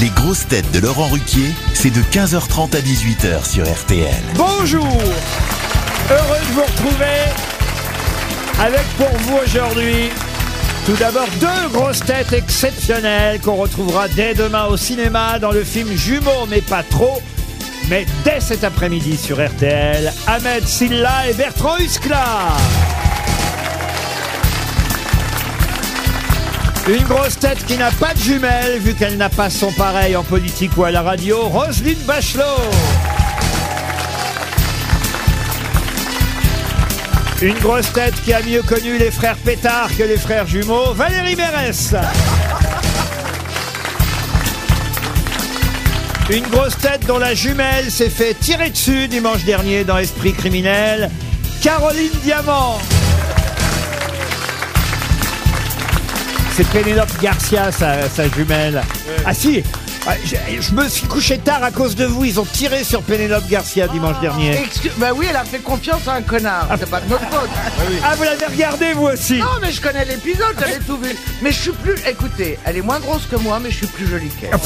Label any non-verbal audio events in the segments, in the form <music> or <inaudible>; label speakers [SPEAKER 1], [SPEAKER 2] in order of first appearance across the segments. [SPEAKER 1] Les grosses têtes de Laurent Ruquier, c'est de 15h30 à 18h sur RTL.
[SPEAKER 2] Bonjour Heureux de vous retrouver avec pour vous aujourd'hui tout d'abord deux grosses têtes exceptionnelles qu'on retrouvera dès demain au cinéma dans le film Jumeaux mais pas trop. Mais dès cet après-midi sur RTL, Ahmed Silla et Bertrand Huskla. Une grosse tête qui n'a pas de jumelles vu qu'elle n'a pas son pareil en politique ou à la radio, Roselyne Bachelot. Une grosse tête qui a mieux connu les frères Pétard que les frères jumeaux, Valérie Mérès. Une grosse tête dont la jumelle s'est fait tirer dessus dimanche dernier dans Esprit criminel, Caroline Diamant. C'est Pénélope Garcia, sa, sa jumelle. Ah si ah, je, je me suis couché tard à cause de vous. Ils ont tiré sur Pénélope Garcia dimanche dernier.
[SPEAKER 3] Excuse- bah oui, elle a fait confiance à un connard. C'est pas de notre faute.
[SPEAKER 2] Ah, vous l'avez regardé, vous aussi
[SPEAKER 3] Non, mais je connais l'épisode, j'avais tout vu. Mais je suis plus. Écoutez, elle est moins grosse que moi, mais je suis plus jolie qu'elle.
[SPEAKER 2] La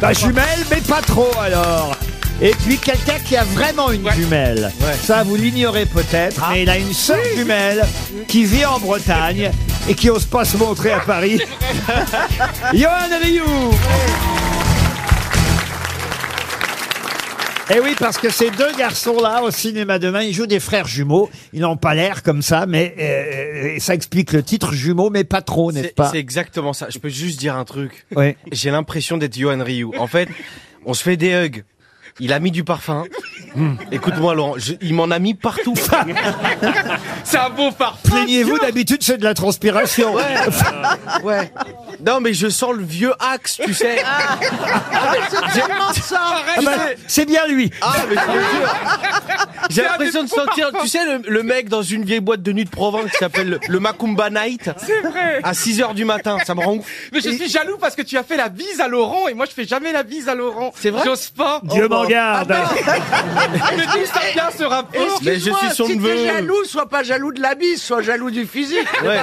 [SPEAKER 2] Bah, jumelle, mais pas trop alors. Et puis quelqu'un qui a vraiment une jumelle. Ça, vous l'ignorez peut-être, mais il a une sœur jumelle qui vit en Bretagne et qui ose pas se montrer à Paris. <laughs> Johan Rioux Eh oui, parce que ces deux garçons-là, au cinéma demain, ils jouent des frères jumeaux. Ils n'ont pas l'air comme ça, mais euh, ça explique le titre jumeaux, mais pas trop, n'est-ce
[SPEAKER 4] C'est
[SPEAKER 2] pas
[SPEAKER 4] c'est exactement ça. Je peux juste dire un truc.
[SPEAKER 2] Oui.
[SPEAKER 4] <laughs> J'ai l'impression d'être Johan Ryu. En fait, on se fait des hugs. Il a mis du parfum. Hmm, <laughs> Écoute-moi, Laurent, je- il m'en a mis partout. <laughs>
[SPEAKER 5] C'est un beau parfum.
[SPEAKER 2] Plaignez-vous, d'habitude, c'est de la transpiration. <laughs>
[SPEAKER 3] Ouais.
[SPEAKER 4] Non, mais je sens le vieux axe, Euh, tu sais.
[SPEAKER 3] Comment ça
[SPEAKER 2] Ah bah, Ah. c'est bien lui.
[SPEAKER 4] Ah, mais je te
[SPEAKER 2] <laughs>
[SPEAKER 4] jure. J'ai
[SPEAKER 5] C'est un
[SPEAKER 4] l'impression
[SPEAKER 5] des
[SPEAKER 4] de sentir, tu sais, le, le mec dans une vieille boîte de nuit de Provence qui s'appelle le, le Macumba Night
[SPEAKER 5] C'est vrai.
[SPEAKER 4] à 6 heures du matin. Ça me rend ouf.
[SPEAKER 5] <laughs> Mais je suis jaloux parce que tu as fait la bise à Laurent et moi je fais jamais la bise à Laurent. C'est
[SPEAKER 4] vrai Oh, bah.
[SPEAKER 5] J'ose pas. Ah, bah.
[SPEAKER 2] Dieu m'en garde.
[SPEAKER 5] Mais d'où Ah, ça vient ce rapport
[SPEAKER 4] Mais je suis son
[SPEAKER 3] si
[SPEAKER 4] neveu.
[SPEAKER 3] t'es jaloux, sois pas jaloux de la bise, sois jaloux du physique.
[SPEAKER 4] Ouais.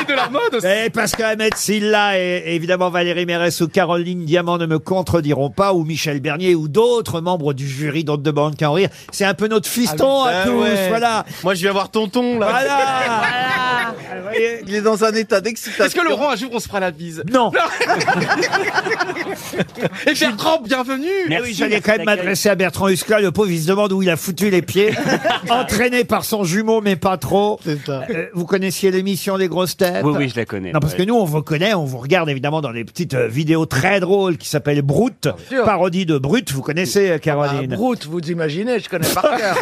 [SPEAKER 5] et de la mode aussi
[SPEAKER 2] Eh, parce qu'Ahmed Silla et et évidemment Valérie Mérès ou Caroline Diamant ne me contrediront pas, ou Michel Bernier ou d'autres membres du jury dont de bandes qu'à en rire. C'est un peu notre fiston à
[SPEAKER 4] Ah
[SPEAKER 2] tous.
[SPEAKER 4] ouais.
[SPEAKER 2] Voilà.
[SPEAKER 4] Moi, je vais avoir tonton, là.
[SPEAKER 2] Voilà.
[SPEAKER 6] Il est dans un état d'excitation.
[SPEAKER 5] Est-ce <laughs> que Laurent un jour on se fera la bise <laughs>
[SPEAKER 2] Non.
[SPEAKER 4] <laughs>
[SPEAKER 5] Et Bertrand, bienvenue
[SPEAKER 2] Eh oui, j'allais quand même m'adresser à Bertrand Huskla, le pauvre, il se demande où il a foutu les
[SPEAKER 3] <laughs>
[SPEAKER 2] pieds, entraîné par son jumeau, mais pas trop. Euh, vous connaissiez l'émission Les Grosses Têtes
[SPEAKER 7] Oui, oui, je la connais.
[SPEAKER 2] Non, parce que nous, on vous connaît, on vous regarde évidemment dans les petites euh, vidéos très drôles qui s'appellent Brute,
[SPEAKER 3] sûr.
[SPEAKER 2] parodie de Brute, vous connaissez euh,
[SPEAKER 3] Ah,
[SPEAKER 2] Caroline
[SPEAKER 3] Brute, vous imaginez, je connais
[SPEAKER 2] <laughs>
[SPEAKER 3] par cœur.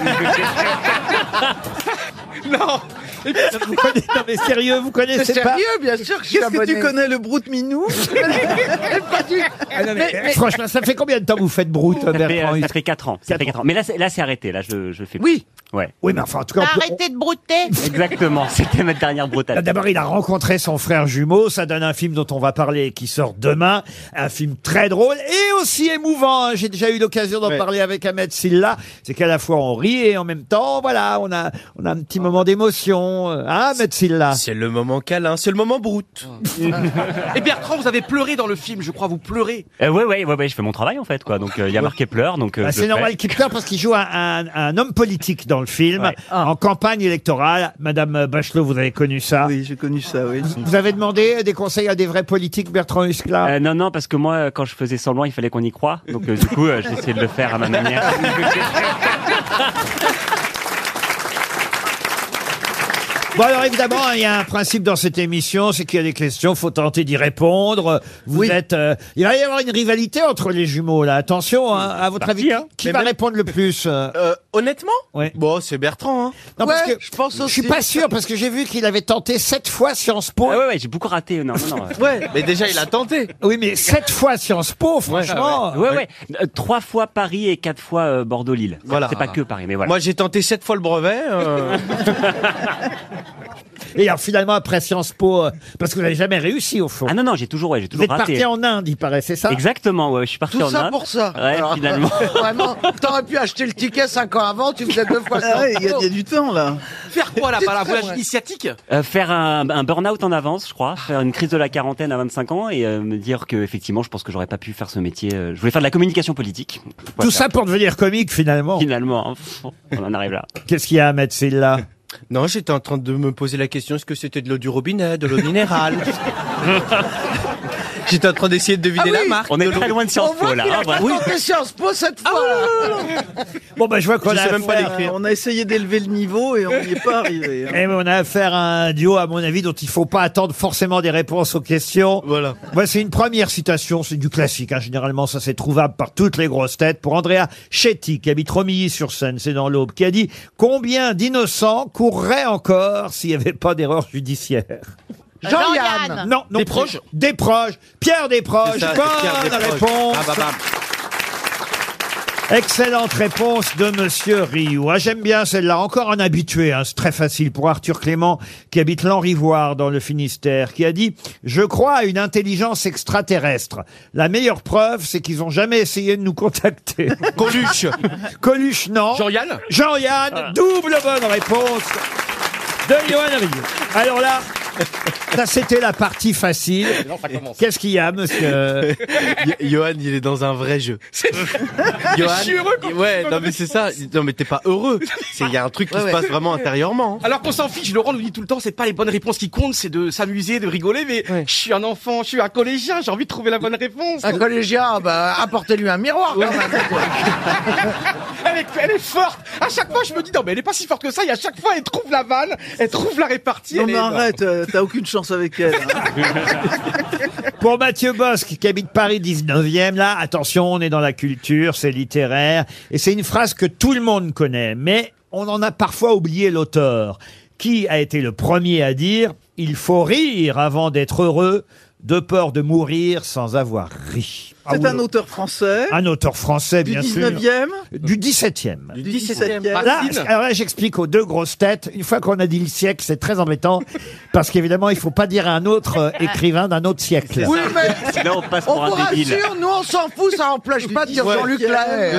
[SPEAKER 5] Non Et puis,
[SPEAKER 2] Vous connaissez- non, mais sérieux, vous
[SPEAKER 3] C'est
[SPEAKER 2] connaissez pas
[SPEAKER 3] sérieux, bien sûr que je suis
[SPEAKER 6] Qu'est-ce que
[SPEAKER 3] abonné.
[SPEAKER 6] tu connais le <laughs> Brout Minou
[SPEAKER 3] Pas du-
[SPEAKER 8] Ah
[SPEAKER 3] mais,
[SPEAKER 2] Eh,
[SPEAKER 3] mais-
[SPEAKER 2] Franchement, ça fait combien de temps que vous faites Brute,
[SPEAKER 7] Ça fait,
[SPEAKER 2] Bertrand
[SPEAKER 7] euh, ça
[SPEAKER 2] Husk-
[SPEAKER 7] fait 4 ans. ça fait
[SPEAKER 2] Quatre
[SPEAKER 7] quatre ans. Mais là, c'est- là, c'est arrêté. Là, je, je fais. plus.
[SPEAKER 3] Oui.
[SPEAKER 7] Ouais.
[SPEAKER 2] Oui, mais enfin, en tout cas, on peut-
[SPEAKER 8] Arrêtez de
[SPEAKER 2] <laughs>
[SPEAKER 8] brouter
[SPEAKER 7] Exactement. C'était ma dernière
[SPEAKER 2] Là,
[SPEAKER 7] brutale.
[SPEAKER 2] D'abord, il a rencontré son frère jumeau. Ça donne un film dont on va parler et qui sort demain. Un film très drôle et aussi émouvant. hein. J'ai déjà eu l'occasion d'en
[SPEAKER 4] Ouais.
[SPEAKER 2] parler avec Ahmed Silla. C'est qu'à la fois on rit et en même temps, voilà, on a, on a un petit moment d'émotion. Euh, Hein, Ahmed Silla
[SPEAKER 4] C'est le moment câlin, c'est le moment brut.
[SPEAKER 5] Ah. <laughs> et Bertrand, vous avez pleuré dans le film, je crois, vous pleurez.
[SPEAKER 7] Euh, ouais, ouais, ouais, ouais, je fais mon travail en fait, quoi. Donc, euh, il y a marqué pleurs. Donc, euh,
[SPEAKER 2] Bah,
[SPEAKER 7] je
[SPEAKER 2] c'est
[SPEAKER 7] le
[SPEAKER 2] normal
[SPEAKER 7] fais.
[SPEAKER 2] qu'il pleure parce qu'il joue un, un- un homme politique dans le film,
[SPEAKER 7] Ouais.
[SPEAKER 2] en campagne électorale. Madame Bachelot, vous avez connu ça.
[SPEAKER 6] Oui, j'ai connu ça, oui.
[SPEAKER 2] Vous avez demandé des conseils à des vrais politiques, Bertrand Huskla
[SPEAKER 7] Euh, non, non, parce que moi, euh, quand je faisais semblant, il fallait qu'on y croit. Donc, euh, du coup, euh, j'ai essayé de le faire à ma manière.
[SPEAKER 2] <laughs> Bon alors évidemment, hein, il y a un principe dans cette émission, c'est qu'il y a des questions, faut tenter d'y répondre. Vous êtes, euh, il va y avoir une rivalité entre les jumeaux là. Attention, hein, à votre avis, qui
[SPEAKER 4] Mais
[SPEAKER 2] va
[SPEAKER 4] même-
[SPEAKER 2] répondre le plus euh
[SPEAKER 4] Euh, honnêtement
[SPEAKER 2] Ouais.
[SPEAKER 4] Bon, c'est Bertrand, hein.
[SPEAKER 2] Non parce
[SPEAKER 3] Ouais,
[SPEAKER 2] que
[SPEAKER 3] je pense
[SPEAKER 2] je suis
[SPEAKER 3] aussi.
[SPEAKER 2] pas sûr parce que j'ai vu qu'il avait tenté sept fois Sciences Po.
[SPEAKER 7] Ah Ouais, ouais, ouais, j'ai beaucoup raté. Non, non, non. euh.
[SPEAKER 4] Ouais, mais déjà, il a tenté.
[SPEAKER 2] Oui mais sept fois Sciences Po, franchement.
[SPEAKER 7] Ouais, ouais. Euh, Trois fois Paris et quatre fois euh, Bordeaux-Lille.
[SPEAKER 4] Voilà.
[SPEAKER 7] C'est pas que Paris, mais voilà.
[SPEAKER 4] Moi, j'ai tenté sept fois le brevet. euh,
[SPEAKER 2] Euh. Et alors finalement, après Sciences Po, euh, parce que vous n'avez jamais réussi au fond.
[SPEAKER 7] Ah non, non, j'ai toujours, ouais, j'ai
[SPEAKER 2] vous
[SPEAKER 7] toujours
[SPEAKER 2] êtes
[SPEAKER 7] raté.
[SPEAKER 2] parti en Inde, il paraît, c'est ça
[SPEAKER 7] Exactement, ouais, je suis parti
[SPEAKER 3] Tout
[SPEAKER 7] en
[SPEAKER 3] ça
[SPEAKER 7] Inde.
[SPEAKER 3] pour ça.
[SPEAKER 7] Ouais,
[SPEAKER 3] Alors,
[SPEAKER 7] finalement.
[SPEAKER 3] <laughs> Vraiment, t'aurais pu acheter le ticket 5 ans avant, tu faisais deux fois
[SPEAKER 6] Ah
[SPEAKER 3] ça.
[SPEAKER 6] ouais, Il y, a- il y a du temps là.
[SPEAKER 5] Faire quoi là-bas là,
[SPEAKER 3] C'est
[SPEAKER 5] Voyage
[SPEAKER 3] vrai.
[SPEAKER 5] initiatique
[SPEAKER 7] Euh, faire un, un burn-out en avance, je crois, faire une crise de la quarantaine à 25 ans et euh, me dire que effectivement, je pense que j'aurais pas pu faire ce métier. euh, Je voulais faire de la communication politique.
[SPEAKER 2] Tout ça pour devenir comique finalement.
[SPEAKER 7] Finalement, <laughs> hein, pff, on en arrive là.
[SPEAKER 2] Qu'est-ce qu'il y a à mettre là
[SPEAKER 4] Non, j'étais en train de me poser la question est-ce que c'était de l'eau du robinet, de l'eau
[SPEAKER 7] <laughs>
[SPEAKER 4] minérale J'étais en train d'essayer de deviner
[SPEAKER 3] Ah
[SPEAKER 4] la
[SPEAKER 3] oui.
[SPEAKER 4] marque.
[SPEAKER 7] On est très loin de
[SPEAKER 3] On
[SPEAKER 7] Sciences Po
[SPEAKER 3] voit
[SPEAKER 7] là.
[SPEAKER 3] qu'il a
[SPEAKER 7] hein,
[SPEAKER 3] pas
[SPEAKER 7] vraiment.
[SPEAKER 3] tenté Sciences Po cette fois. là.
[SPEAKER 2] Bon, ben je vois qu'on
[SPEAKER 4] Je
[SPEAKER 2] a
[SPEAKER 4] sais même pas
[SPEAKER 2] affaire-
[SPEAKER 4] l'écrire.
[SPEAKER 6] On a essayé d'élever le niveau et on n'y est pas arrivé.
[SPEAKER 2] <laughs>
[SPEAKER 6] hein.
[SPEAKER 2] Eh, mais on a affaire à un duo, à mon avis, dont il faut pas attendre forcément des réponses aux questions.
[SPEAKER 4] Voilà.
[SPEAKER 2] Voici une première citation, c'est du classique. hein. Généralement, ça c'est trouvable par toutes les grosses têtes. Pour Andrea Chetty, qui habite Romilly-sur-Seine, c'est dans l'Aube, qui a dit « Combien d'innocents courraient encore s'il n'y avait pas d'erreur judiciaire
[SPEAKER 3] Jean-Yann. »
[SPEAKER 2] Non, non.
[SPEAKER 5] Des
[SPEAKER 2] plus.
[SPEAKER 5] proches
[SPEAKER 2] Des proches. Pierre Desproges.
[SPEAKER 4] C'est ça,
[SPEAKER 2] Bonne
[SPEAKER 4] Pierre Desproges.
[SPEAKER 2] réponse.
[SPEAKER 4] Ah, bah, bah.
[SPEAKER 2] Excellente réponse de Monsieur Rioux. Ah, J'aime bien celle-là, encore un habitué, hein, c'est très facile pour Arthur Clément, qui habite l'Enrivoire dans le Finistère, qui a dit « Je crois à une intelligence extraterrestre. La meilleure preuve, c'est qu'ils ont jamais essayé de nous contacter. »
[SPEAKER 4] Coluche
[SPEAKER 2] <laughs>
[SPEAKER 4] Ah.
[SPEAKER 2] Coluche, non.
[SPEAKER 5] Jean-Yann
[SPEAKER 2] Jean-Yann, double bonne réponse de Johan Rioux. Alors là, ça c'était la partie facile. Qu'est-ce qu'il y a, monsieur
[SPEAKER 4] Johan, bah, il est dans un vrai jeu. Johan,
[SPEAKER 5] Je suis heureux qu'on-
[SPEAKER 4] Ouais, non mais c'est ça. Non mais t'es pas heureux. C'est il y a un truc qui
[SPEAKER 3] Ouais,
[SPEAKER 4] se
[SPEAKER 3] ouais.
[SPEAKER 4] passe vraiment intérieurement. hein.
[SPEAKER 5] Alors qu'on s'en fiche, Laurent nous dit tout le temps, c'est pas les bonnes réponses qui comptent, c'est de s'amuser, de rigoler, mais je suis un enfant, je suis un collégien, j'ai envie de trouver la bonne réponse.
[SPEAKER 3] Un collégien, ah bah, apportez-lui un miroir quand même.
[SPEAKER 5] <laughs> Elle est, elle est forte À chaque fois, je me dis, non mais elle est pas si forte que ça, et à chaque fois, elle trouve la vanne, elle trouve la répartie.
[SPEAKER 6] Non
[SPEAKER 5] elle
[SPEAKER 6] mais
[SPEAKER 5] est-
[SPEAKER 6] arrête, euh, t'as aucune chance avec elle. hein.
[SPEAKER 2] <laughs> Pour Mathieu Bosque, qui habite Paris 19e, là, attention, on est dans la culture, c'est littéraire, et c'est une phrase que tout le monde connaît, mais on en a parfois oublié l'auteur, qui a été le premier à dire « Il faut rire avant d'être heureux, de peur de mourir sans avoir ri Ah
[SPEAKER 6] C'est
[SPEAKER 2] oui,
[SPEAKER 6] un auteur français
[SPEAKER 2] un auteur français,
[SPEAKER 6] du
[SPEAKER 2] bien sûr,
[SPEAKER 6] 19e,
[SPEAKER 2] du 17e.
[SPEAKER 6] du 17e.
[SPEAKER 2] Là,
[SPEAKER 5] Racine.
[SPEAKER 2] alors là, j'explique aux deux grosses têtes. Une fois qu'on a dit le siècle, c'est très embêtant parce qu'évidemment, il faut pas dire à un autre euh, écrivain d'un autre siècle.
[SPEAKER 3] Oui, mais
[SPEAKER 7] Là, on passe
[SPEAKER 3] on
[SPEAKER 7] pour
[SPEAKER 3] vous
[SPEAKER 7] un débile.
[SPEAKER 3] rassure, nous on s'en fout, ça n'empêche pas de dire Jean-Luc Lahaye.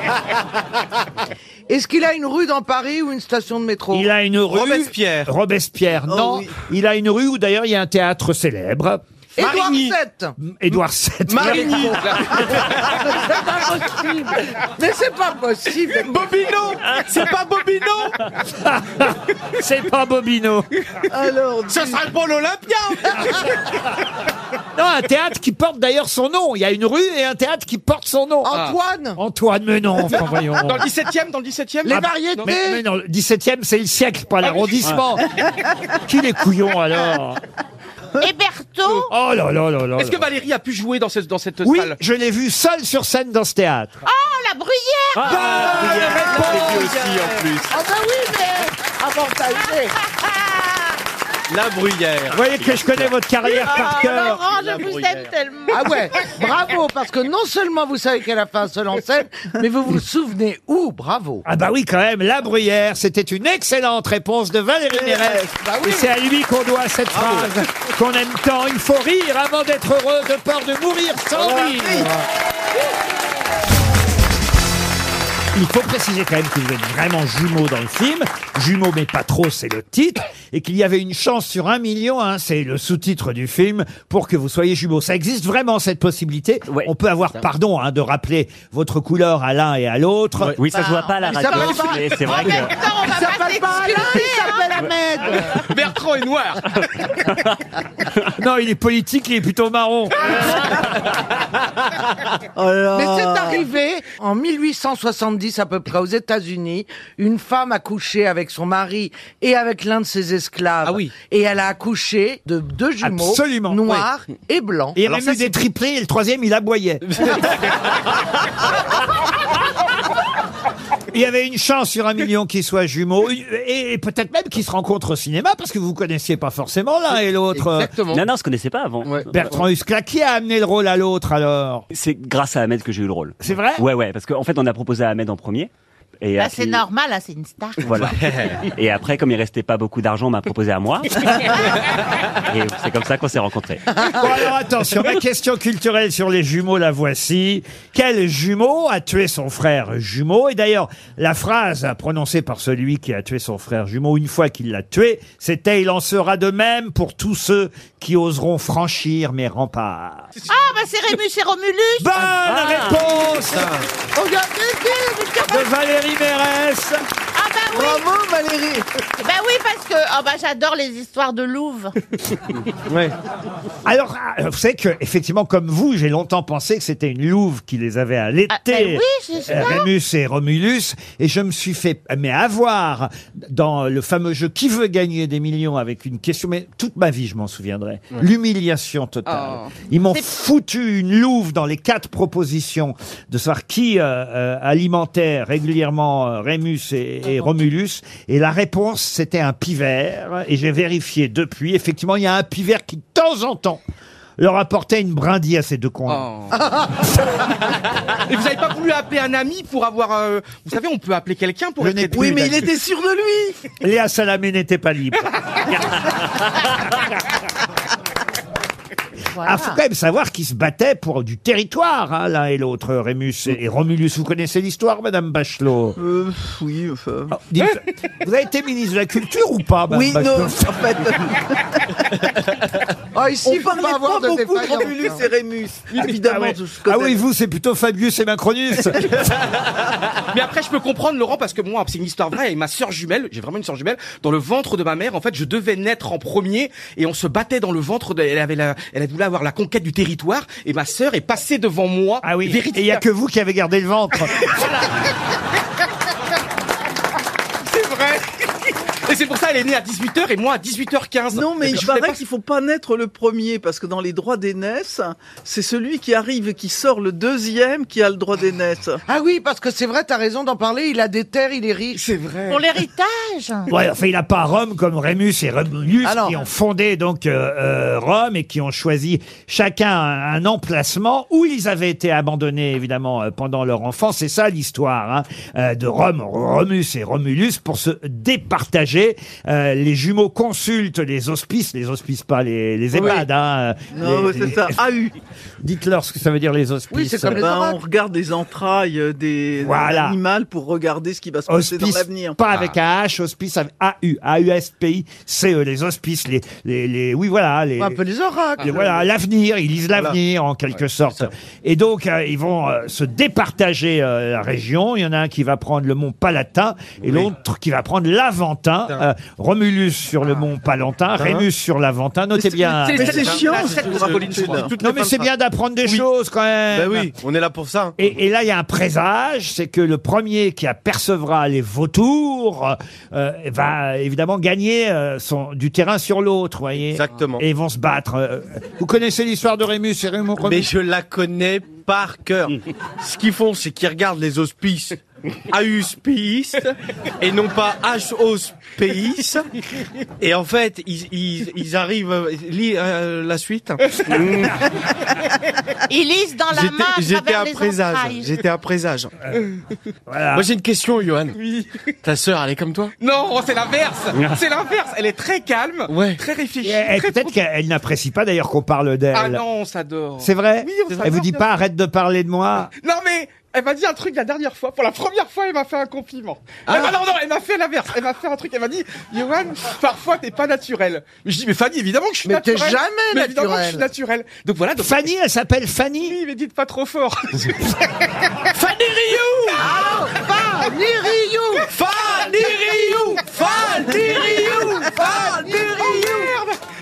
[SPEAKER 3] hein. Est-ce qu'il a une rue dans Paris ou une station de métro
[SPEAKER 2] Il a une rue.
[SPEAKER 4] Robespierre.
[SPEAKER 2] Robespierre,
[SPEAKER 6] Oh
[SPEAKER 2] non.
[SPEAKER 6] oui.
[SPEAKER 2] Il a une rue où d'ailleurs il y a un théâtre célèbre.
[SPEAKER 3] Édouard
[SPEAKER 4] Marigny.
[SPEAKER 3] VII.
[SPEAKER 2] Édouard VII.
[SPEAKER 4] Marigny.
[SPEAKER 3] C'est pas
[SPEAKER 9] <laughs>
[SPEAKER 3] possible. Mais c'est pas possible.
[SPEAKER 4] Bobino. C'est pas Bobino.
[SPEAKER 2] <laughs> C'est pas Bobino.
[SPEAKER 6] Alors,
[SPEAKER 4] Ce sera pour l'Olympia.
[SPEAKER 2] <laughs> Non, un théâtre qui porte d'ailleurs son nom. Il y a une rue et un théâtre qui porte son nom. Ah.
[SPEAKER 3] Antoine.
[SPEAKER 2] Antoine, mais non, enfin, voyons.
[SPEAKER 5] Dans le 17ème, dans le 17ème
[SPEAKER 3] Les
[SPEAKER 5] Ah,
[SPEAKER 3] variétés.
[SPEAKER 5] non.
[SPEAKER 2] Mais, mais non, le 17e, c'est le siècle,
[SPEAKER 5] Ah
[SPEAKER 2] pas l'arrondissement. qui les couillons alors
[SPEAKER 9] Héberto
[SPEAKER 2] Hein Oh là là là là.
[SPEAKER 5] Est-ce que
[SPEAKER 2] là.
[SPEAKER 5] Valérie a pu jouer dans cette, dans cette
[SPEAKER 2] Oui,
[SPEAKER 5] salle
[SPEAKER 2] je l'ai vu seul sur scène dans ce théâtre.
[SPEAKER 9] Oh, la bruyère
[SPEAKER 7] Ah,
[SPEAKER 2] Bonne
[SPEAKER 7] Bruyère,
[SPEAKER 2] réponse.
[SPEAKER 7] c'est lui aussi en plus.
[SPEAKER 3] Ah bah oui, mais avantagé.
[SPEAKER 9] Ah,
[SPEAKER 4] La Bruyère.
[SPEAKER 2] Vous voyez que je connais votre carrière par cœur.
[SPEAKER 9] Ah, Laurent, je vous aime tellement
[SPEAKER 3] Ah ouais, bravo, parce que non seulement vous savez qu'elle a fait un seul en scène, mais vous vous souvenez où, bravo.
[SPEAKER 2] Ah bah oui, quand même, la bruyère, c'était une excellente réponse de Valérie Mérès.
[SPEAKER 3] bah
[SPEAKER 2] Et c'est à lui qu'on doit cette phrase qu'on aime tant. Il faut rire avant d'être heureux, de peur de mourir sans rire. Il faut préciser quand même que vous êtes vraiment jumeaux dans le film. Jumeaux, mais pas trop, c'est le titre. Et qu'il y avait une chance sur un million, hein, c'est le sous-titre du film, pour que vous soyez jumeaux. Ça existe vraiment, cette possibilité.
[SPEAKER 7] Ouais.
[SPEAKER 2] On peut avoir, pardon, hein, de rappeler votre couleur à l'un et à l'autre.
[SPEAKER 7] Oui, ça se voit pas à la
[SPEAKER 3] ça
[SPEAKER 7] radio,
[SPEAKER 3] va pas.
[SPEAKER 7] mais c'est vrai
[SPEAKER 9] En même
[SPEAKER 7] que...
[SPEAKER 9] temps, on va pas
[SPEAKER 3] s'appelle pas Alain, il
[SPEAKER 9] s'excuser, hein.
[SPEAKER 3] s'appelle
[SPEAKER 9] <laughs>
[SPEAKER 3] Ahmed.
[SPEAKER 5] <laughs> Bertrand est noir
[SPEAKER 2] <laughs> Non, il est politique, il est plutôt marron.
[SPEAKER 6] oh là
[SPEAKER 3] Mais c'est
[SPEAKER 6] là.
[SPEAKER 3] arrivé en 1870 à peu près aux États-Unis. Une femme a couché avec son mari et avec l'un de ses esclaves.
[SPEAKER 5] Ah oui.
[SPEAKER 3] Et elle a accouché de deux jumeaux
[SPEAKER 2] Absolument,
[SPEAKER 3] noirs et blancs.
[SPEAKER 2] Et il y a même eu des triplés, et le troisième, il aboyait. <laughs> Il y avait une chance sur un million qu'ils soient jumeaux, et, et peut-être même qu'ils se rencontrent au cinéma, parce que vous connaissiez pas forcément l'un Oh et l'autre. euh,
[SPEAKER 5] Exactement.
[SPEAKER 7] Non, non, on se connaissait pas avant.
[SPEAKER 2] Bertrand Huskla, qui a amené le rôle à l'autre alors
[SPEAKER 7] C'est grâce à Ahmed que j'ai eu le rôle.
[SPEAKER 2] C'est vrai
[SPEAKER 7] Ouais, ouais, parce qu'en fait, on a proposé à Ahmed en premier. Et
[SPEAKER 9] Bah,
[SPEAKER 7] après-
[SPEAKER 9] c'est normal, hein, c'est une star.
[SPEAKER 2] <laughs>
[SPEAKER 9] <laughs>
[SPEAKER 7] Voilà. Et après, comme il restait pas beaucoup d'argent, on m'a proposé à moi.
[SPEAKER 9] Ah,
[SPEAKER 7] Et c'est comme ça qu'on s'est rencontrés.
[SPEAKER 2] Bon, alors attention, ma question culturelle sur les jumeaux, la voici. Quel jumeau a tué son frère jumeau Et d'ailleurs, la phrase prononcée par celui qui a tué son frère jumeau une fois qu'il l'a tué, c'était « Il en sera de même pour tous ceux qui oseront franchir mes remparts
[SPEAKER 9] Ah, bah c'est Rémus et Romulus. ». Ah,
[SPEAKER 2] Bonne réponse
[SPEAKER 9] Oh, y a deux gueules, mais comment-
[SPEAKER 2] de Valérie Mérès
[SPEAKER 9] Ah, bah oui.
[SPEAKER 6] Bravo Valérie
[SPEAKER 9] Bah oui, parce que oh, bah, j'adore les histoires
[SPEAKER 2] <laughs>
[SPEAKER 9] de Louvre.
[SPEAKER 2] Alors, ah, vous savez que, effectivement, comme vous, j'ai longtemps pensé que c'était une louve qui les avait à l'été.
[SPEAKER 9] Ah, bah oui, c'est ça.
[SPEAKER 2] Euh, Rémus et Romulus, et je me suis fait mais avoir dans le fameux jeu Qui veut gagner des millions avec une question, mais toute ma vie je m'en souviendrai. L'humiliation totale. Ils m'ont foutu une louve dans les quatre propositions de savoir qui euh, euh, alimentait régulièrement euh, Rémus et, et Romulus, et la réponse c'était un pivert, et j'ai vérifié depuis. Effectivement, il y a un pivert qui de temps en temps leur apportait une brindille à ces deux cons.
[SPEAKER 10] Oh.
[SPEAKER 5] Ah, Et vous avez pas voulu appeler un ami pour avoir. euh, Vous savez, on peut appeler quelqu'un pour
[SPEAKER 2] Je
[SPEAKER 5] être
[SPEAKER 2] n'ai
[SPEAKER 5] aidé.
[SPEAKER 2] plus
[SPEAKER 6] Oui, mais il
[SPEAKER 2] d'habitude.
[SPEAKER 6] était sûr de lui
[SPEAKER 2] Léa Salamé n'était pas libre.
[SPEAKER 9] Voilà.
[SPEAKER 2] Ah, faut
[SPEAKER 9] <laughs>
[SPEAKER 2] quand même savoir qu'ils se battaient pour du territoire, hein, l'un et l'autre, Rémus et, et Romulus. Vous connaissez l'histoire, Madame Bachelot
[SPEAKER 6] Euh, oui, enfin...
[SPEAKER 2] Oh, dites- Vous avez été ministre de la Culture ou pas, Madame
[SPEAKER 6] Oui, non, en
[SPEAKER 2] Bachelot
[SPEAKER 6] fait...
[SPEAKER 3] <laughs> Oh,
[SPEAKER 6] On
[SPEAKER 3] ici, faut
[SPEAKER 6] parlait
[SPEAKER 3] pas avoir de hein.
[SPEAKER 6] pas beaucoup de
[SPEAKER 3] défaillance.
[SPEAKER 6] Romulus et Rémus. Évidemment,
[SPEAKER 2] Ah ouais.
[SPEAKER 6] je je
[SPEAKER 2] Ah
[SPEAKER 6] connais.
[SPEAKER 2] oui, vous, c'est plutôt Fabius et Macronus.
[SPEAKER 5] <laughs> Mais après, je peux comprendre, Laurent, parce que moi, c'est une histoire vraie. Et ma sœur jumelle, j'ai vraiment une sœur jumelle, dans le ventre de ma mère, en fait, je devais naître en premier. Et on se battait dans le ventre. De, elle avait la, elle voulait avoir la conquête du territoire. Et ma sœur est passée devant moi.
[SPEAKER 2] Ah oui, et
[SPEAKER 5] véritable-
[SPEAKER 2] il n'y a que vous qui avez gardé le ventre.
[SPEAKER 5] <laughs> C'est vrai. Et c'est pour ça, elle est née à 18h et moi à 18h15.
[SPEAKER 6] Non, mais
[SPEAKER 5] Et
[SPEAKER 6] il
[SPEAKER 5] je savais
[SPEAKER 6] paraît
[SPEAKER 5] pas-
[SPEAKER 6] qu'il faut pas naître le premier, parce que dans les droits d'aînesse, c'est celui qui arrive et qui sort le deuxième qui a le droit d'aînesse.
[SPEAKER 3] Ah oui, parce que c'est vrai, t'as raison d'en parler, il a des terres, il est riche.
[SPEAKER 5] C'est vrai.
[SPEAKER 9] Pour l'héritage.
[SPEAKER 2] Ouais, enfin, il n'a pas Rome comme Rémus et Romulus
[SPEAKER 3] Hein. Ah non.
[SPEAKER 2] qui ont fondé donc euh, euh, Rome et qui ont choisi chacun un, un emplacement où ils avaient été abandonnés évidemment euh, pendant leur enfance. C'est ça l'histoire hein, euh, de Rome, Romus et Romulus pour se départager. Euh, les jumeaux consultent les hospices, les hospices pas les, les EHPAD. hein, euh,
[SPEAKER 6] Non,
[SPEAKER 2] les-
[SPEAKER 6] ouais, c'est
[SPEAKER 2] <laughs>
[SPEAKER 6] ça. AU.
[SPEAKER 2] Dites-leur ce que ça veut dire les hospices.
[SPEAKER 3] Oui, c'est comme les
[SPEAKER 6] Ben,
[SPEAKER 3] oracles.
[SPEAKER 6] on regarde les entrailles euh, des
[SPEAKER 2] Voilà.
[SPEAKER 6] animaux pour regarder ce qui va se passer dans
[SPEAKER 2] Hospice, <laughs>
[SPEAKER 6] l'avenir.
[SPEAKER 2] pas avec
[SPEAKER 5] Ah.
[SPEAKER 2] un H, hospice avec A-U, A-U-S-P-I, c'est euh, les hospices, les, les, les- oui voilà, les,
[SPEAKER 3] Un peu les oracles.
[SPEAKER 2] Et voilà, l'avenir, ils lisent l'avenir en quelque sorte. Et donc, euh, ils vont euh, se départager euh, la région. Il y en a un qui va prendre le mont Palatin et l'autre qui va prendre l'Aventin. Euh, Romulus sur
[SPEAKER 5] Ah.
[SPEAKER 2] le mont Palatin, Rémus sur l'Aventin. Notez bien.
[SPEAKER 6] Mais c'est chiant,
[SPEAKER 5] Ah, la
[SPEAKER 6] cette
[SPEAKER 5] sept
[SPEAKER 6] Dragon
[SPEAKER 5] Pauline, je
[SPEAKER 6] Ball.
[SPEAKER 5] crois.
[SPEAKER 4] Toutes
[SPEAKER 2] Non,
[SPEAKER 4] les
[SPEAKER 2] mais
[SPEAKER 4] femmes-
[SPEAKER 2] c'est bien d'apprendre des choses quand
[SPEAKER 4] Ben
[SPEAKER 2] même.
[SPEAKER 4] oui, on est là pour ça.
[SPEAKER 2] Et, et là, il y a un présage, c'est que le premier qui apercevra les vautours euh, va évidemment gagner euh, son, du terrain sur l'autre, voyez.
[SPEAKER 4] Exactement.
[SPEAKER 2] Et ils vont se battre. euh. Vous connaissez l'histoire de Rémus et Hum. Rémus
[SPEAKER 4] Mais je la connais par cœur. Ce qu'ils font, c'est qu'ils regardent les
[SPEAKER 2] <laughs>
[SPEAKER 4] hospices. Auspices et non pas H-Hospice. Et en fait, ils, ils, ils arrivent. euh, Lis euh, la
[SPEAKER 9] <laughs>
[SPEAKER 4] suite.
[SPEAKER 9] Ils lisent dans la
[SPEAKER 4] J'étais-
[SPEAKER 9] main à
[SPEAKER 4] J'étais
[SPEAKER 9] travers
[SPEAKER 4] un
[SPEAKER 9] les
[SPEAKER 4] présage.
[SPEAKER 9] entrailles.
[SPEAKER 4] J'étais un présage.
[SPEAKER 2] Euh, Voilà.
[SPEAKER 4] Moi, j'ai une question, Johan.
[SPEAKER 5] Oui.
[SPEAKER 4] Ta sœur, elle est comme toi
[SPEAKER 5] Non, c'est l'inverse. C'est l'inverse. Elle est très calme,
[SPEAKER 4] Ouais.
[SPEAKER 5] très réfléchie.
[SPEAKER 2] Ah. Et elle-
[SPEAKER 5] très
[SPEAKER 2] Peut-être qu'elle n'apprécie pas d'ailleurs qu'on parle d'elle.
[SPEAKER 5] Ah non, on s'adore.
[SPEAKER 2] C'est vrai
[SPEAKER 5] Oui, on
[SPEAKER 2] Elle vous
[SPEAKER 5] s'adore,
[SPEAKER 2] dit
[SPEAKER 5] bien
[SPEAKER 2] pas arrête de parler de moi
[SPEAKER 5] Non mais elle m'a dit un truc la dernière fois. Pour la première fois, elle m'a fait un compliment.
[SPEAKER 2] Ah.
[SPEAKER 5] Elle m'a- non non, elle m'a fait l'inverse. Elle m'a fait un truc. Elle m'a dit, Johan, parfois t'es pas naturel. Mais je dis, mais Fanny, évidemment que je suis
[SPEAKER 3] Mais t'es
[SPEAKER 5] naturel.
[SPEAKER 3] jamais
[SPEAKER 5] évidemment que je suis
[SPEAKER 3] naturel.
[SPEAKER 5] naturel. Donc voilà. Donc,
[SPEAKER 2] Fanny, elle s'appelle Fanny
[SPEAKER 5] Oui, mais dites pas trop
[SPEAKER 2] <laughs>
[SPEAKER 5] fort.
[SPEAKER 4] Fanny Rioux
[SPEAKER 3] Ah, ni Ryu
[SPEAKER 4] Fanny Rioux Fanny Rioux Fanny
[SPEAKER 5] Oh, merde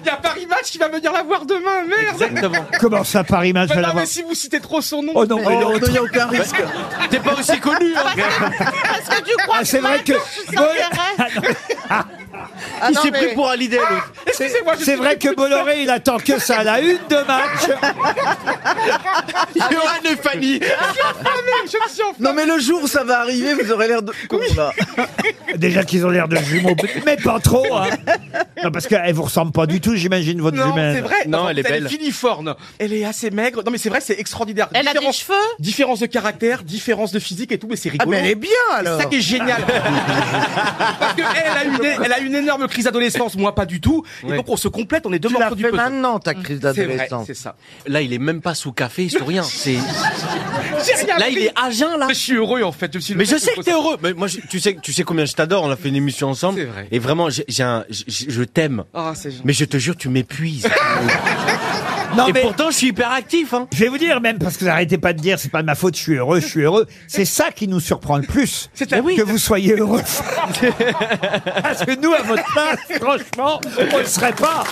[SPEAKER 5] Il y a Paris Match qui va venir la voir demain. Merde.
[SPEAKER 4] Exactement.
[SPEAKER 2] Comment ça, Paris Match
[SPEAKER 5] Bah non,
[SPEAKER 2] va
[SPEAKER 5] mais
[SPEAKER 2] l'avoir
[SPEAKER 5] si vous citez trop son nom.
[SPEAKER 2] Oh non,
[SPEAKER 6] Oh,
[SPEAKER 2] mais
[SPEAKER 6] non,
[SPEAKER 2] l'autre
[SPEAKER 6] il n'y a aucun risque.
[SPEAKER 4] T'es pas aussi connu, hein
[SPEAKER 9] Parce que tu
[SPEAKER 10] <laughs>
[SPEAKER 9] crois
[SPEAKER 2] Ah, c'est
[SPEAKER 9] que
[SPEAKER 2] vrai que-
[SPEAKER 9] Macron s'intéresse.
[SPEAKER 3] Ah
[SPEAKER 4] Il
[SPEAKER 3] non,
[SPEAKER 4] s'est
[SPEAKER 3] mais-
[SPEAKER 4] pris pour un leader. l'autre.
[SPEAKER 5] Ah, Excusez-moi. je
[SPEAKER 2] C'est
[SPEAKER 5] suis-
[SPEAKER 2] vrai que Bolloré, il attend que ça à la une de
[SPEAKER 5] <laughs>
[SPEAKER 2] match
[SPEAKER 3] ah,
[SPEAKER 4] Johan et Fanny
[SPEAKER 5] Ah, merde, je me suis enfui.
[SPEAKER 6] Non, mais le jour où ça va arriver, vous aurez l'air de con, là.
[SPEAKER 2] Déjà qu'ils ont l'air de jumeaux, mais pas trop hein. Non, parce qu'elle vous ressemble pas du tout, j'imagine, votre
[SPEAKER 5] Non,
[SPEAKER 2] jumelle.
[SPEAKER 5] c'est vrai.
[SPEAKER 4] Non,
[SPEAKER 5] Enfin,
[SPEAKER 4] elle est belle.
[SPEAKER 5] filiforme. Elle est assez maigre. Non, mais c'est vrai, c'est extraordinaire.
[SPEAKER 9] Elle a des
[SPEAKER 5] Différence-
[SPEAKER 9] cheveux
[SPEAKER 5] Différence de caractère, différence de physique et tout, mais c'est
[SPEAKER 3] Ah,
[SPEAKER 5] rigolo.
[SPEAKER 3] mais elle est bien
[SPEAKER 5] C'est
[SPEAKER 3] alors.
[SPEAKER 5] ça qui est génial.
[SPEAKER 3] <laughs>
[SPEAKER 5] Parce qu'elle a, une- elle a une énorme crise d'adolescence, moi pas du tout. Et donc on se complète, on est deux
[SPEAKER 3] Tu l'as
[SPEAKER 5] morceaux du
[SPEAKER 3] fait
[SPEAKER 5] puzzle.
[SPEAKER 3] maintenant ta crise
[SPEAKER 5] C'est vrai,
[SPEAKER 3] d'adolescence.
[SPEAKER 5] c'est ça.
[SPEAKER 4] Là, il est même pas sous café, sous
[SPEAKER 2] <laughs>
[SPEAKER 4] rien. C'est
[SPEAKER 5] J'ai rien
[SPEAKER 4] là, il
[SPEAKER 5] pris.
[SPEAKER 4] est à jeun là.
[SPEAKER 5] Mais je suis heureux en fait. suis le
[SPEAKER 4] Mais je
[SPEAKER 5] mec
[SPEAKER 4] sais que
[SPEAKER 5] qui pose
[SPEAKER 4] t'es
[SPEAKER 5] ça.
[SPEAKER 4] heureux. Mais moi, je- tu sais, tu sais combien je t'adore. On a fait une émission ensemble.
[SPEAKER 5] C'est vrai.
[SPEAKER 4] Et vraiment, j'ai, j'ai un- j'ai- je t'aime.
[SPEAKER 5] Ah, c'est gentil.
[SPEAKER 4] Mais je te jure, tu m'épuises.
[SPEAKER 2] Non,
[SPEAKER 4] et
[SPEAKER 2] mais
[SPEAKER 4] pourtant, je suis hyper actif. Hein.
[SPEAKER 2] je vais vous dire même, parce que vous arrêtez pas de dire, c'est pas de ma faute, je suis heureux, je suis heureux. C'est ça qui nous surprend le plus.
[SPEAKER 5] C'est
[SPEAKER 2] que
[SPEAKER 5] la- oui.
[SPEAKER 2] vous soyez heureux.
[SPEAKER 3] ah,
[SPEAKER 2] parce que nous, à votre place, franchement, on ne serait pas.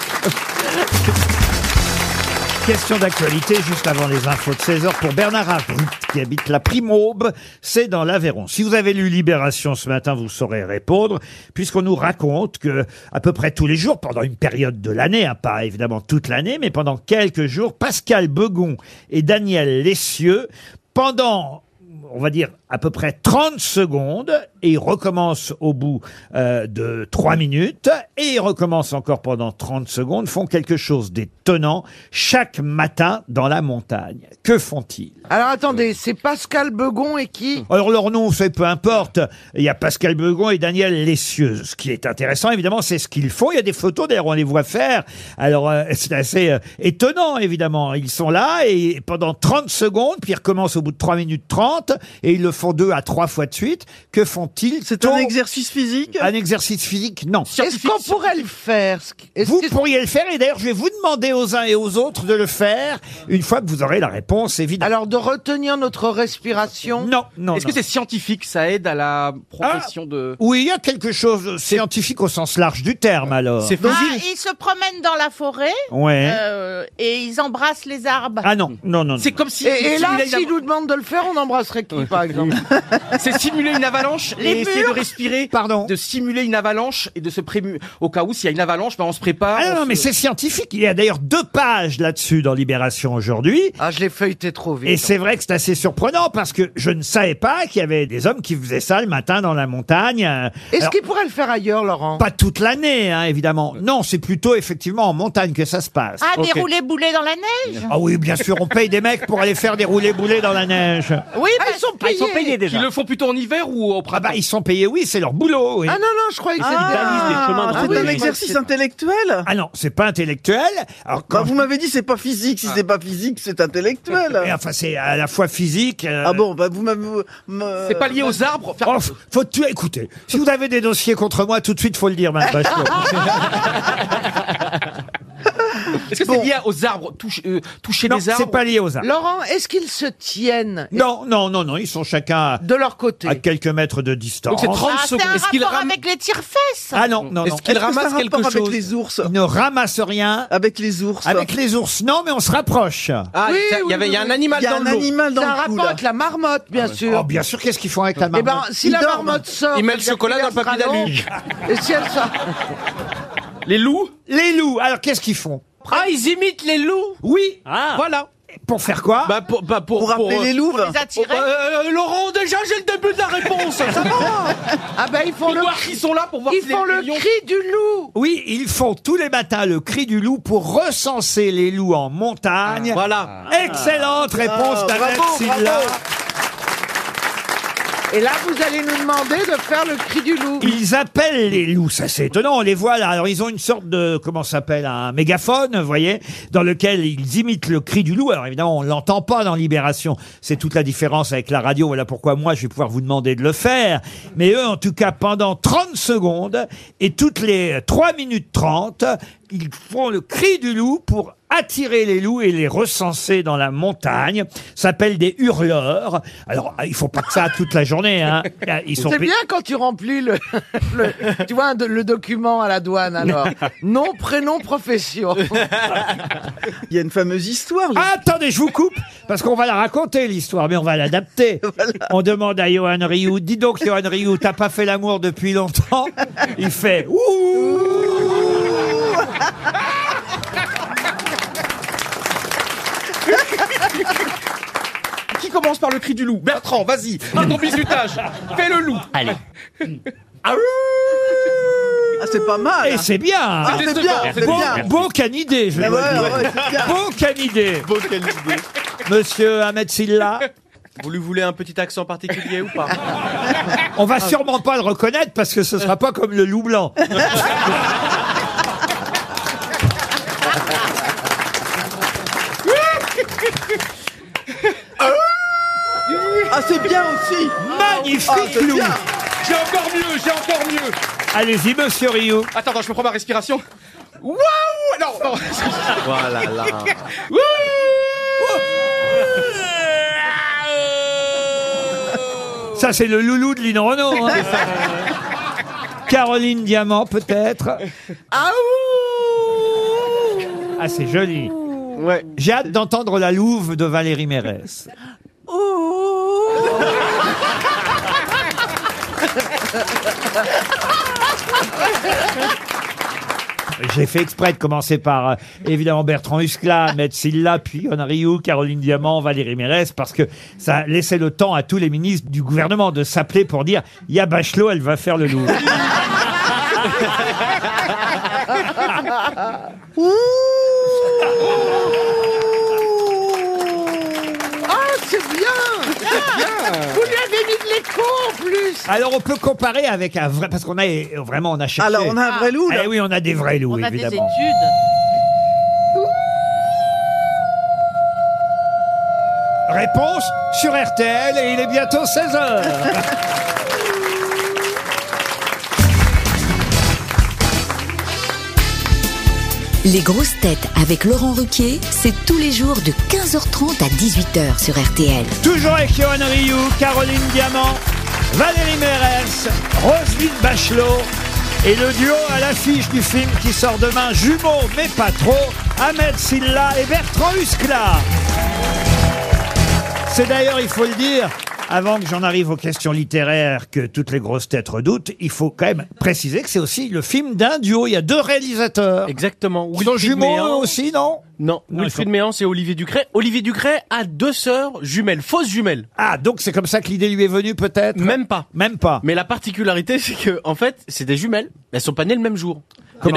[SPEAKER 2] Question d'actualité, juste avant les infos de 16h, pour Bernard Avrut, qui habite la Primaube, c'est dans l'Aveyron. Si vous avez lu Libération ce matin, vous saurez répondre, puisqu'on nous raconte que, à peu près tous les jours, pendant une période de l'année, hein, pas évidemment toute l'année, mais pendant quelques jours, Pascal Begon et Daniel Lessieux, pendant on va dire à peu près 30 secondes et il recommence au bout euh, de 3 minutes et il recommence encore pendant 30 secondes, font quelque chose d'étonnant chaque matin dans la montagne. Que font-ils
[SPEAKER 3] Alors attendez, c'est Pascal Begon et qui
[SPEAKER 2] alors leur nom, c'est peu importe. Il y a Pascal Begon et Daniel Lessieux. Ce qui est intéressant, évidemment, c'est ce qu'ils font. Il y a des photos, d'ailleurs, on les voit faire. Alors euh, c'est assez euh, étonnant, évidemment. Ils sont là et pendant 30 secondes, puis ils recommencent au bout de 3 minutes 30 et ils le font deux à trois fois de suite. Que font-ils
[SPEAKER 10] C'est
[SPEAKER 2] Ton-
[SPEAKER 10] un exercice physique
[SPEAKER 2] un exercice physique Non.
[SPEAKER 3] Est-ce qu'on pourrait le faire ce qui- est-ce
[SPEAKER 2] Vous
[SPEAKER 3] que-
[SPEAKER 2] pourriez le faire et d'ailleurs je vais vous demander aux uns et aux autres de le faire une fois que vous aurez la réponse évidemment.
[SPEAKER 3] Alors de retenir notre respiration.
[SPEAKER 2] non, non.
[SPEAKER 5] Est-ce
[SPEAKER 2] non.
[SPEAKER 5] que c'est scientifique Ça aide à la profession de.
[SPEAKER 2] Oui, il y a quelque chose de scientifique au sens large du terme alors.
[SPEAKER 4] C'est
[SPEAKER 9] Ah,
[SPEAKER 4] facile.
[SPEAKER 9] ils se promènent dans la forêt
[SPEAKER 2] Ouais.
[SPEAKER 9] euh, et ils embrassent les arbres.
[SPEAKER 2] Ah non, non, non. non.
[SPEAKER 5] C'est comme si.
[SPEAKER 3] Et, et là,
[SPEAKER 5] simuler une
[SPEAKER 3] s'il
[SPEAKER 5] av-
[SPEAKER 3] nous demande de le faire, on embrasserait qui, par exemple
[SPEAKER 5] <laughs> C'est simuler une avalanche et
[SPEAKER 9] Les
[SPEAKER 5] essayer de
[SPEAKER 9] murs
[SPEAKER 5] respirer.
[SPEAKER 2] Pardon.
[SPEAKER 5] De simuler une avalanche et de se prémunir. Au cas où, s'il y a une avalanche, ben, on se prépare.
[SPEAKER 2] Ah non,
[SPEAKER 5] on
[SPEAKER 2] non, mais
[SPEAKER 5] se-
[SPEAKER 2] c'est scientifique. Il y a d'ailleurs deux pages là-dessus dans Libération aujourd'hui.
[SPEAKER 3] Ah, je l'ai feuilleté trop vite.
[SPEAKER 2] Et c'est vrai que c'est assez surprenant parce que je ne savais pas qu'il y avait des hommes qui faisaient ça le matin dans la montagne. Euh,
[SPEAKER 3] Est-ce
[SPEAKER 2] alors,
[SPEAKER 3] qu'il pourrait le faire ailleurs, Laurent
[SPEAKER 2] Pas toute l'année, hein, évidemment. Non, c'est plutôt effectivement en montagne que ça se passe.
[SPEAKER 9] Ah,
[SPEAKER 4] Ok.
[SPEAKER 9] des roulés-boulés dans la neige
[SPEAKER 2] Ah oui, bien sûr, on paye des mecs pour aller faire des roulés-boulés dans la neige.
[SPEAKER 9] Oui,
[SPEAKER 3] Ah,
[SPEAKER 9] parce-
[SPEAKER 3] ils sont
[SPEAKER 11] Ah, ils
[SPEAKER 3] payés
[SPEAKER 11] sont payés déjà.
[SPEAKER 5] Ils le font plutôt en hiver ou au
[SPEAKER 2] Ah
[SPEAKER 5] printemps
[SPEAKER 2] bah, ils sont payés, oui, c'est leur boulot. <laughs> oui.
[SPEAKER 3] Ah non, non, je croyais que c'était...
[SPEAKER 11] réalisent des chemins de
[SPEAKER 10] Ah, c'est
[SPEAKER 11] randonnée.
[SPEAKER 10] un
[SPEAKER 2] hein.
[SPEAKER 10] exercice intellectuel
[SPEAKER 2] Ah non, c'est pas intellectuel. Alors,
[SPEAKER 10] Bah,
[SPEAKER 2] quand
[SPEAKER 10] vous m'avez dit c'est pas physique, si c'est pas physique, c'est intellectuel.
[SPEAKER 2] Et enfin, c'est à la fois physique. euh,
[SPEAKER 10] Ah bon, bah vous m'avez. vous- me-
[SPEAKER 5] C'est pas lié aux arbres faire-
[SPEAKER 2] Oh, f- faut tout écouter. Si vous avez des dossiers contre moi, tout de suite, faut le dire,
[SPEAKER 10] <laughs>
[SPEAKER 2] Madame Bachelot.
[SPEAKER 5] Est-ce que c'est lié aux arbres touche- euh, Toucher
[SPEAKER 2] Non,
[SPEAKER 5] des arbres
[SPEAKER 2] c'est pas lié aux arbres.
[SPEAKER 3] Laurent, est-ce qu'ils se tiennent
[SPEAKER 2] Non, non, non, non, ils sont chacun à,
[SPEAKER 3] de leur côté
[SPEAKER 2] à quelques mètres de
[SPEAKER 5] Donc
[SPEAKER 2] distance.
[SPEAKER 5] c'est 30
[SPEAKER 9] Ah, c'est
[SPEAKER 5] secondes.
[SPEAKER 9] un
[SPEAKER 5] Est-ce qu'il
[SPEAKER 9] rapport
[SPEAKER 5] ram-
[SPEAKER 9] avec les tire-fesses
[SPEAKER 2] Ah non, non, non.
[SPEAKER 4] Est-ce qu'il
[SPEAKER 10] Est-ce que ça a
[SPEAKER 4] ramasse
[SPEAKER 10] un
[SPEAKER 4] quelque
[SPEAKER 10] rapport
[SPEAKER 4] chose
[SPEAKER 10] avec les ours.
[SPEAKER 2] Ils ne ramassent rien.
[SPEAKER 10] Avec les ours.
[SPEAKER 2] Avec les ours, non, mais on se rapproche.
[SPEAKER 4] Ah,
[SPEAKER 3] Oui,
[SPEAKER 4] ça- il y
[SPEAKER 3] oui,
[SPEAKER 4] avait, il y a
[SPEAKER 3] oui,
[SPEAKER 4] un animal
[SPEAKER 10] Il y a
[SPEAKER 4] dans
[SPEAKER 10] un
[SPEAKER 4] le lot.
[SPEAKER 10] animal
[SPEAKER 3] C'est
[SPEAKER 10] dans
[SPEAKER 3] un
[SPEAKER 10] le cou.
[SPEAKER 3] rapport
[SPEAKER 10] là.
[SPEAKER 3] avec la marmotte, bien sûr.
[SPEAKER 2] Oh, bien sûr, qu'est-ce qu'ils font avec la
[SPEAKER 3] Eh
[SPEAKER 2] marmotte
[SPEAKER 3] ben, si
[SPEAKER 10] Ils
[SPEAKER 3] la
[SPEAKER 10] dorment.
[SPEAKER 3] marmotte sort...
[SPEAKER 4] Il met le chocolat dans le papier d'alu.
[SPEAKER 3] Et si elle sort...
[SPEAKER 5] <laughs> Les loups
[SPEAKER 2] Les loups, alors qu'est-ce qu'ils font
[SPEAKER 5] Ah, ils imitent les loups
[SPEAKER 2] Oui,
[SPEAKER 11] Ah,
[SPEAKER 5] Voilà.
[SPEAKER 2] pour faire quoi
[SPEAKER 4] Bah, pour, bah, pour,
[SPEAKER 10] Pour rappeler
[SPEAKER 4] euh,
[SPEAKER 10] les louves.
[SPEAKER 9] Les
[SPEAKER 5] Oh,
[SPEAKER 9] attirer
[SPEAKER 5] bah, euh, Laurent, déjà j'ai le début de la réponse. Ça va
[SPEAKER 3] Ah ben, ils font
[SPEAKER 5] Pour
[SPEAKER 3] le...
[SPEAKER 5] voir qu'ils sont là pour voir
[SPEAKER 3] Ils
[SPEAKER 5] si
[SPEAKER 3] font
[SPEAKER 5] les
[SPEAKER 3] le
[SPEAKER 5] lions-
[SPEAKER 3] cri du loup
[SPEAKER 2] Oui, ils font tous les matins le cri du loup pour recenser les loups en montagne.
[SPEAKER 4] Ah, Voilà.
[SPEAKER 2] Excellente réponse
[SPEAKER 10] Ah,
[SPEAKER 2] d'Annette
[SPEAKER 10] bravo,
[SPEAKER 2] Sidler.
[SPEAKER 10] bravo.
[SPEAKER 3] Et là, vous allez nous demander de faire le cri du loup.
[SPEAKER 2] Ils appellent les loups, ça c'est étonnant, on les voit là. Alors ils ont une sorte de, comment ça s'appelle, un mégaphone, vous voyez, dans lequel ils imitent le cri du loup. Alors évidemment, on l'entend pas dans Libération, c'est toute la différence avec la radio, voilà pourquoi moi je vais pouvoir vous demander de le faire. Mais eux, en tout cas, pendant 30 secondes et toutes les 3 minutes 30, ils font le cri du loup pour attirer les loups et les recenser dans la montagne. Ça s'appelle des hurleurs. Alors, il faut pas que ça toute la journée.
[SPEAKER 3] <laughs>
[SPEAKER 2] Hein. Ils sont
[SPEAKER 3] C'est bien quand tu remplis le, <laughs> le- tu vois, un do- le document à la douane
[SPEAKER 2] <laughs>
[SPEAKER 3] alors. Nom, prénom, profession.
[SPEAKER 10] Il y a une fameuse histoire. là.
[SPEAKER 2] Ah, attendez, je vous coupe, parce qu'on va la raconter, l'histoire, mais on
[SPEAKER 6] <laughs>
[SPEAKER 2] va l'adapter. On demande à Johan Rioux, dis donc, Johan Rioux, t'as pas fait l'amour
[SPEAKER 6] <laughs>
[SPEAKER 2] depuis longtemps Il fait, ouh
[SPEAKER 5] Qui commence par le cri du loup Bertrand,
[SPEAKER 2] Ah,
[SPEAKER 5] vas-y. Fais ton bisutage. Fais le loup.
[SPEAKER 11] allez.
[SPEAKER 6] Ah, c'est pas mal.
[SPEAKER 2] Et c'est bien.
[SPEAKER 6] Ah, c'est bien, c'est
[SPEAKER 2] Beau,
[SPEAKER 6] bien.
[SPEAKER 2] beau canidé, je
[SPEAKER 6] Ah
[SPEAKER 2] vais
[SPEAKER 6] ouais,
[SPEAKER 2] vous dire.
[SPEAKER 6] ouais, c'est bien.
[SPEAKER 2] Beau canidé. Monsieur Ahmed Silla,
[SPEAKER 4] Vous lui voulez un petit accent particulier ou
[SPEAKER 2] <laughs>
[SPEAKER 4] pas
[SPEAKER 2] on
[SPEAKER 6] Ah.
[SPEAKER 2] va sûrement pas le reconnaître parce que ce sera pas comme le
[SPEAKER 6] <laughs>
[SPEAKER 2] loup blanc.
[SPEAKER 6] Ah, c'est bien aussi. Ah,
[SPEAKER 2] Magnifique
[SPEAKER 6] c'est
[SPEAKER 2] loup.
[SPEAKER 6] bien.
[SPEAKER 5] J'ai encore mieux, j'ai encore mieux.
[SPEAKER 2] Allez-y, monsieur Rioux.
[SPEAKER 5] Attends, attends, je me prends ma respiration. Waouh Non, non.
[SPEAKER 4] Voilà, là.
[SPEAKER 5] Wouh
[SPEAKER 2] Ça, c'est le loulou de Lynn Renault. hein. Caroline Diamant, peut-être. Ah, c'est joli.
[SPEAKER 4] Ouais.
[SPEAKER 2] J'ai hâte d'entendre la louve de Valérie Mérès. ah, J'ai fait exprès de commencer par euh, évidemment Bertrand Huskla, Ahmed Silla, puis Yann Rioux, Caroline Diamant, Valérie Mérès, parce que ça laissait le temps à tous les ministres du gouvernement de s'appeler pour dire il y a Bachelot, elle va faire le loup.
[SPEAKER 6] <laughs>
[SPEAKER 3] Ah, c'est bien
[SPEAKER 9] Vous lui avez mis de l'écho
[SPEAKER 2] <laughs>
[SPEAKER 9] en plus
[SPEAKER 2] Alors on peut comparer avec un vrai, parce qu'on a euh, vraiment on a cherché.
[SPEAKER 6] Alors, on a un vrai loup, là.
[SPEAKER 2] Eh oui, on a des vrais loups
[SPEAKER 9] On a des
[SPEAKER 2] évidemment.
[SPEAKER 9] études.
[SPEAKER 2] Réponse sur RTL et il est bientôt 16h.
[SPEAKER 9] <laughs>
[SPEAKER 12] Les grosses têtes avec Laurent Ruquier, c'est tous les jours de 15h30 à 18h sur RTL.
[SPEAKER 2] Toujours avec Johan Rioux, Caroline Diamant, Valérie Mérès, Roselyne Bachelot et le duo à l'affiche du film qui sort demain, Jumeaux mais pas trop, Ahmed Silla et Bertrand Huskla. C'est d'ailleurs, il faut le dire, avant que j'en arrive aux questions littéraires que toutes les grosses têtes redoutent, il faut quand même préciser que c'est aussi le film d'un duo. Il y a deux réalisateurs.
[SPEAKER 4] Exactement.
[SPEAKER 2] Ils sont
[SPEAKER 4] Wilfried
[SPEAKER 2] jumeaux
[SPEAKER 4] Méhan.
[SPEAKER 2] eux aussi, non
[SPEAKER 4] Non,
[SPEAKER 2] Non,
[SPEAKER 4] Wilfried
[SPEAKER 2] ils sont-
[SPEAKER 4] Méhan, c'est Olivier Ducret. Olivier Ducret a deux sœurs jumelles, fausses jumelles.
[SPEAKER 2] Ah, donc c'est comme ça que l'idée lui est venue peut-être
[SPEAKER 4] Même pas.
[SPEAKER 2] Même pas.
[SPEAKER 4] Mais la particularité, c'est que, en fait, c'est des jumelles. mais Elles sont pas nées le même jour.
[SPEAKER 2] Comment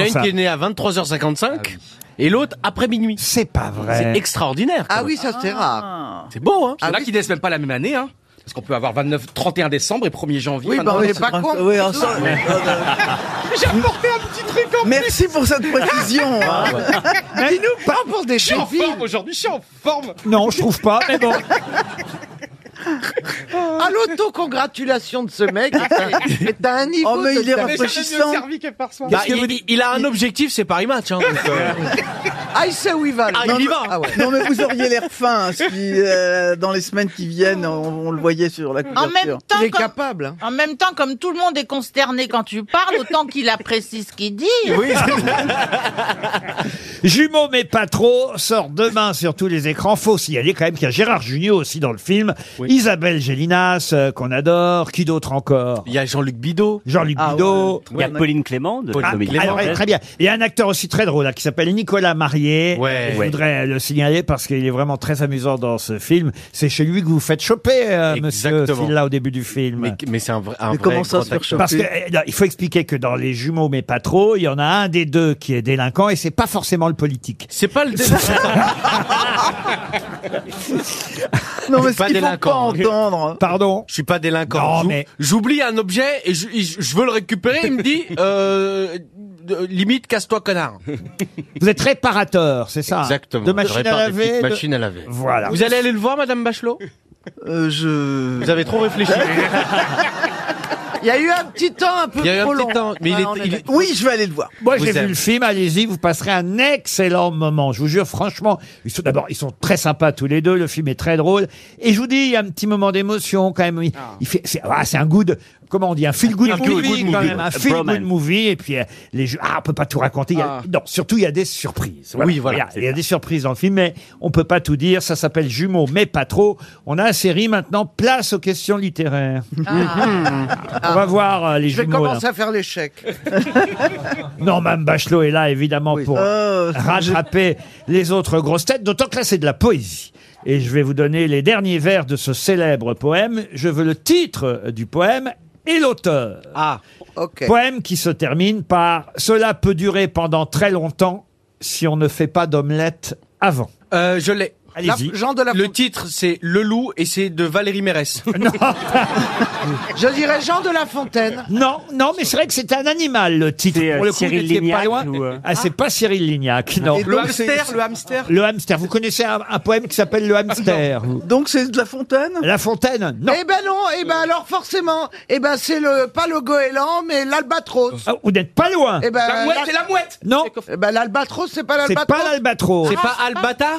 [SPEAKER 4] Il y en a
[SPEAKER 2] ça Ah
[SPEAKER 4] une qui est née à 23h55 et l'autre après minuit.
[SPEAKER 2] C'est pas
[SPEAKER 4] C'est
[SPEAKER 2] vrai.
[SPEAKER 4] extraordinaire.
[SPEAKER 3] Ah
[SPEAKER 4] quand
[SPEAKER 3] oui, ça c'est rare.
[SPEAKER 4] même. C'est beau, hein.
[SPEAKER 5] Il y en a qui naissent même pas la même année, hein. Parce qu'on peut avoir 29, 31 décembre et 1er janvier.
[SPEAKER 3] Oui,
[SPEAKER 5] 29.
[SPEAKER 3] bah on
[SPEAKER 6] Oui,
[SPEAKER 3] n'est
[SPEAKER 6] c'est
[SPEAKER 3] pas
[SPEAKER 6] vrai.
[SPEAKER 3] con.
[SPEAKER 6] Oui, hein, on sent-
[SPEAKER 5] <laughs> J'ai apporté un petit truc en
[SPEAKER 6] Merci pour cette précision. hein.
[SPEAKER 2] Même- pas-
[SPEAKER 3] Pour des
[SPEAKER 5] Je suis en
[SPEAKER 3] débiles.
[SPEAKER 5] forme aujourd'hui, je suis en forme.
[SPEAKER 2] Non, je trouve pas,
[SPEAKER 3] <laughs>
[SPEAKER 2] mais bon.
[SPEAKER 3] Ah, l'autocongratulation de ce mec, c'est- mais t'as un niveau
[SPEAKER 6] Oh, mais
[SPEAKER 3] de
[SPEAKER 6] il
[SPEAKER 5] Mais
[SPEAKER 6] est
[SPEAKER 3] dingue.
[SPEAKER 5] jamais mieux
[SPEAKER 6] rafraîchissant.
[SPEAKER 5] servi que par soi.
[SPEAKER 4] Bah,
[SPEAKER 2] Qu'est-ce que
[SPEAKER 4] il,
[SPEAKER 2] vous dites
[SPEAKER 4] il a un objectif, c'est Paris Match. Hein, donc, <laughs> euh,
[SPEAKER 3] Ah, il sait où il va. le
[SPEAKER 4] Ah,
[SPEAKER 3] mec.
[SPEAKER 4] il y va.
[SPEAKER 3] Ah ouais.
[SPEAKER 6] Non, mais vous auriez l'air fin. hein, ce qui, euh, dans les semaines qui viennent, on, on le voyait sur la couverture.
[SPEAKER 9] En même temps,
[SPEAKER 3] Il est
[SPEAKER 9] comme-
[SPEAKER 3] capable. hein.
[SPEAKER 9] En même temps, comme tout le monde est consterné quand tu parles, autant qu'il apprécie ce qu'il dit.
[SPEAKER 2] <laughs> Jumeaux mais pas trop sort demain sur tous les écrans. Faut signaler quand même qu'il y a Gérard Junior aussi dans le film. Isabelle Gélinas, euh, qu'on adore. Qui d'autre encore
[SPEAKER 4] il y a Jean-Luc Bidot.
[SPEAKER 2] Jean-Luc
[SPEAKER 6] Ah,
[SPEAKER 2] Bidot.
[SPEAKER 7] Il y a Pauline Clément de
[SPEAKER 4] Pauline
[SPEAKER 2] Ah,
[SPEAKER 7] Comédie
[SPEAKER 2] alors,
[SPEAKER 7] Française.
[SPEAKER 2] très bien. Il y a un acteur aussi très drôle là, qui s'appelle Nicolas Marié.
[SPEAKER 4] Ouais.
[SPEAKER 2] Je voudrais le signaler parce qu'il est vraiment très amusant dans ce film. C'est chez lui que vous vous faites choper, euh, monsieur
[SPEAKER 4] Exactement.
[SPEAKER 2] Filla, au début du film.
[SPEAKER 4] Mais, mais c'est un vrai. Un
[SPEAKER 6] Mais
[SPEAKER 4] vrai
[SPEAKER 6] comment ça
[SPEAKER 4] grand
[SPEAKER 6] se faire
[SPEAKER 4] acteur.
[SPEAKER 2] Parce que
[SPEAKER 6] choper
[SPEAKER 2] euh, non, il faut expliquer que dans les jumeaux, mais pas trop, il y en a un des deux qui est délinquant et c'est pas forcément le politique.
[SPEAKER 4] C'est pas le débat.
[SPEAKER 6] Non, mais
[SPEAKER 4] C'est pas
[SPEAKER 6] ce qu'il faut pas
[SPEAKER 4] délinquant.
[SPEAKER 6] entendre.
[SPEAKER 2] Pardon.
[SPEAKER 4] Je suis pas délinquant.
[SPEAKER 2] Non,
[SPEAKER 4] J'ou-
[SPEAKER 2] mais-
[SPEAKER 4] J'oublie un objet et je, je- je veux le récupérer. Il me dit, euh, de- limite, casse-toi, connard.
[SPEAKER 2] Vous êtes réparateur, c'est ça
[SPEAKER 4] Exactement.
[SPEAKER 2] Ah, De
[SPEAKER 4] Je
[SPEAKER 2] machine
[SPEAKER 4] répare
[SPEAKER 2] à
[SPEAKER 4] des petites
[SPEAKER 2] laver. de-
[SPEAKER 4] machines à laver.
[SPEAKER 2] Voilà.
[SPEAKER 4] Vous allez aller le voir, Madame Bachelot
[SPEAKER 6] Euh, je.
[SPEAKER 4] Vous avez trop <laughs> réfléchi.
[SPEAKER 3] Il y a eu un petit temps un peu
[SPEAKER 4] Il y a eu
[SPEAKER 3] trop
[SPEAKER 4] un
[SPEAKER 3] long.
[SPEAKER 4] petit temps, mais il
[SPEAKER 3] Ouais,
[SPEAKER 4] est-
[SPEAKER 3] on
[SPEAKER 4] il est-
[SPEAKER 3] d'accord.
[SPEAKER 6] Oui, je vais aller le voir.
[SPEAKER 2] Moi,
[SPEAKER 4] Vous
[SPEAKER 2] j'ai vu
[SPEAKER 4] aimez.
[SPEAKER 2] le film, allez-y, vous passerez un excellent moment. Je vous jure, franchement, ils sont d'abord, ils sont très sympas tous les deux, le film est très drôle. Et je vous dis, il y a un petit moment d'émotion quand même. Il, il fait, c'est, ah, c'est un good, comment on dit, un feel good,
[SPEAKER 7] feel
[SPEAKER 2] movie,
[SPEAKER 7] good
[SPEAKER 2] quand
[SPEAKER 7] movie.
[SPEAKER 2] même, un
[SPEAKER 7] A
[SPEAKER 2] feel good
[SPEAKER 7] bromance.
[SPEAKER 2] movie. Et puis, euh, les jeux, ah, on peut pas tout raconter. il y a- non, surtout, il y a des surprises.
[SPEAKER 4] Oui, voilà,
[SPEAKER 2] Il y a-
[SPEAKER 4] c'est
[SPEAKER 2] Il y, a des surprises dans le film, mais on peut pas tout dire. Ça s'appelle Jumeaux, mais pas trop. On a la série maintenant, place aux questions littéraires. on va voir euh, les
[SPEAKER 3] Ah. Je vais
[SPEAKER 2] jumeaux. là.
[SPEAKER 3] commencer à faire l'échec.
[SPEAKER 2] Non, Mme Bachelot est là, évidemment, pour
[SPEAKER 7] Oh,
[SPEAKER 6] Euh,
[SPEAKER 2] rattraper les autres grosses têtes, d'autant que là, c'est de la poésie. Et je vais vous donner les derniers vers de ce célèbre poème. Je veux le titre euh, du poème et l'auteur.
[SPEAKER 10] Ah,
[SPEAKER 3] Ok.
[SPEAKER 2] Poème qui se termine par Cela peut durer pendant très longtemps si on ne fait pas d'omelette avant.
[SPEAKER 10] euh, je l'ai.
[SPEAKER 2] Allez-y.
[SPEAKER 3] La- Jean de la
[SPEAKER 10] Le titre, c'est Le Loup et c'est de Valérie Mérès.
[SPEAKER 4] <laughs>
[SPEAKER 3] Je dirais Jean de la Fontaine.
[SPEAKER 2] Non, non, mais c'est vrai que c'est un animal le titre.
[SPEAKER 7] C'est, euh,
[SPEAKER 2] Pour le coup,
[SPEAKER 7] Cyril
[SPEAKER 2] vous n'étiez pas
[SPEAKER 7] Lignac
[SPEAKER 2] loin.
[SPEAKER 7] ou, euh,
[SPEAKER 2] Ah, c'est pas Cyril Lignac, non.
[SPEAKER 6] Et
[SPEAKER 10] Le
[SPEAKER 6] donc, c'est-
[SPEAKER 10] hamster, le hamster.
[SPEAKER 2] Le hamster. Vous connaissez un, un poème qui s'appelle Le hamster vous
[SPEAKER 6] Donc c'est de la fontaine
[SPEAKER 2] La Fontaine Non.
[SPEAKER 3] Eh ben non, eh ben alors forcément, eh ben c'est le pas le goéland mais l'albatros.
[SPEAKER 2] Ah, vous n'êtes pas loin.
[SPEAKER 3] Eh ben
[SPEAKER 5] La mouette, c'est
[SPEAKER 3] l'al-
[SPEAKER 5] la mouette
[SPEAKER 2] Non,
[SPEAKER 3] eh ben, l'albatros c'est pas
[SPEAKER 2] c'est
[SPEAKER 3] l'albatros.
[SPEAKER 2] pas l'albatros. Ah.
[SPEAKER 10] C'est pas Albatar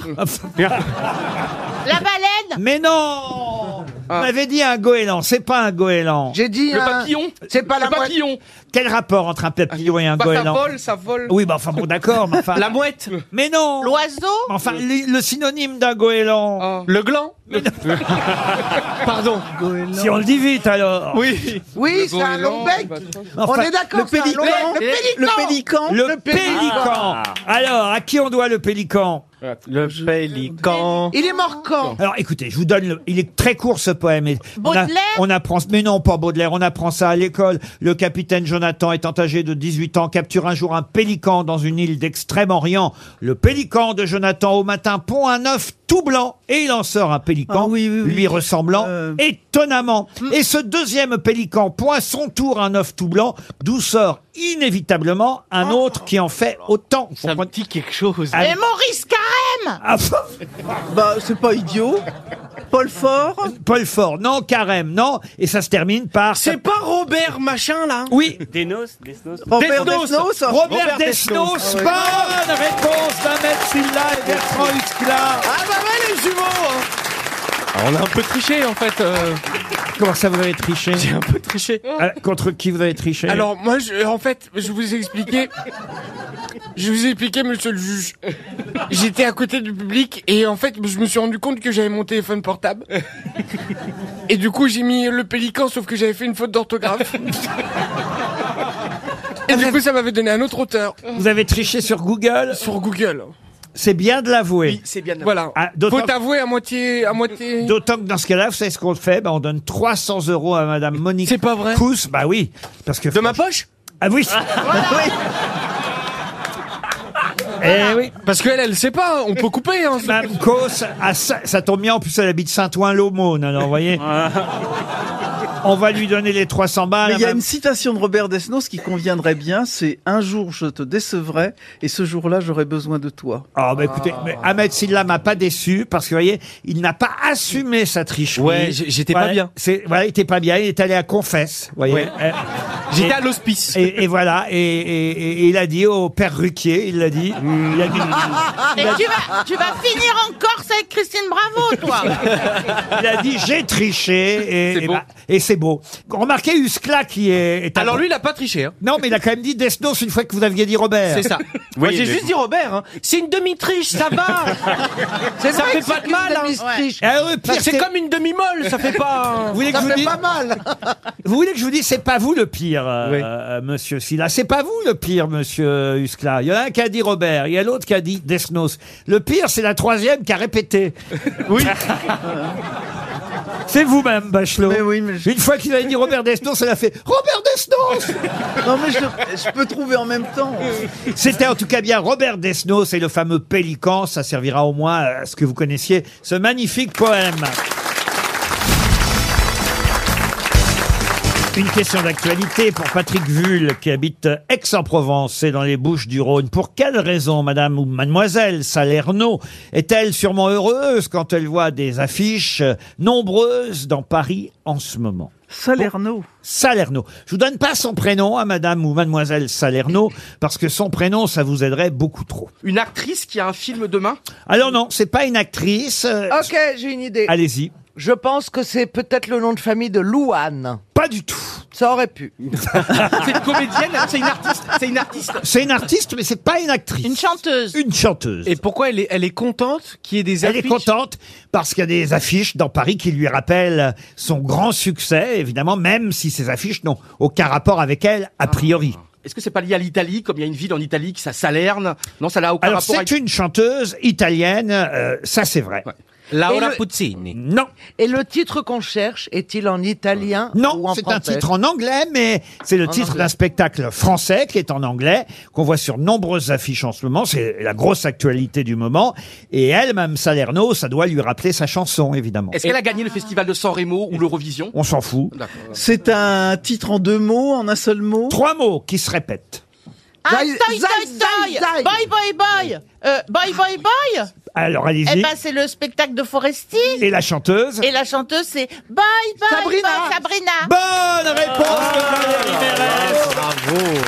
[SPEAKER 9] La baleine
[SPEAKER 2] Mais non On m'avait dit un goéland, c'est pas un goéland.
[SPEAKER 3] J'ai dit
[SPEAKER 5] Le
[SPEAKER 3] un-
[SPEAKER 5] papillon
[SPEAKER 3] C'est pas la
[SPEAKER 5] Le
[SPEAKER 3] mouette.
[SPEAKER 5] papillon
[SPEAKER 2] Quel rapport entre un papillon et un
[SPEAKER 5] Bah, ça
[SPEAKER 2] goéland
[SPEAKER 5] vole, ça vole
[SPEAKER 2] Oui, bah enfin bon, d'accord, mais enfin.
[SPEAKER 10] <laughs> La mouette
[SPEAKER 2] Mais non
[SPEAKER 9] L'oiseau
[SPEAKER 2] Enfin, le, le synonyme d'un goéland.
[SPEAKER 5] Oh.
[SPEAKER 10] Le
[SPEAKER 2] <laughs>
[SPEAKER 10] gland <laughs> Pardon.
[SPEAKER 2] Si on le dit vite alors.
[SPEAKER 10] Oui.
[SPEAKER 3] Oui, c'est un
[SPEAKER 5] goéland, bah,
[SPEAKER 3] long bec.
[SPEAKER 5] le bâton.
[SPEAKER 2] Enfin,
[SPEAKER 3] On est d'accord.
[SPEAKER 6] Le
[SPEAKER 3] c'est un long
[SPEAKER 6] pélican
[SPEAKER 3] bec.
[SPEAKER 6] Eh, Le pélican Ah.
[SPEAKER 2] Le, pélican. Alors, à qui on doit le pélican
[SPEAKER 10] Le pélican.
[SPEAKER 3] Il est mort quand
[SPEAKER 2] Alors, écoutez, je vous donne. le- il est très court ce poème. Et on a-
[SPEAKER 9] Baudelaire
[SPEAKER 2] on, apprend. Mais non, pas Baudelaire. On apprend ça à l'école. Le capitaine Jonathan, étant âgé de 18 ans, capture un jour un pélican dans une île d'Extrême-Orient. Le pélican de Jonathan au matin pond un œuf tout blanc et il en sort un pélican
[SPEAKER 6] Ah oui, oui, oui.
[SPEAKER 2] lui ressemblant
[SPEAKER 6] Euh.
[SPEAKER 2] étonnamment. Et ce deuxième pélican pond à son tour un œuf tout blanc d'où sort inévitablement un autre qui en fait autant. Vous
[SPEAKER 10] Ça me dit quelque chose.
[SPEAKER 2] Ah,
[SPEAKER 9] Et Maurice Carême
[SPEAKER 2] Ah, pff,
[SPEAKER 6] Bah c'est pas idiot. Paul Fort
[SPEAKER 2] Paul Fort, non, Carême, non, et ça se termine par.
[SPEAKER 10] C'est pas Robert machin là
[SPEAKER 2] Oui,
[SPEAKER 7] Desnos, Desnos.
[SPEAKER 6] Robert
[SPEAKER 10] Desnos.
[SPEAKER 6] Desnos
[SPEAKER 2] Robert
[SPEAKER 10] Desnos.
[SPEAKER 2] Desnos, bonne réponse d'Ahmed Silla et Bertrand Huskla.
[SPEAKER 10] Ah bah ouais les jumeaux hein.
[SPEAKER 4] Ah,
[SPEAKER 10] On a un peu triché en fait.
[SPEAKER 4] euh.
[SPEAKER 2] Comment ça vous avez triché
[SPEAKER 10] J'ai un peu triché.
[SPEAKER 2] Ah, Contre qui vous avez triché
[SPEAKER 4] Alors moi, je- en fait, je vous ai expliqué. Je vous ai expliqué, monsieur le juge. J'étais à côté du public et en fait, je me suis rendu compte que j'avais mon téléphone portable. Et du coup, j'ai mis le pélican, sauf que j'avais fait une faute d'orthographe. Et du coup, ça m'avait donné un autre auteur
[SPEAKER 2] Vous avez triché sur Google
[SPEAKER 4] sur Google.
[SPEAKER 2] C'est bien de l'avouer.
[SPEAKER 5] C'est bien
[SPEAKER 4] Voilà.
[SPEAKER 2] Ah, d'autant-
[SPEAKER 4] Faut avouer à moitié, à moitié.
[SPEAKER 2] D'autant que dans ce cas-là, vous savez ce qu'on fait Ben, On donne 300 euros à Madame Monique
[SPEAKER 4] C'est pas vrai.
[SPEAKER 2] Cousse. Bah oui, parce que...
[SPEAKER 10] De ma poche
[SPEAKER 2] Ah
[SPEAKER 4] <laughs>
[SPEAKER 2] oui Eh oui
[SPEAKER 4] Parce qu'elle, elle sait pas. On peut couper. Hein.
[SPEAKER 2] Madame Cos, à Sa- ça tombe bien, en plus elle habite Saint-Ouen-l'Aumône, alors vous voyez.
[SPEAKER 4] Ah.
[SPEAKER 2] On va lui donner les 300 balles.
[SPEAKER 6] Mais
[SPEAKER 2] à
[SPEAKER 6] il y a
[SPEAKER 2] Madame-
[SPEAKER 6] une citation de Robert Desnos qui conviendrait bien, c'est un jour je te décevrai et ce jour-là j'aurai besoin de toi.
[SPEAKER 2] Oh, bah écoutez, mais Ahmed Silla m'a pas déçu parce que vous voyez, il n'a pas assumé sa tricherie.
[SPEAKER 10] Ouais, j'ai- j'étais pas
[SPEAKER 2] Voilà,
[SPEAKER 10] bien.
[SPEAKER 2] C'est, voilà, il était pas bien, il est allé à confesse, vous voyez.
[SPEAKER 10] Ouais.
[SPEAKER 2] Euh,
[SPEAKER 10] J'étais à l'hospice.
[SPEAKER 2] Et, et voilà, et, et- et- et il a dit au père Ruquier, il l'a dit. Il a dit,
[SPEAKER 9] Et tu vas, tu vas finir en Corse avec Christine Bravo, toi
[SPEAKER 2] il a dit, j'ai triché et
[SPEAKER 10] C'est
[SPEAKER 2] et
[SPEAKER 10] beau.
[SPEAKER 2] bah, et c'est beau. Remarquez Huskla qui est, est un-
[SPEAKER 10] Alors lui il a pas triché. Hein.
[SPEAKER 2] Non, mais il a quand même dit Desnos une fois que vous aviez dit Robert.
[SPEAKER 10] C'est ça.
[SPEAKER 4] <laughs>
[SPEAKER 10] Moi j'ai juste dit Robert. hein. C'est une demi-triche, ça va.
[SPEAKER 3] C'est
[SPEAKER 10] Ça
[SPEAKER 3] vrai
[SPEAKER 10] fait
[SPEAKER 3] que
[SPEAKER 10] pas
[SPEAKER 3] c'est
[SPEAKER 10] de
[SPEAKER 3] une
[SPEAKER 10] mal, hein.
[SPEAKER 3] demi-striche.
[SPEAKER 2] Et alors, le pire,
[SPEAKER 10] C'est
[SPEAKER 2] c'est-
[SPEAKER 10] comme une demi-molle, ça fait pas.
[SPEAKER 2] Vous voulez, que je
[SPEAKER 3] Ça
[SPEAKER 2] vous,
[SPEAKER 3] fait
[SPEAKER 2] dise-
[SPEAKER 3] pas mal.
[SPEAKER 2] vous voulez que je vous dise, c'est pas vous le pire, euh,
[SPEAKER 10] Oui.
[SPEAKER 2] euh, monsieur Silla. C'est pas vous le pire, monsieur Huskla. Il y en a un qui a dit Robert, il y a l'autre qui a dit Desnos. Le pire, c'est la troisième qui
[SPEAKER 6] <laughs>
[SPEAKER 2] a répété.
[SPEAKER 10] Oui.
[SPEAKER 2] <laughs> C'est vous-même, Bachelot.
[SPEAKER 6] Mais oui, mais je-
[SPEAKER 2] Une fois qu'il avait dit Robert Desnos, elle a fait Robert Desnos
[SPEAKER 6] <laughs> Non mais je, je peux trouver en même temps.
[SPEAKER 2] C'était en tout cas bien Robert Desnos et le fameux Pélican. Ça servira au moins à ce que vous connaissiez ce magnifique poème. Une question d'actualité pour Patrick Vull qui habite Aix-en-Provence, c'est dans les Bouches du Rhône. Pour quelle raison madame ou mademoiselle Salerno est-elle sûrement heureuse quand elle voit des affiches euh, nombreuses dans Paris en ce moment
[SPEAKER 6] Salerno.
[SPEAKER 2] Salerno. Je vous donne pas son prénom à madame ou mademoiselle Salerno parce que son prénom ça vous aiderait beaucoup trop.
[SPEAKER 5] Une actrice qui a un film demain
[SPEAKER 2] Alors non, c'est pas une actrice. euh,
[SPEAKER 3] Ok, j'ai une idée.
[SPEAKER 2] Allez-y.
[SPEAKER 3] Je pense que c'est peut-être le nom de famille de Louane.
[SPEAKER 2] Pas du tout.
[SPEAKER 3] Ça aurait pu.
[SPEAKER 5] <laughs> C'est une comédienne hein C'est une artiste C'est une artiste
[SPEAKER 2] C'est une artiste mais c'est pas une actrice.
[SPEAKER 9] Une chanteuse
[SPEAKER 2] Une chanteuse.
[SPEAKER 10] Et pourquoi elle est, elle est contente qu'il y ait des
[SPEAKER 2] Elle est
[SPEAKER 10] affiches
[SPEAKER 2] contente parce qu'il y a des affiches dans Paris qui lui rappellent son grand succès, évidemment, même si ces affiches n'ont aucun rapport avec elle,
[SPEAKER 10] Ah.
[SPEAKER 2] a priori.
[SPEAKER 5] Est-ce que c'est pas lié à l'Italie Comme il y a une ville en Italie qui ça Salerne Non, ça n'a aucun
[SPEAKER 2] Alors
[SPEAKER 5] rapport
[SPEAKER 2] c'est une chanteuse italienne, euh, ça c'est vrai.
[SPEAKER 4] Laura
[SPEAKER 3] Et le-
[SPEAKER 4] Puzzini.
[SPEAKER 13] Non.
[SPEAKER 3] Et le titre qu'on cherche est-il en italien
[SPEAKER 2] Non,
[SPEAKER 3] ou en
[SPEAKER 2] c'est un
[SPEAKER 3] français
[SPEAKER 2] titre en anglais, mais c'est le
[SPEAKER 3] En
[SPEAKER 2] titre
[SPEAKER 3] anglais.
[SPEAKER 2] d'un spectacle français qui est en anglais, qu'on voit sur nombreuses affiches en ce moment. C'est la grosse actualité du moment. Et elle, Mme Salerno, ça doit lui rappeler sa chanson, évidemment.
[SPEAKER 5] Est-ce qu'elle a gagné le festival de San Remo ou l'Eurovision
[SPEAKER 2] On s'en fout.
[SPEAKER 6] C'est un titre en deux mots, en un seul mot
[SPEAKER 2] Trois mots qui se répètent.
[SPEAKER 9] Ah, toy, toy, toy Boy, boy, boy Euh, Boy, boy, boy
[SPEAKER 2] Alors, allez-y.
[SPEAKER 9] Eh ben, c'est le spectacle de Foresti.
[SPEAKER 2] Et la chanteuse
[SPEAKER 9] Et la chanteuse, c'est Bye, bye, Sabrina. bye, Sabrina
[SPEAKER 2] Bonne réponse de Valérie Mérès.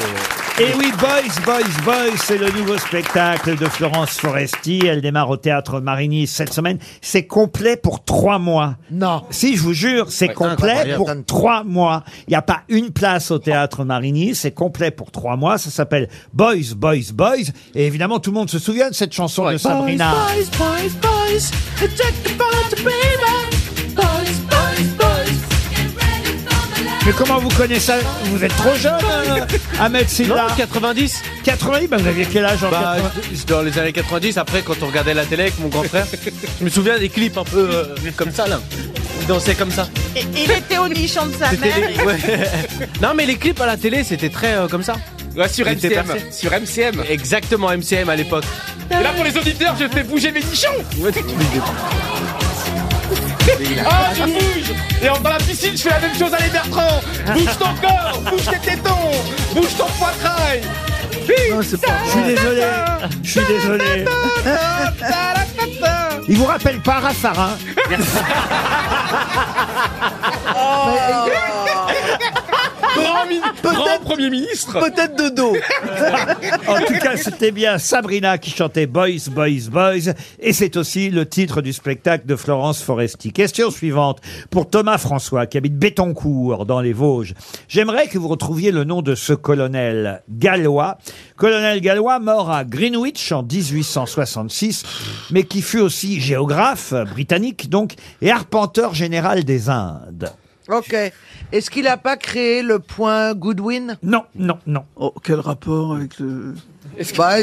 [SPEAKER 2] Et oui, Boys, Boys, Boys, c'est le nouveau spectacle de Florence Foresti. Elle démarre au théâtre Marigny cette semaine. C'est complet pour trois mois. Non. Si, je vous jure, c'est
[SPEAKER 3] Ouais,
[SPEAKER 2] complet
[SPEAKER 3] incroyable.
[SPEAKER 2] pour trois mois. Il n'y a pas une place au théâtre Marigny. C'est complet pour trois mois. Ça s'appelle Boys, Boys, Boys. Et évidemment, tout le monde se souvient de cette chanson de Sabrina.
[SPEAKER 10] Boys, boys, boys, check the boat, baby. Boys, boys, boys.
[SPEAKER 2] Mais comment vous connaissez ça Vous êtes trop jeune, hein, Ahmed Silla.
[SPEAKER 4] Non, 90.
[SPEAKER 2] 90 bah, Vous aviez quel âge en
[SPEAKER 4] Bah,
[SPEAKER 2] 80?
[SPEAKER 4] je- dans les années 90, après, quand on regardait la télé avec mon grand frère, je me souviens des clips un peu euh, comme ça, là. Ils dansaient comme ça.
[SPEAKER 9] Et- Il était au nichon de sa
[SPEAKER 4] C'était
[SPEAKER 9] mère.
[SPEAKER 4] les- ouais. <laughs> Non, mais les clips à la télé, c'était très euh, comme ça.
[SPEAKER 5] Ouais, sur
[SPEAKER 4] Ils étaient
[SPEAKER 5] MCM.
[SPEAKER 4] percés.
[SPEAKER 5] Sur MCM.
[SPEAKER 4] Exactement, MCM à l'époque.
[SPEAKER 5] Et là, pour les auditeurs, je fais bouger mes nichons Ah, je bouge Et en- dans la piscine, je fais la même chose à les Bertrand Bouge ton corps Bouge tes tétons Bouge ton poitrail
[SPEAKER 2] Je suis désolé. Je suis désolé. Il vous rappelle pas Raffarin
[SPEAKER 5] Grand, mi- grand premier ministre
[SPEAKER 6] Peut-être de dos.
[SPEAKER 2] En tout cas, c'était bien Sabrina qui chantait Boys, Boys, Boys. Et c'est aussi le titre du spectacle de Florence Foresti. Question suivante pour Thomas François qui habite Bétoncourt dans les Vosges. J'aimerais que vous retrouviez le nom de ce colonel gallois. Colonel gallois mort à Greenwich en 1866, mais qui fut aussi géographe euh, britannique donc et arpenteur général des Indes.
[SPEAKER 3] Ok. Est-ce qu'il n'a pas créé le point Goodwin
[SPEAKER 2] Non, non, non.
[SPEAKER 6] Oh, quel rapport avec
[SPEAKER 3] <laughs>
[SPEAKER 6] le...
[SPEAKER 3] Bah,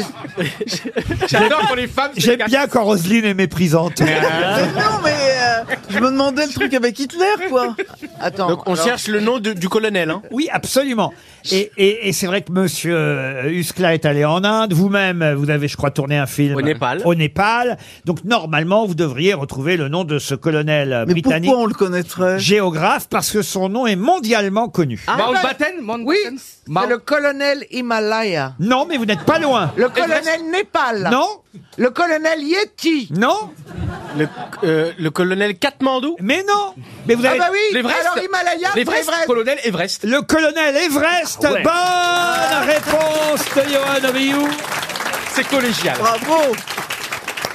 [SPEAKER 5] J'adore quand les femmes...
[SPEAKER 2] J'aime bien quand Roselyne
[SPEAKER 6] <laughs>
[SPEAKER 2] est méprisante.
[SPEAKER 6] Mais
[SPEAKER 2] <laughs>
[SPEAKER 6] non, mais euh, je me demandais le truc avec Hitler, quoi.
[SPEAKER 3] Attends.
[SPEAKER 4] Donc, on cherche le nom de- du colonel. Hein.
[SPEAKER 2] Oui, absolument. Et, et- et c'est vrai que Monsieur euh, Huskla est allé en Inde. Vous-même, euh, vous avez, je crois, tourné un film
[SPEAKER 4] Au Népal.
[SPEAKER 2] Au Népal. Donc normalement, vous devriez retrouver le nom de ce colonel euh,
[SPEAKER 6] Mais
[SPEAKER 2] britannique.
[SPEAKER 6] pourquoi on le connaîtrait
[SPEAKER 2] Géographe, parce que son nom est mondialement connu.
[SPEAKER 4] Ah.
[SPEAKER 5] Mountbatten
[SPEAKER 3] Ah, bah, Oui, c'est le colonel Himalaya.
[SPEAKER 2] Non, mais vous n'êtes pas loin.
[SPEAKER 3] Le colonel Népal.
[SPEAKER 2] Non.
[SPEAKER 3] Le colonel Yeti.
[SPEAKER 2] Non.
[SPEAKER 4] Le, euh, le colonel Katmandou.
[SPEAKER 2] Mais non. Mais vous
[SPEAKER 3] Ah
[SPEAKER 2] avez
[SPEAKER 3] bah oui,
[SPEAKER 5] L'Everest.
[SPEAKER 3] alors Himalaya, c'est
[SPEAKER 5] L'Everest,
[SPEAKER 3] Everest.
[SPEAKER 5] colonel Everest.
[SPEAKER 2] le colonel Everest.
[SPEAKER 5] Ah ouais.
[SPEAKER 2] Bonne réponse de Johan Rioux.
[SPEAKER 5] C'est collégial.
[SPEAKER 6] Bravo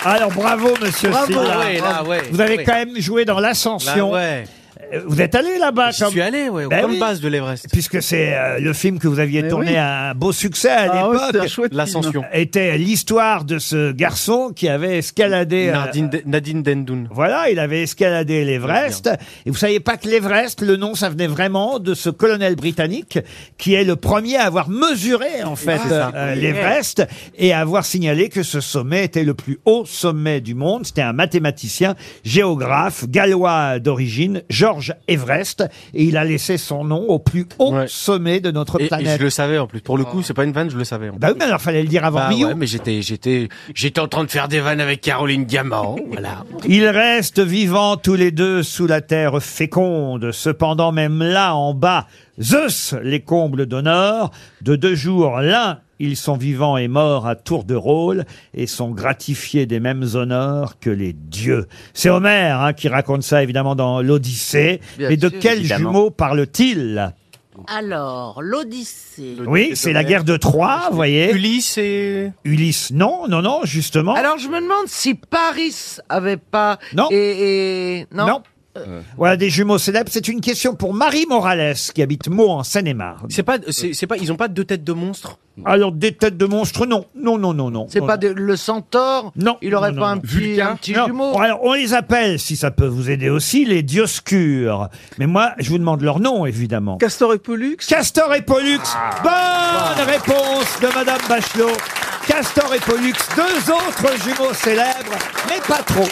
[SPEAKER 2] Alors bravo, Monsieur
[SPEAKER 6] Bravo.
[SPEAKER 2] Sylla.
[SPEAKER 4] Ah ouais, là, ouais.
[SPEAKER 2] Vous avez
[SPEAKER 4] Ouais.
[SPEAKER 2] quand même joué dans l'ascension.
[SPEAKER 4] Là, ouais.
[SPEAKER 2] Euh, Vous êtes allé là-bas.
[SPEAKER 4] Je
[SPEAKER 2] quand-
[SPEAKER 4] suis allé, ouais,
[SPEAKER 2] Ben
[SPEAKER 4] comme
[SPEAKER 2] oui.
[SPEAKER 4] base de l'Everest.
[SPEAKER 2] puisque c'est euh, le film que vous aviez
[SPEAKER 6] Mais
[SPEAKER 2] tourné
[SPEAKER 6] oui.
[SPEAKER 2] un beau succès à
[SPEAKER 6] Ah ouais, c'était un
[SPEAKER 2] l'époque.
[SPEAKER 6] chouette
[SPEAKER 4] L'ascension.
[SPEAKER 2] était l'histoire de ce garçon qui avait escaladé. euh,
[SPEAKER 4] Nadine, De- Nadine Dendoun.
[SPEAKER 2] voilà, il avait escaladé l'Everest. Et vous saviez pas que l'Everest, le nom, ça venait vraiment de ce colonel britannique qui est le premier à avoir mesuré, en fait,
[SPEAKER 4] c'est ça.
[SPEAKER 2] euh, l'Everest et à avoir signalé que ce sommet était le plus haut sommet du monde. C'était un mathématicien, géographe, gallois d'origine, George Everest. Et il a laissé son nom au plus haut
[SPEAKER 4] Ouais.
[SPEAKER 2] sommet de notre
[SPEAKER 4] Et, et
[SPEAKER 2] planète.
[SPEAKER 4] je le savais en plus. Pour le coup, c'est pas une vanne, je le savais. en
[SPEAKER 2] Bah oui, mais alors fallait le dire avant
[SPEAKER 4] Bah
[SPEAKER 2] Rio.
[SPEAKER 4] ouais, mais j'étais, j'étais, j'étais en train de faire des vannes avec Caroline Diamant. Voilà.
[SPEAKER 2] Ils restent vivants tous les deux sous la terre féconde. Cependant, même là, en bas, Zeus les combles d'honneur. De deux jours, l'un, ils sont vivants et morts à tour de rôle et sont gratifiés des mêmes honneurs que les dieux. C'est Homère hein, qui raconte ça, évidemment, dans l'Odyssée.
[SPEAKER 3] Bien
[SPEAKER 2] Mais de
[SPEAKER 3] sûr.
[SPEAKER 2] quel
[SPEAKER 7] Évidemment.
[SPEAKER 2] jumeau parle-t-il
[SPEAKER 9] <laughs> Alors, l'Odyssée.
[SPEAKER 2] Oui, c'est la guerre de Troie, vous voyez.
[SPEAKER 4] Ulysse et.
[SPEAKER 2] Ulysse, non, non, non, justement.
[SPEAKER 3] Alors je me demande si Paris avait pas.
[SPEAKER 2] Non.
[SPEAKER 3] Et, et- non.
[SPEAKER 2] Non. Euh, Voilà des jumeaux célèbres. C'est une question pour Marie Morales qui habite Meaux en Seine-et-Marne.
[SPEAKER 4] C'est pas, c'est, c'est pas, ils ont pas deux têtes de monstre.
[SPEAKER 2] Alors des têtes de monstres, non, non, non, non, non.
[SPEAKER 3] C'est
[SPEAKER 2] Non,
[SPEAKER 3] pas
[SPEAKER 2] non.
[SPEAKER 3] de- le centaure.
[SPEAKER 2] Non.
[SPEAKER 3] Il aurait
[SPEAKER 2] Non,
[SPEAKER 3] pas
[SPEAKER 2] non,
[SPEAKER 3] un
[SPEAKER 2] non.
[SPEAKER 3] petit, un petit
[SPEAKER 2] Non.
[SPEAKER 3] jumeau.
[SPEAKER 2] Bon, alors, on les appelle, si ça peut vous aider aussi, les dioscures. Mais moi, je vous demande leur nom, évidemment.
[SPEAKER 6] Castor et Pollux Ah.
[SPEAKER 2] Castor et Pollux. Bonne réponse de Madame Bachelot. Castor et Pollux, deux autres jumeaux célèbres, mais pas trop.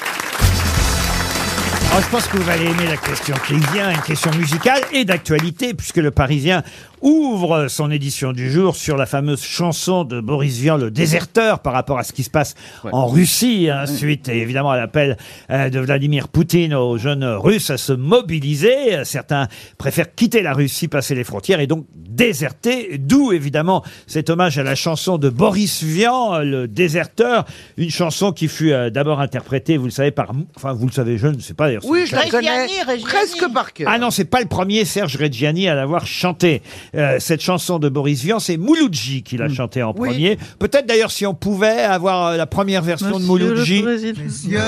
[SPEAKER 2] Oh, je pense que vous allez aimer la question qui vient, une question musicale et d'actualité, puisque le Parisien ouvre son édition du jour sur la fameuse chanson de Boris Vian, le déserteur, par rapport à ce qui se passe en Russie, hein, suite évidemment à l'appel euh, de Vladimir Poutine aux jeunes Russes à se mobiliser. Euh, Certains préfèrent quitter la Russie, passer les frontières et donc déserter, d'où évidemment cet hommage à la chanson de Boris Vian, euh, le déserteur, une chanson qui fut euh, d'abord interprétée, vous le savez, par... Enfin, vous le savez, je ne sais pas d'ailleurs. si
[SPEAKER 3] Oui,
[SPEAKER 2] vous
[SPEAKER 3] je
[SPEAKER 2] le
[SPEAKER 3] la
[SPEAKER 2] savez.
[SPEAKER 3] connais presque par cœur.
[SPEAKER 2] Ah non, c'est pas le premier Serge Reggiani à l'avoir chanté. Euh, cette chanson de Boris Vian, c'est Mouloudji qui l'a
[SPEAKER 3] Hmm.
[SPEAKER 2] chantée en premier. Peut-être d'ailleurs si on pouvait avoir euh, la première version de Mouloudji.
[SPEAKER 14] Monsieur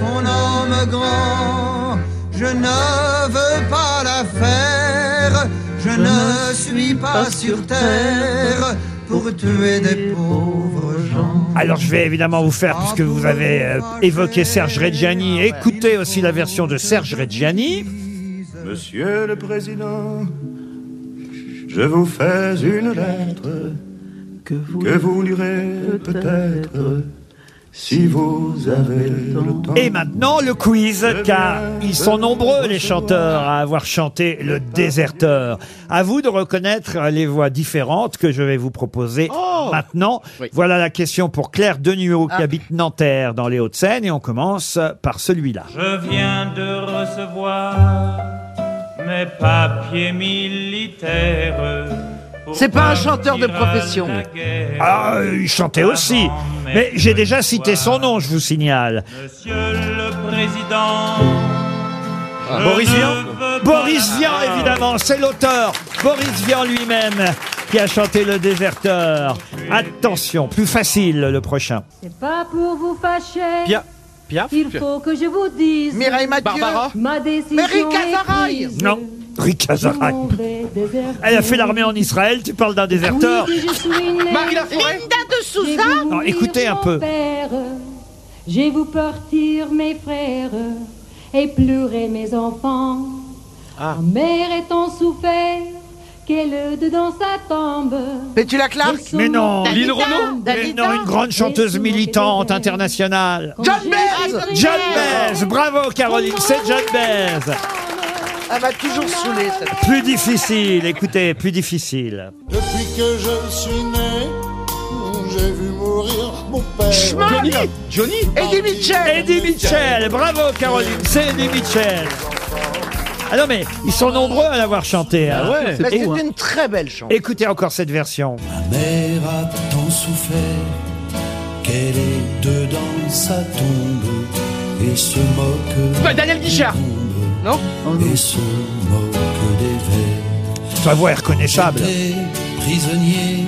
[SPEAKER 14] qu'on nomme grand, je ne veux pas la faire. Je, ne suis pas, sur terre pour tuer des pauvres gens.
[SPEAKER 2] Alors je vais évidemment vous faire, puisque vous avez euh, évoqué Serge Reggiani, écoutez aussi la version de Serge Reggiani.
[SPEAKER 10] Monsieur le Président, je vous fais une lettre que vous, lirez peut-être si vous avez le temps.
[SPEAKER 2] Et maintenant le quiz, car ils sont nombreux les chanteurs à avoir chanté Le Déserteur. À vous de reconnaître les voix différentes que je vais vous proposer maintenant. Voilà la question pour Claire Deniau qui habite Nanterre dans les Hauts-de-Seine et on commence par celui-là.
[SPEAKER 7] Je viens de recevoir mes papiers militaires.
[SPEAKER 3] C'est pas un chanteur de profession.
[SPEAKER 2] Ah, euh, il chantait aussi, mais j'ai déjà cité son nom, je vous signale.
[SPEAKER 7] Monsieur le Président, je
[SPEAKER 2] Boris
[SPEAKER 7] ne
[SPEAKER 2] Vian
[SPEAKER 7] veux pas
[SPEAKER 2] Boris
[SPEAKER 7] la
[SPEAKER 2] Vian,
[SPEAKER 7] voir.
[SPEAKER 2] évidemment, c'est l'auteur. Boris Vian lui-même qui a chanté Le Déserteur. Attention, plus facile le prochain.
[SPEAKER 12] C'est pas pour vous fâcher.
[SPEAKER 2] Pia- Piaf
[SPEAKER 12] Il faut que je vous dise.
[SPEAKER 3] Mireille Mathieu. Barbara.
[SPEAKER 12] Ma décision.
[SPEAKER 3] Mais Rick
[SPEAKER 12] est
[SPEAKER 3] Azaraï.
[SPEAKER 12] prise.
[SPEAKER 2] Non, Rick Hazarac.
[SPEAKER 12] Je vais déserter.
[SPEAKER 2] Elle a fait l'armée en Israël, tu parles d'un déserteur.
[SPEAKER 12] Oui, que je suis née.
[SPEAKER 9] Linda de Souza
[SPEAKER 2] Non, écoutez un peu.
[SPEAKER 12] Père, J'ai vous partir mes frères et pleurer mes enfants.
[SPEAKER 3] Ah.
[SPEAKER 15] <laughs>
[SPEAKER 12] Mère est en souffert qu'elle de dans sa tombe.
[SPEAKER 3] Pétula Clark
[SPEAKER 2] Mais non, mais non, une grande chanteuse militante internationale.
[SPEAKER 3] John Baez
[SPEAKER 2] John Baez, bravo Caroline, c'est John Baez.
[SPEAKER 3] Elle m'a toujours saoulé, cette
[SPEAKER 2] Plus difficile, écoutez, plus difficile.
[SPEAKER 16] Depuis que je suis né, j'ai vu mourir mon père.
[SPEAKER 2] Johnny,
[SPEAKER 16] Johnny
[SPEAKER 2] Eddie Mitchell Eddie Mitchell Bravo Caroline, c'est Eddie Mitchell Ah non mais, ils sont nombreux à l'avoir chanté. hein.
[SPEAKER 3] Mais C'est
[SPEAKER 2] Et-
[SPEAKER 3] une très belle chanson.
[SPEAKER 2] Écoutez encore cette version.
[SPEAKER 14] Mère a tant souffert qu'elle est dedans sa tombe et se moque.
[SPEAKER 5] Bah, Daniel Guichard Non
[SPEAKER 14] Et se moque des vers.
[SPEAKER 2] Sa voix est reconnaissable.
[SPEAKER 14] Prisonnier.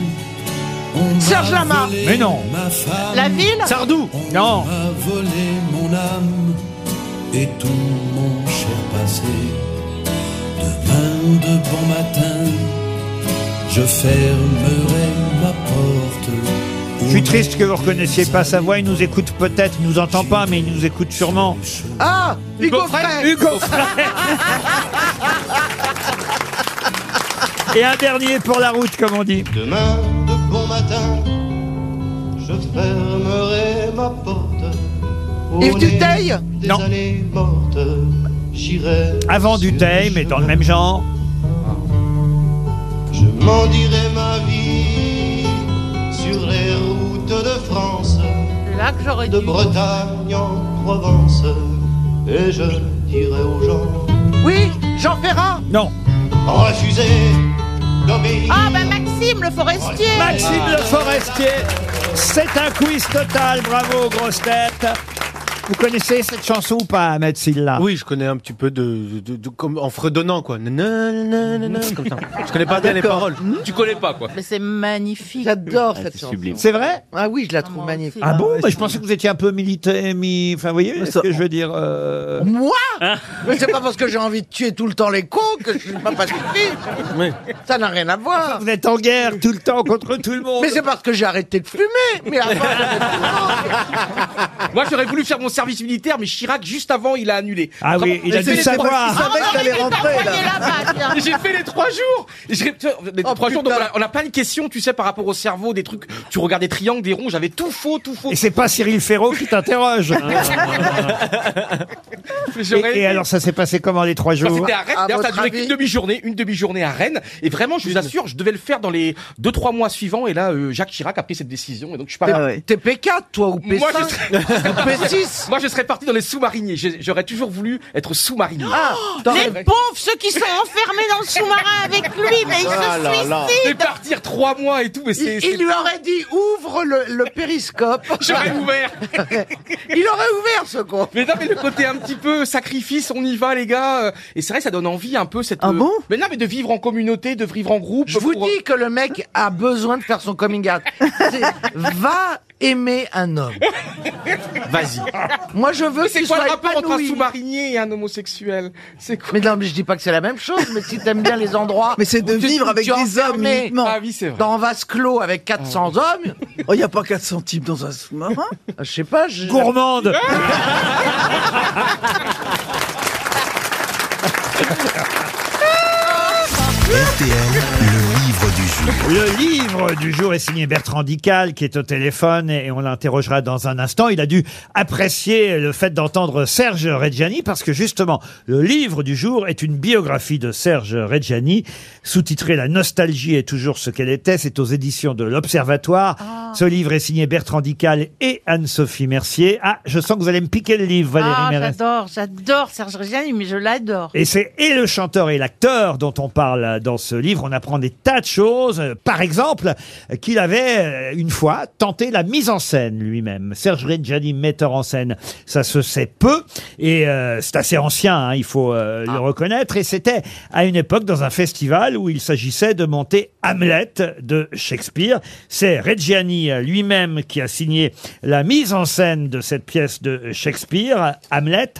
[SPEAKER 3] Serge Lama.
[SPEAKER 2] Mais non.
[SPEAKER 3] La ville
[SPEAKER 2] Sardou. Non.
[SPEAKER 14] A volé mon âme et tout mon cher passé. Demain de bon matin, je fermerai ma porte.
[SPEAKER 2] Je suis triste que vous reconnaissiez pas sa voix, il nous écoute peut-être, il nous entend pas, mais il nous écoute sûrement.
[SPEAKER 3] Ah Hugo Frey
[SPEAKER 2] Hugo Frey
[SPEAKER 14] <laughs>
[SPEAKER 2] Et un dernier pour la route, comme on dit.
[SPEAKER 10] Demain de bon matin, je fermerai ma porte. Au
[SPEAKER 3] Yves
[SPEAKER 10] nez
[SPEAKER 3] Duteil
[SPEAKER 10] Des années mortes, j'irai.
[SPEAKER 2] Avant du Duteil, mais dans le même genre.
[SPEAKER 10] Je m'en dirai ma vie sur les routes de France,
[SPEAKER 9] Là que j'aurais
[SPEAKER 10] de
[SPEAKER 9] dû.
[SPEAKER 10] Bretagne en Provence. Et je dirai aux gens Oh,
[SPEAKER 3] Oui Jean Ferrat
[SPEAKER 2] Non.
[SPEAKER 10] refusez d'obéir.
[SPEAKER 9] Ah, bah Maxime le forestier
[SPEAKER 2] Maxime Le Forestier, c'est un quiz total, bravo, grosse tête. Vous connaissez cette chanson ou pas, Ahmed Silla
[SPEAKER 4] Oui, je connais un petit peu de, de- de- comme en fredonnant quoi. Nanana, nanana, comme ça. Je connais
[SPEAKER 2] Ah,
[SPEAKER 4] pas bien les paroles. Tu connais pas quoi.
[SPEAKER 9] Mais c'est magnifique Oh,
[SPEAKER 3] J'adore cette chanson.
[SPEAKER 2] C'est vrai
[SPEAKER 3] Ah oui, je la trouve magnifique.
[SPEAKER 2] Ah bon Bah, Je pensais que vous étiez un peu militaire, mi... enfin, vous voyez ce que je veux dire euh,
[SPEAKER 3] Moi Mais c'est pas parce que j'ai envie de tuer tout le temps les cons que je suis pas pacifique. Ça n'a rien à voir.
[SPEAKER 2] Vous êtes en guerre tout le temps contre tout le monde.
[SPEAKER 3] Mais c'est parce que j'ai arrêté de fumer. Mais avant, j'avais tout le temps.
[SPEAKER 5] Moi, j'aurais voulu faire mon service militaire, mais Chirac, juste avant, il a annulé.
[SPEAKER 2] Ah oui,
[SPEAKER 5] Vraiment,
[SPEAKER 2] il a
[SPEAKER 5] j'ai
[SPEAKER 2] dû
[SPEAKER 5] fait les
[SPEAKER 2] savoir. Ah,
[SPEAKER 5] trois-
[SPEAKER 2] Il savait que t'allais
[SPEAKER 5] il m'a
[SPEAKER 2] rentrer,
[SPEAKER 5] envoyé
[SPEAKER 2] là.
[SPEAKER 5] là-bas, tiens. J'ai fait les trois jours. Et j'ai- tu vois, Les trois jours, donc, on a- on a plein de questions, tu sais, par rapport au cerveau, des trucs. Tu regardes des triangles, des ronds, j'avais tout faux, tout faux.
[SPEAKER 2] Et c'est pas Cyril Ferraud qui t'interroge.
[SPEAKER 5] <laughs> J'aurais
[SPEAKER 2] et, et
[SPEAKER 5] aimé.
[SPEAKER 2] alors ça s'est passé comment les trois
[SPEAKER 5] Enfin,
[SPEAKER 2] jours
[SPEAKER 5] C'était à Rennes. D'ailleurs, ça a duré qu'une demi-journée, une demi-journée à Rennes. Et vraiment, je vous assure, je devais le faire dans les deux trois mois suivants. Et là, euh, Jacques Chirac a pris cette décision. Et donc, je suis pas.
[SPEAKER 3] T'es
[SPEAKER 5] là.
[SPEAKER 3] t'es P4, toi, ou P5
[SPEAKER 5] Moi je, serais, <laughs>
[SPEAKER 3] P6
[SPEAKER 5] moi, je serais parti dans les sous-mariniers. J'ai- J'aurais toujours voulu être sous-marinier.
[SPEAKER 3] Ah,
[SPEAKER 9] Oh, les pauvres, ceux qui sont enfermés dans le sous-marin avec lui, mais ils
[SPEAKER 5] Ah là là.
[SPEAKER 9] se
[SPEAKER 5] Fais
[SPEAKER 9] suicident.
[SPEAKER 5] partir trois mois et tout, mais c'est.
[SPEAKER 3] Il,
[SPEAKER 5] c'est-
[SPEAKER 3] il lui aurait dit ouvre le, le périscope.
[SPEAKER 5] <laughs> J'aurais ouvert.
[SPEAKER 3] <laughs> il aurait ouvert ce con.
[SPEAKER 5] Mais non, mais le côté un petit peu sacrifice, on y va, les gars. euh, Et c'est vrai, ça donne envie un peu cette. Ah bon Mais non, mais de vivre en communauté, de vivre en groupe. euh,
[SPEAKER 3] Je vous dis que le mec a besoin de faire son coming out. C'est, Va aimer un homme.
[SPEAKER 5] Vas-y.
[SPEAKER 3] Moi, je veux
[SPEAKER 5] Mais
[SPEAKER 3] que
[SPEAKER 5] c'est
[SPEAKER 3] tu
[SPEAKER 5] quoi
[SPEAKER 3] sois
[SPEAKER 5] le rapport entre un
[SPEAKER 3] épanoui.
[SPEAKER 5] sous-marinier et un homosexuel C'est quoi
[SPEAKER 3] Mais non, mais je dis pas que c'est la même chose, mais si t'aimes bien les endroits.
[SPEAKER 6] Mais c'est de
[SPEAKER 3] où tu-
[SPEAKER 6] vivre
[SPEAKER 3] où
[SPEAKER 6] avec
[SPEAKER 3] tu es
[SPEAKER 6] des hommes
[SPEAKER 3] enfermé
[SPEAKER 6] uniquement. Ah
[SPEAKER 5] oui, c'est vrai.
[SPEAKER 3] Dans un vase
[SPEAKER 2] Oh,
[SPEAKER 3] clos avec 400 hommes.
[SPEAKER 6] Oh, il n'y a pas 400 types dans un Ah, sous-marin
[SPEAKER 3] Je sais pas.
[SPEAKER 6] <laughs>
[SPEAKER 3] je-
[SPEAKER 2] Gourmande
[SPEAKER 17] RTL, le livre du jour.
[SPEAKER 2] Le livre du jour est signé Bertrand Dical, qui est au téléphone, et on l'interrogera dans un instant. Il a dû apprécier le fait d'entendre Serge Reggiani, parce que justement, le livre du jour est une biographie de Serge Reggiani, sous-titrée La nostalgie est toujours ce qu'elle était. C'est aux éditions de l'Observatoire.
[SPEAKER 9] Ah.
[SPEAKER 2] Ce livre est signé Bertrand Dical et Anne-Sophie Mercier. Ah, je sens que vous allez me piquer le livre, Valérie
[SPEAKER 9] Ah,
[SPEAKER 2] Mérès.
[SPEAKER 9] j'adore, j'adore Serge Reggiani, mais je l'adore.
[SPEAKER 2] Et c'est et le chanteur et l'acteur dont on parle dans ce livre. On apprend des tas de choses. Euh, Par exemple, euh, qu'il avait euh, une fois tenté la mise en scène lui-même. Serge Reggiani, metteur en scène, ça se sait peu. Et euh, c'est assez ancien, hein, il faut euh, le reconnaître. Et c'était à une époque dans un festival où il s'agissait de monter Hamlet de Shakespeare. C'est Reggiani euh, lui-même qui a signé la mise en scène de cette pièce de Shakespeare, Hamlet.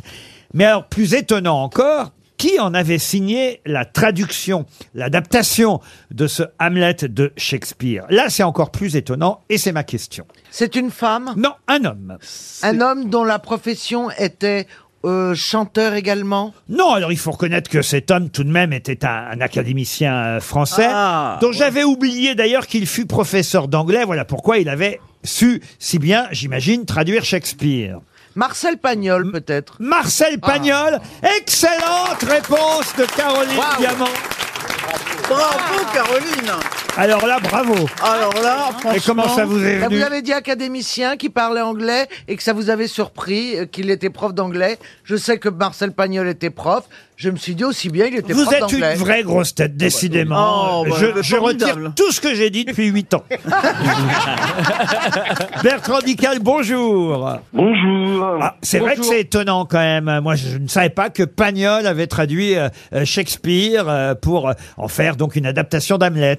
[SPEAKER 2] Mais alors, plus étonnant encore, qui en avait signé la traduction, l'adaptation de ce Hamlet de Shakespeare Là, c'est encore plus étonnant et c'est ma question.
[SPEAKER 3] C'est une femme
[SPEAKER 2] Non, un homme.
[SPEAKER 3] Un homme dont la profession était euh, chanteur également
[SPEAKER 2] Non, alors il faut reconnaître que cet homme tout de même était un, un académicien euh, français,
[SPEAKER 3] Ah,
[SPEAKER 2] dont j'avais oublié d'ailleurs qu'il fut professeur d'anglais. Voilà pourquoi il avait su si bien, j'imagine, traduire Shakespeare.
[SPEAKER 3] Marcel Pagnol, peut-être. Ah.
[SPEAKER 2] Marcel Pagnol, excellente réponse de Caroline Diamant.
[SPEAKER 6] Bravo, Caroline
[SPEAKER 2] Alors là, bravo.
[SPEAKER 6] Alors là, franchement...
[SPEAKER 2] Et comment ça vous est
[SPEAKER 3] Là,
[SPEAKER 2] venu
[SPEAKER 3] vous avez dit académicien qui parlait anglais et que ça vous avait surpris euh, qu'il était prof d'anglais. Je sais que Marcel Pagnol était prof. Je me suis dit aussi bien, il était
[SPEAKER 2] Vous
[SPEAKER 3] prof
[SPEAKER 2] êtes
[SPEAKER 3] d'anglais.
[SPEAKER 2] une vraie grosse tête, décidément.
[SPEAKER 3] Oh, bah,
[SPEAKER 2] je
[SPEAKER 3] bah,
[SPEAKER 2] je
[SPEAKER 3] formidable.
[SPEAKER 2] retire tout ce que j'ai dit depuis 8
[SPEAKER 3] <laughs>
[SPEAKER 2] ans. Bertrand Dical, bonjour. Ah,
[SPEAKER 18] Bonjour.
[SPEAKER 2] c'est vrai que c'est étonnant quand même. Moi, je ne savais pas que Pagnol avait traduit euh, euh, Shakespeare euh, pour euh, en faire donc une adaptation d'Hamlet.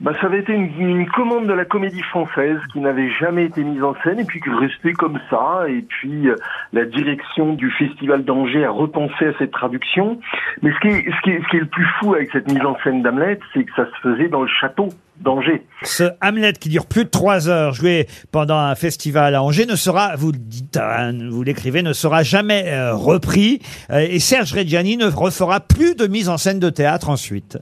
[SPEAKER 18] Bah, ça avait été une, une commande de la comédie française qui n'avait jamais été mise en scène et puis qui restait comme ça. Et puis euh, la direction du Festival d'Angers a repensé à cette traduction. Mais ce qui est, ce qui est- ce qui est le plus fou avec cette mise en scène d'Hamlet, c'est que ça se faisait dans le château d'Angers.
[SPEAKER 2] Ce Hamlet qui dure plus de trois heures, joué pendant un festival à Angers, ne sera, vous le dites, hein, vous l'écrivez, ne sera jamais euh, repris. Euh, et Serge Reggiani ne refera plus de mise en scène de théâtre ensuite.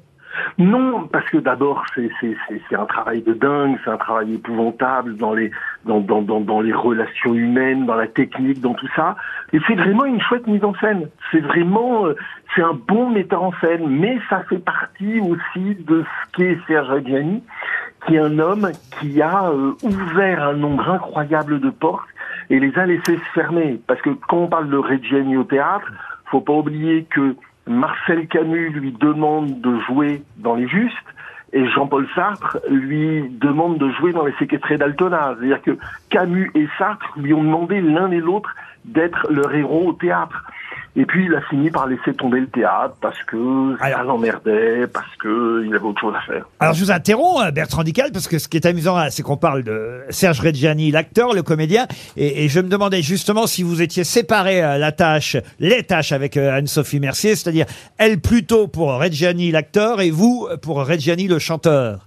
[SPEAKER 18] Non, parce que d'abord c'est c'est- c'est- c'est un travail de dingue, c'est un travail épouvantable dans les dans, dans, dans, dans les relations humaines, dans la technique, dans tout ça. Et c'est vraiment une chouette mise en scène. C'est vraiment euh, c'est un bon metteur en scène, mais ça fait partie aussi de ce qu'est Serge Reggiani, qui est un homme qui a euh, ouvert un nombre incroyable de portes et les a laissées se fermer. Parce que quand on parle de Reggiani au théâtre, faut pas oublier que Marcel Camus lui demande de jouer dans Les Justes et Jean-Paul Sartre lui demande de jouer dans Les Séquestrés d'Altona. C'est-à-dire que Camus et Sartre lui ont demandé l'un et l'autre d'être leur héros au théâtre. Et puis il a fini par laisser tomber le théâtre parce que ça l'emmerdait, parce que il avait autre chose à faire.
[SPEAKER 2] Alors je vous interromps, euh, Bertrand Dical, parce que ce qui est amusant, là, c'est qu'on parle de Serge Reggiani, l'acteur, le comédien, et, et je me demandais justement si vous étiez séparé euh, la tâche, les tâches avec euh, Anne-Sophie Mercier, c'est-à-dire elle plutôt pour Reggiani, l'acteur, et vous euh, pour Reggiani, le chanteur.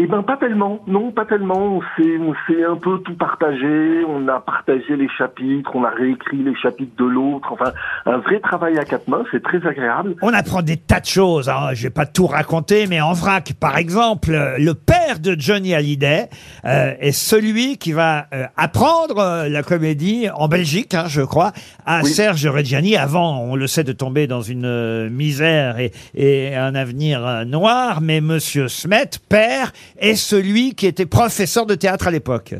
[SPEAKER 18] Eh ben pas tellement, non pas tellement. On s'est, on s'est un peu tout partagé. On a partagé les chapitres, on a réécrit les chapitres de l'autre. Enfin, un vrai travail à quatre mains, c'est très agréable.
[SPEAKER 2] On apprend des tas de choses. hein. Je vais pas tout raconter, mais en vrac, par exemple, euh, le père de Johnny Hallyday euh, est celui qui va euh, apprendre euh, la comédie en Belgique, hein, je crois, à Serge Reggiani. Avant, on le sait, de tomber dans une euh, misère et, et un avenir euh, noir, mais Monsieur Smet, père, est celui qui était professeur de théâtre à l'époque.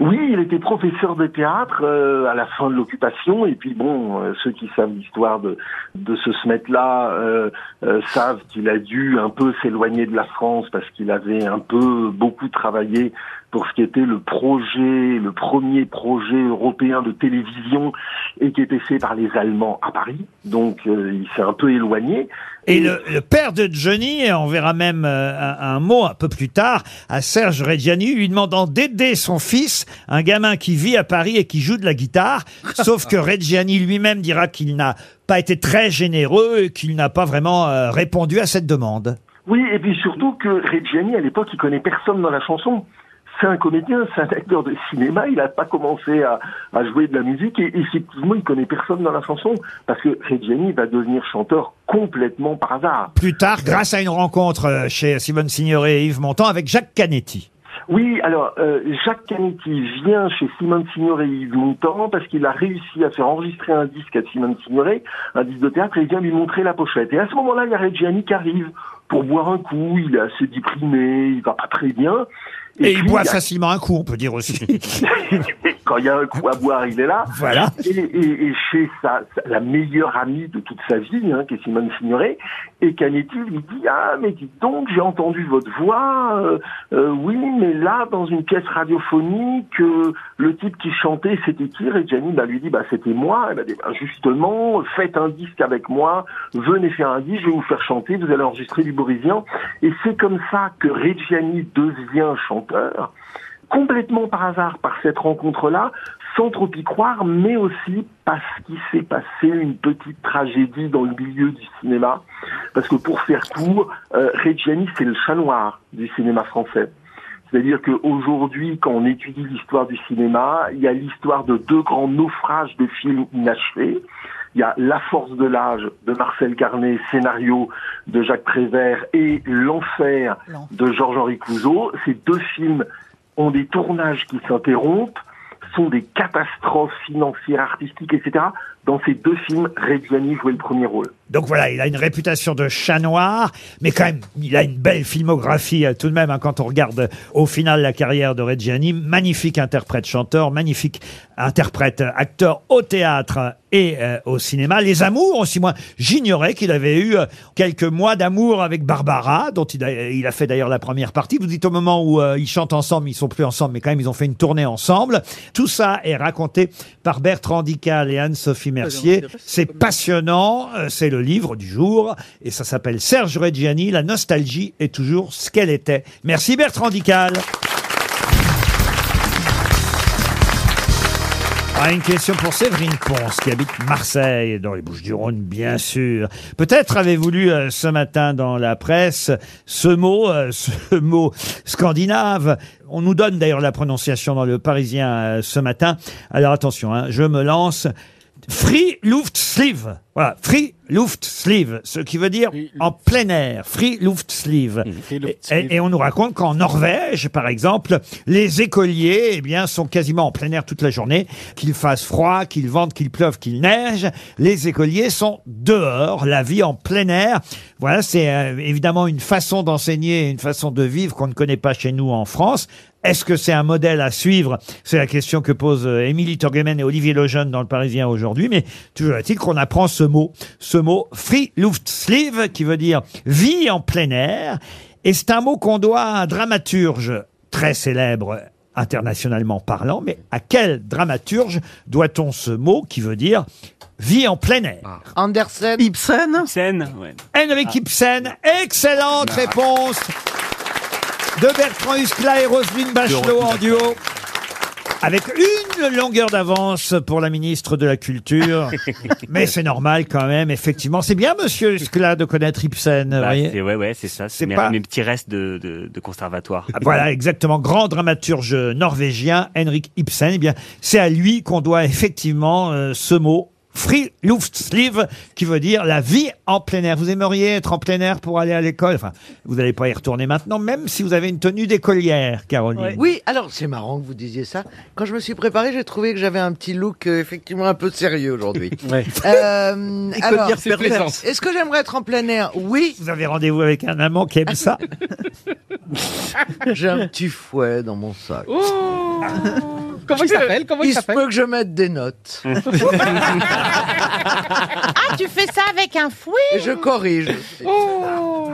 [SPEAKER 18] Oui, il était professeur de théâtre euh, à la fin de l'occupation. Et puis bon, euh, ceux qui savent l'histoire de, de ce Smet-là euh, euh, savent qu'il a dû un peu s'éloigner de la France parce qu'il avait un peu beaucoup travaillé pour ce qui était le projet, le premier projet européen de télévision et qui était fait par les Allemands à Paris. Donc euh, il s'est un peu éloigné.
[SPEAKER 2] Et le, le père de Johnny, et on verra même euh, un, un mot un peu plus tard, à Serge Reggiani, lui demandant d'aider son fils, un gamin qui vit à Paris et qui joue de
[SPEAKER 18] <laughs>
[SPEAKER 2] la guitare, sauf que Reggiani lui-même dira qu'il n'a pas été très généreux et qu'il n'a pas vraiment euh, répondu à cette demande.
[SPEAKER 18] Oui, et puis surtout que Reggiani, à l'époque, il connaît personne dans la chanson. C'est un comédien, c'est un acteur de cinéma, il n'a pas commencé à, à jouer de la musique et effectivement, il connaît personne dans la chanson parce que Reggiani va devenir chanteur complètement par hasard.
[SPEAKER 2] Plus tard, grâce à une rencontre euh, chez Simone Signoret et Yves Montand avec Jacques Canetti.
[SPEAKER 18] Oui, alors euh, Jacques Canetti vient chez Simone Signoret il longtemps parce qu'il a réussi à faire enregistrer un disque à Simone Signoret, un disque de théâtre, et il vient lui montrer la pochette. Et à ce moment-là, il y a Reggiani qui arrive pour boire un coup, il est assez déprimé, il va pas très bien.
[SPEAKER 2] Et, il
[SPEAKER 18] puis,
[SPEAKER 2] boit
[SPEAKER 18] y a-
[SPEAKER 2] facilement un coup, on peut
[SPEAKER 18] <laughs>
[SPEAKER 2] dire aussi.
[SPEAKER 18] Quand il y a un coup à boire, il est là.
[SPEAKER 2] Voilà.
[SPEAKER 18] Et, et- et chez sa, sa- la meilleure amie de toute sa vie, hein, qui est Simone Signoret, et Canetti lui dit Ah, mais dites donc, j'ai entendu votre voix. euh, euh, oui, mais là, dans une pièce radiophonique, euh, le type qui chantait, c'était qui Et Gianni bah, lui dit Bah, c'était moi. Elle a dit Bah, Justement, faites un disque avec moi, venez faire un disque, je vais vous faire chanter, vous allez enregistrer du Borisian. Et c'est comme ça que Reggiani devient chanteur complètement par hasard par cette rencontre-là, sans trop y croire, mais aussi parce qu'il s'est passé une petite tragédie dans le milieu du cinéma. Parce que pour faire court, euh, Reggiani, c'est le chat noir du cinéma français. C'est-à-dire qu'aujourd'hui, quand on étudie l'histoire du cinéma, il y a l'histoire de deux grands naufrages de films inachevés. Il y a La force de l'âge de Marcel Carnet, scénario de Jacques Prévert, et L'enfer de Georges-Henri Clouseau. Ces deux films ont des tournages qui s'interrompent, sont des catastrophes financières, artistiques, etc. Dans ces deux films, Reggiani jouait le premier rôle.
[SPEAKER 2] Donc voilà, il a une réputation de chat noir, mais quand même, il a une belle filmographie euh, tout de même hein, quand on regarde euh, au final la carrière de Reggiani. Magnifique interprète-chanteur, magnifique interprète-acteur au théâtre euh, et euh, au cinéma. Les amours aussi, moi, j'ignorais qu'il avait eu euh, quelques mois d'amour avec Barbara, dont il a, il a fait d'ailleurs la première partie. Vous dites au moment où euh, ils chantent ensemble, ils sont plus ensemble, mais quand même, ils ont fait une tournée ensemble. Tout ça est raconté par Bertrand Dical et Anne-Sophie Mercier. C'est passionnant, euh, c'est le livre du jour, et ça s'appelle Serge Reggiani, La nostalgie est toujours ce qu'elle était. Merci Bertrand Dical. Ah, une question pour Séverine Ponce, qui habite Marseille, dans les Bouches-du-Rhône, bien sûr. Peut-être avez-vous lu euh, ce matin dans la presse ce mot, euh, <laughs> ce mot scandinave. On nous donne d'ailleurs la prononciation dans le Parisien euh, ce matin. Alors attention, hein, je me lance. Free Luft Sleeve. Voilà, Free Luft Sleeve, ce qui veut dire en plein air. Free Mm, Luft Sleeve. Et, et on nous raconte qu'en Norvège, par exemple, les écoliers, eh bien, sont quasiment en plein air toute la journée. Qu'il fasse froid, qu'il vente, qu'il pleuve, qu'il neige, les écoliers sont dehors. La vie en plein air. Voilà, c'est euh, évidemment une façon d'enseigner, une façon de vivre qu'on ne connaît pas chez nous en France. Est-ce que c'est un modèle à suivre C'est la question que posent euh, Émilie Torgemen et Olivier Lejeune dans le Parisien aujourd'hui. Mais toujours est-il qu'on apprend ce mot, ce mot free luft sleeve, qui veut dire vie en plein air. Et c'est un mot qu'on doit à un dramaturge très célèbre internationalement parlant. Mais à quel dramaturge doit-on ce mot qui veut dire vie en plein air
[SPEAKER 3] Andersen.
[SPEAKER 6] Ibsen.
[SPEAKER 7] Ibsen, ouais.
[SPEAKER 2] Henrik
[SPEAKER 7] Ah.
[SPEAKER 2] Ibsen, excellente
[SPEAKER 7] Ah.
[SPEAKER 2] réponse de Bertrand Huskla et Roselyne Bachelot en duo. Avec une longueur d'avance pour la ministre de la Culture. Mais c'est normal quand même, effectivement. C'est bien, monsieur, jusque-là, de connaître Ibsen. vous
[SPEAKER 7] Bah,
[SPEAKER 2] voyez.
[SPEAKER 7] c'est- ouais, ouais, c'est ça. C'est
[SPEAKER 2] C'est
[SPEAKER 7] mes,
[SPEAKER 2] pas-
[SPEAKER 7] mes petits restes de, de- de conservatoire.
[SPEAKER 2] Ah, Voilà, exactement. Grand dramaturge norvégien, Henrik Ibsen. Eh bien, c'est à lui qu'on doit effectivement euh, ce mot. Free Luftliv, qui veut dire la vie en plein air. Vous aimeriez être en plein air pour aller à l'école Enfin, vous n'allez pas y retourner maintenant, même si vous avez une tenue d'écolière, Caroline.
[SPEAKER 3] Ouais. Oui, alors c'est marrant que vous disiez ça. Quand je me suis préparée, j'ai trouvé que j'avais un petit look euh, effectivement un peu
[SPEAKER 5] <laughs>
[SPEAKER 3] sérieux aujourd'hui. Euh,
[SPEAKER 2] Il faut
[SPEAKER 3] alors,
[SPEAKER 2] dire c'est plaisance.
[SPEAKER 3] est-ce que j'aimerais être en plein air Oui.
[SPEAKER 2] Vous avez rendez-vous avec un amant qui aime <laughs> ça
[SPEAKER 3] J'ai un petit fouet dans mon sac.
[SPEAKER 5] Oh.
[SPEAKER 3] <laughs>
[SPEAKER 5] Comment il s'appelle Comment il
[SPEAKER 3] se
[SPEAKER 5] s'appelle Mhm.
[SPEAKER 3] peut que je mette des notes.
[SPEAKER 9] Ah, tu fais ça avec un fouet
[SPEAKER 3] Et je corrige.
[SPEAKER 9] Oh.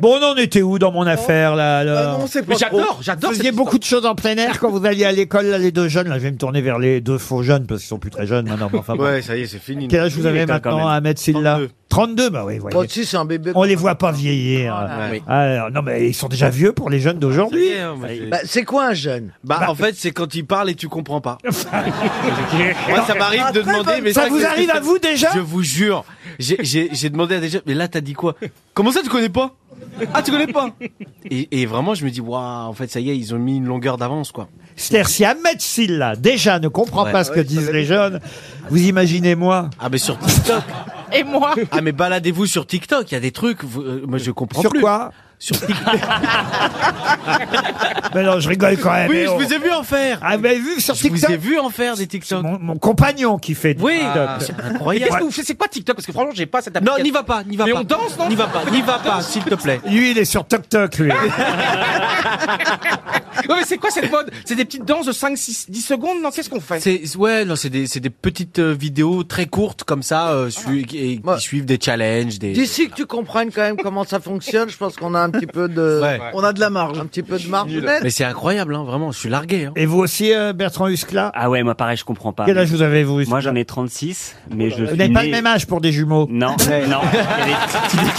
[SPEAKER 2] Bon, on en était où dans mon affaire, là, alors
[SPEAKER 3] non, c'est pas Mais j'adore, trop.
[SPEAKER 2] j'adore. Vous faisiez beaucoup de choses en plein air quand vous alliez à l'école, là, les deux jeunes. Là, je vais me tourner vers les deux faux jeunes, parce qu'ils sont plus très jeunes maintenant. mais enfin, bon.
[SPEAKER 4] Ouais, ça y est, c'est fini.
[SPEAKER 2] Quel âge vous avez
[SPEAKER 4] Fini, quand
[SPEAKER 2] maintenant,
[SPEAKER 4] même. Oh,
[SPEAKER 2] Ahmed Silla 32. bah oui, voyez.
[SPEAKER 3] Bon, tu sais, c'est un bébé.
[SPEAKER 2] On les voit pas vieillir.
[SPEAKER 4] Ah,
[SPEAKER 2] Ah,
[SPEAKER 4] oui.
[SPEAKER 2] Alors, non, mais ils sont déjà vieux pour les jeunes d'aujourd'hui.
[SPEAKER 3] Bah, c'est quoi un jeune
[SPEAKER 4] hein, Bah, en fait, c'est quand il parle et tu comprends
[SPEAKER 2] <laughs>
[SPEAKER 4] pas. Moi, ça m'arrive de
[SPEAKER 2] Après,
[SPEAKER 4] demander, mais
[SPEAKER 2] ça vous
[SPEAKER 4] qu'est-ce que
[SPEAKER 2] arrive
[SPEAKER 4] c'est
[SPEAKER 2] à vous, déjà
[SPEAKER 4] Je vous jure, j'ai- j'ai j'ai demandé à des gens, mais là, t'as dit quoi Comment ça, tu connais pas Ah, tu connais pas et, et vraiment, je me dis, waouh, en fait, ça y est, ils ont mis une longueur d'avance, quoi.
[SPEAKER 2] C'est-à-dire, si Ahmed Silla, déjà, ne comprend
[SPEAKER 4] Ouais.
[SPEAKER 2] pas ce que
[SPEAKER 4] Ouais, ça
[SPEAKER 2] disent
[SPEAKER 4] veut
[SPEAKER 2] les
[SPEAKER 4] dire.
[SPEAKER 2] jeunes, vous imaginez, moi
[SPEAKER 4] Ah, mais sur TikTok.
[SPEAKER 9] Et moi
[SPEAKER 4] Ah, mais baladez-vous sur TikTok, il y a des trucs, vous- euh, moi, je comprends
[SPEAKER 2] Sur
[SPEAKER 4] plus.
[SPEAKER 2] quoi
[SPEAKER 4] Sur TikTok.
[SPEAKER 2] Mais non, je rigole quand même.
[SPEAKER 4] Oui,
[SPEAKER 2] mais
[SPEAKER 4] je
[SPEAKER 2] oh.
[SPEAKER 4] vous ai vu en faire.
[SPEAKER 2] Ah, mais vu sur TikTok.
[SPEAKER 4] Je vous ai vu en faire des TikTok.
[SPEAKER 2] Mon, mon compagnon qui fait du
[SPEAKER 4] Oui,
[SPEAKER 5] Ah,
[SPEAKER 2] TikTok.
[SPEAKER 4] c'est
[SPEAKER 5] Mais qu'est-ce que
[SPEAKER 4] incroyable.
[SPEAKER 5] vous faites C'est quoi TikTok Parce que franchement, j'ai pas cette
[SPEAKER 4] Non,
[SPEAKER 5] application.
[SPEAKER 4] n'y va pas, n'y va
[SPEAKER 5] Mais
[SPEAKER 4] pas.
[SPEAKER 5] on danse, non
[SPEAKER 4] N'y va pas, n'y va
[SPEAKER 5] <laughs>
[SPEAKER 4] pas, s'il te plaît.
[SPEAKER 2] Lui, il est sur TikTok, lui.
[SPEAKER 5] Ouais, mais c'est quoi cette mode C'est des petites danses de 5, 6, 10 secondes Non, qu'est-ce qu'on fait
[SPEAKER 4] C'est ouais, non, c'est des c'est des petites euh, vidéos très courtes comme ça, euh, su- et- qui suivent des challenges, des.
[SPEAKER 3] D'ici que tu comprennes quand même comment ça fonctionne, je pense qu'on a un petit peu de,
[SPEAKER 4] Ouais.
[SPEAKER 3] on a de la marge, un petit peu de marge. peut-être.
[SPEAKER 4] Mais c'est incroyable, hein, vraiment, je suis largué. Hein.
[SPEAKER 2] Et vous aussi, euh, Bertrand Huskla
[SPEAKER 7] Ah ouais, moi pareil, je comprends pas.
[SPEAKER 2] Quel âge vous avez, vous
[SPEAKER 7] Moi j'en ai 36, mais je.
[SPEAKER 2] Vous n'avez pas le même âge pour des jumeaux.
[SPEAKER 7] Non, non.
[SPEAKER 12] Qui est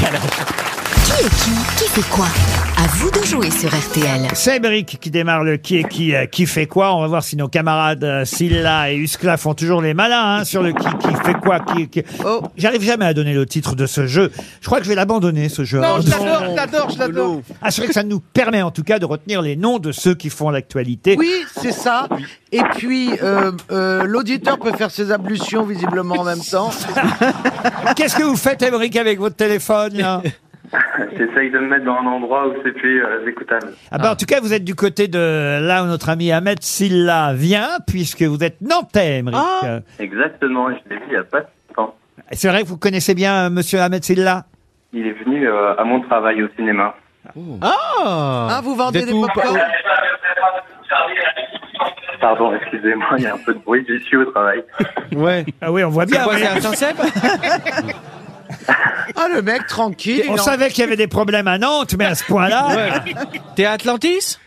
[SPEAKER 12] qui Qui fait quoi À vous de jouer sur RTL.
[SPEAKER 2] C'est Émeric qui démarre le qui est qui, euh, qui fait quoi. On va voir si nos camarades euh, Silla et Huskla font toujours les malins hein, sur le qui, qui fait quoi. Qui, qui-
[SPEAKER 4] Oh.
[SPEAKER 2] J'arrive jamais à donner le titre de ce jeu. Je crois que je vais l'abandonner, ce jeu.
[SPEAKER 5] Non, je
[SPEAKER 2] Heureusement.
[SPEAKER 5] l'adore, je l'adore, je l'adore.
[SPEAKER 2] Ah, c'est vrai que ça nous permet en tout cas de retenir les noms de ceux qui font l'actualité.
[SPEAKER 3] Oui, c'est ça. Et puis, euh, euh, l'auditeur peut faire ses ablutions visiblement en même <laughs> temps.
[SPEAKER 2] Qu'est-ce que vous faites, Émeric, avec votre téléphone là
[SPEAKER 19] <laughs> T'essayes de me mettre dans un endroit où c'est plus euh, écoutable.
[SPEAKER 2] Ah bah, En tout cas, vous êtes du côté de là où notre ami Ahmed Silla vient, puisque vous êtes nantais, Émeric.
[SPEAKER 3] Ah.
[SPEAKER 2] Euh,
[SPEAKER 19] Exactement, je l'ai vu il n'y a pas de temps.
[SPEAKER 2] C'est vrai que vous connaissez bien euh, Monsieur Ahmed Silla
[SPEAKER 19] Il est venu euh, à mon travail au cinéma.
[SPEAKER 2] Ah
[SPEAKER 3] Oh. Ah, vous vendez des pop
[SPEAKER 19] Pardon, excusez-moi, il y a un peu de bruit, je suis au travail.
[SPEAKER 2] Ouais. Ah oui, on voit bien.
[SPEAKER 19] quoi,
[SPEAKER 2] oui.
[SPEAKER 19] c'est un
[SPEAKER 3] <laughs> Ah, le mec tranquille.
[SPEAKER 2] On
[SPEAKER 3] il en-
[SPEAKER 2] savait qu'il y avait des problèmes à Nantes, mais à ce point-là.
[SPEAKER 4] <laughs> T'es Atlantis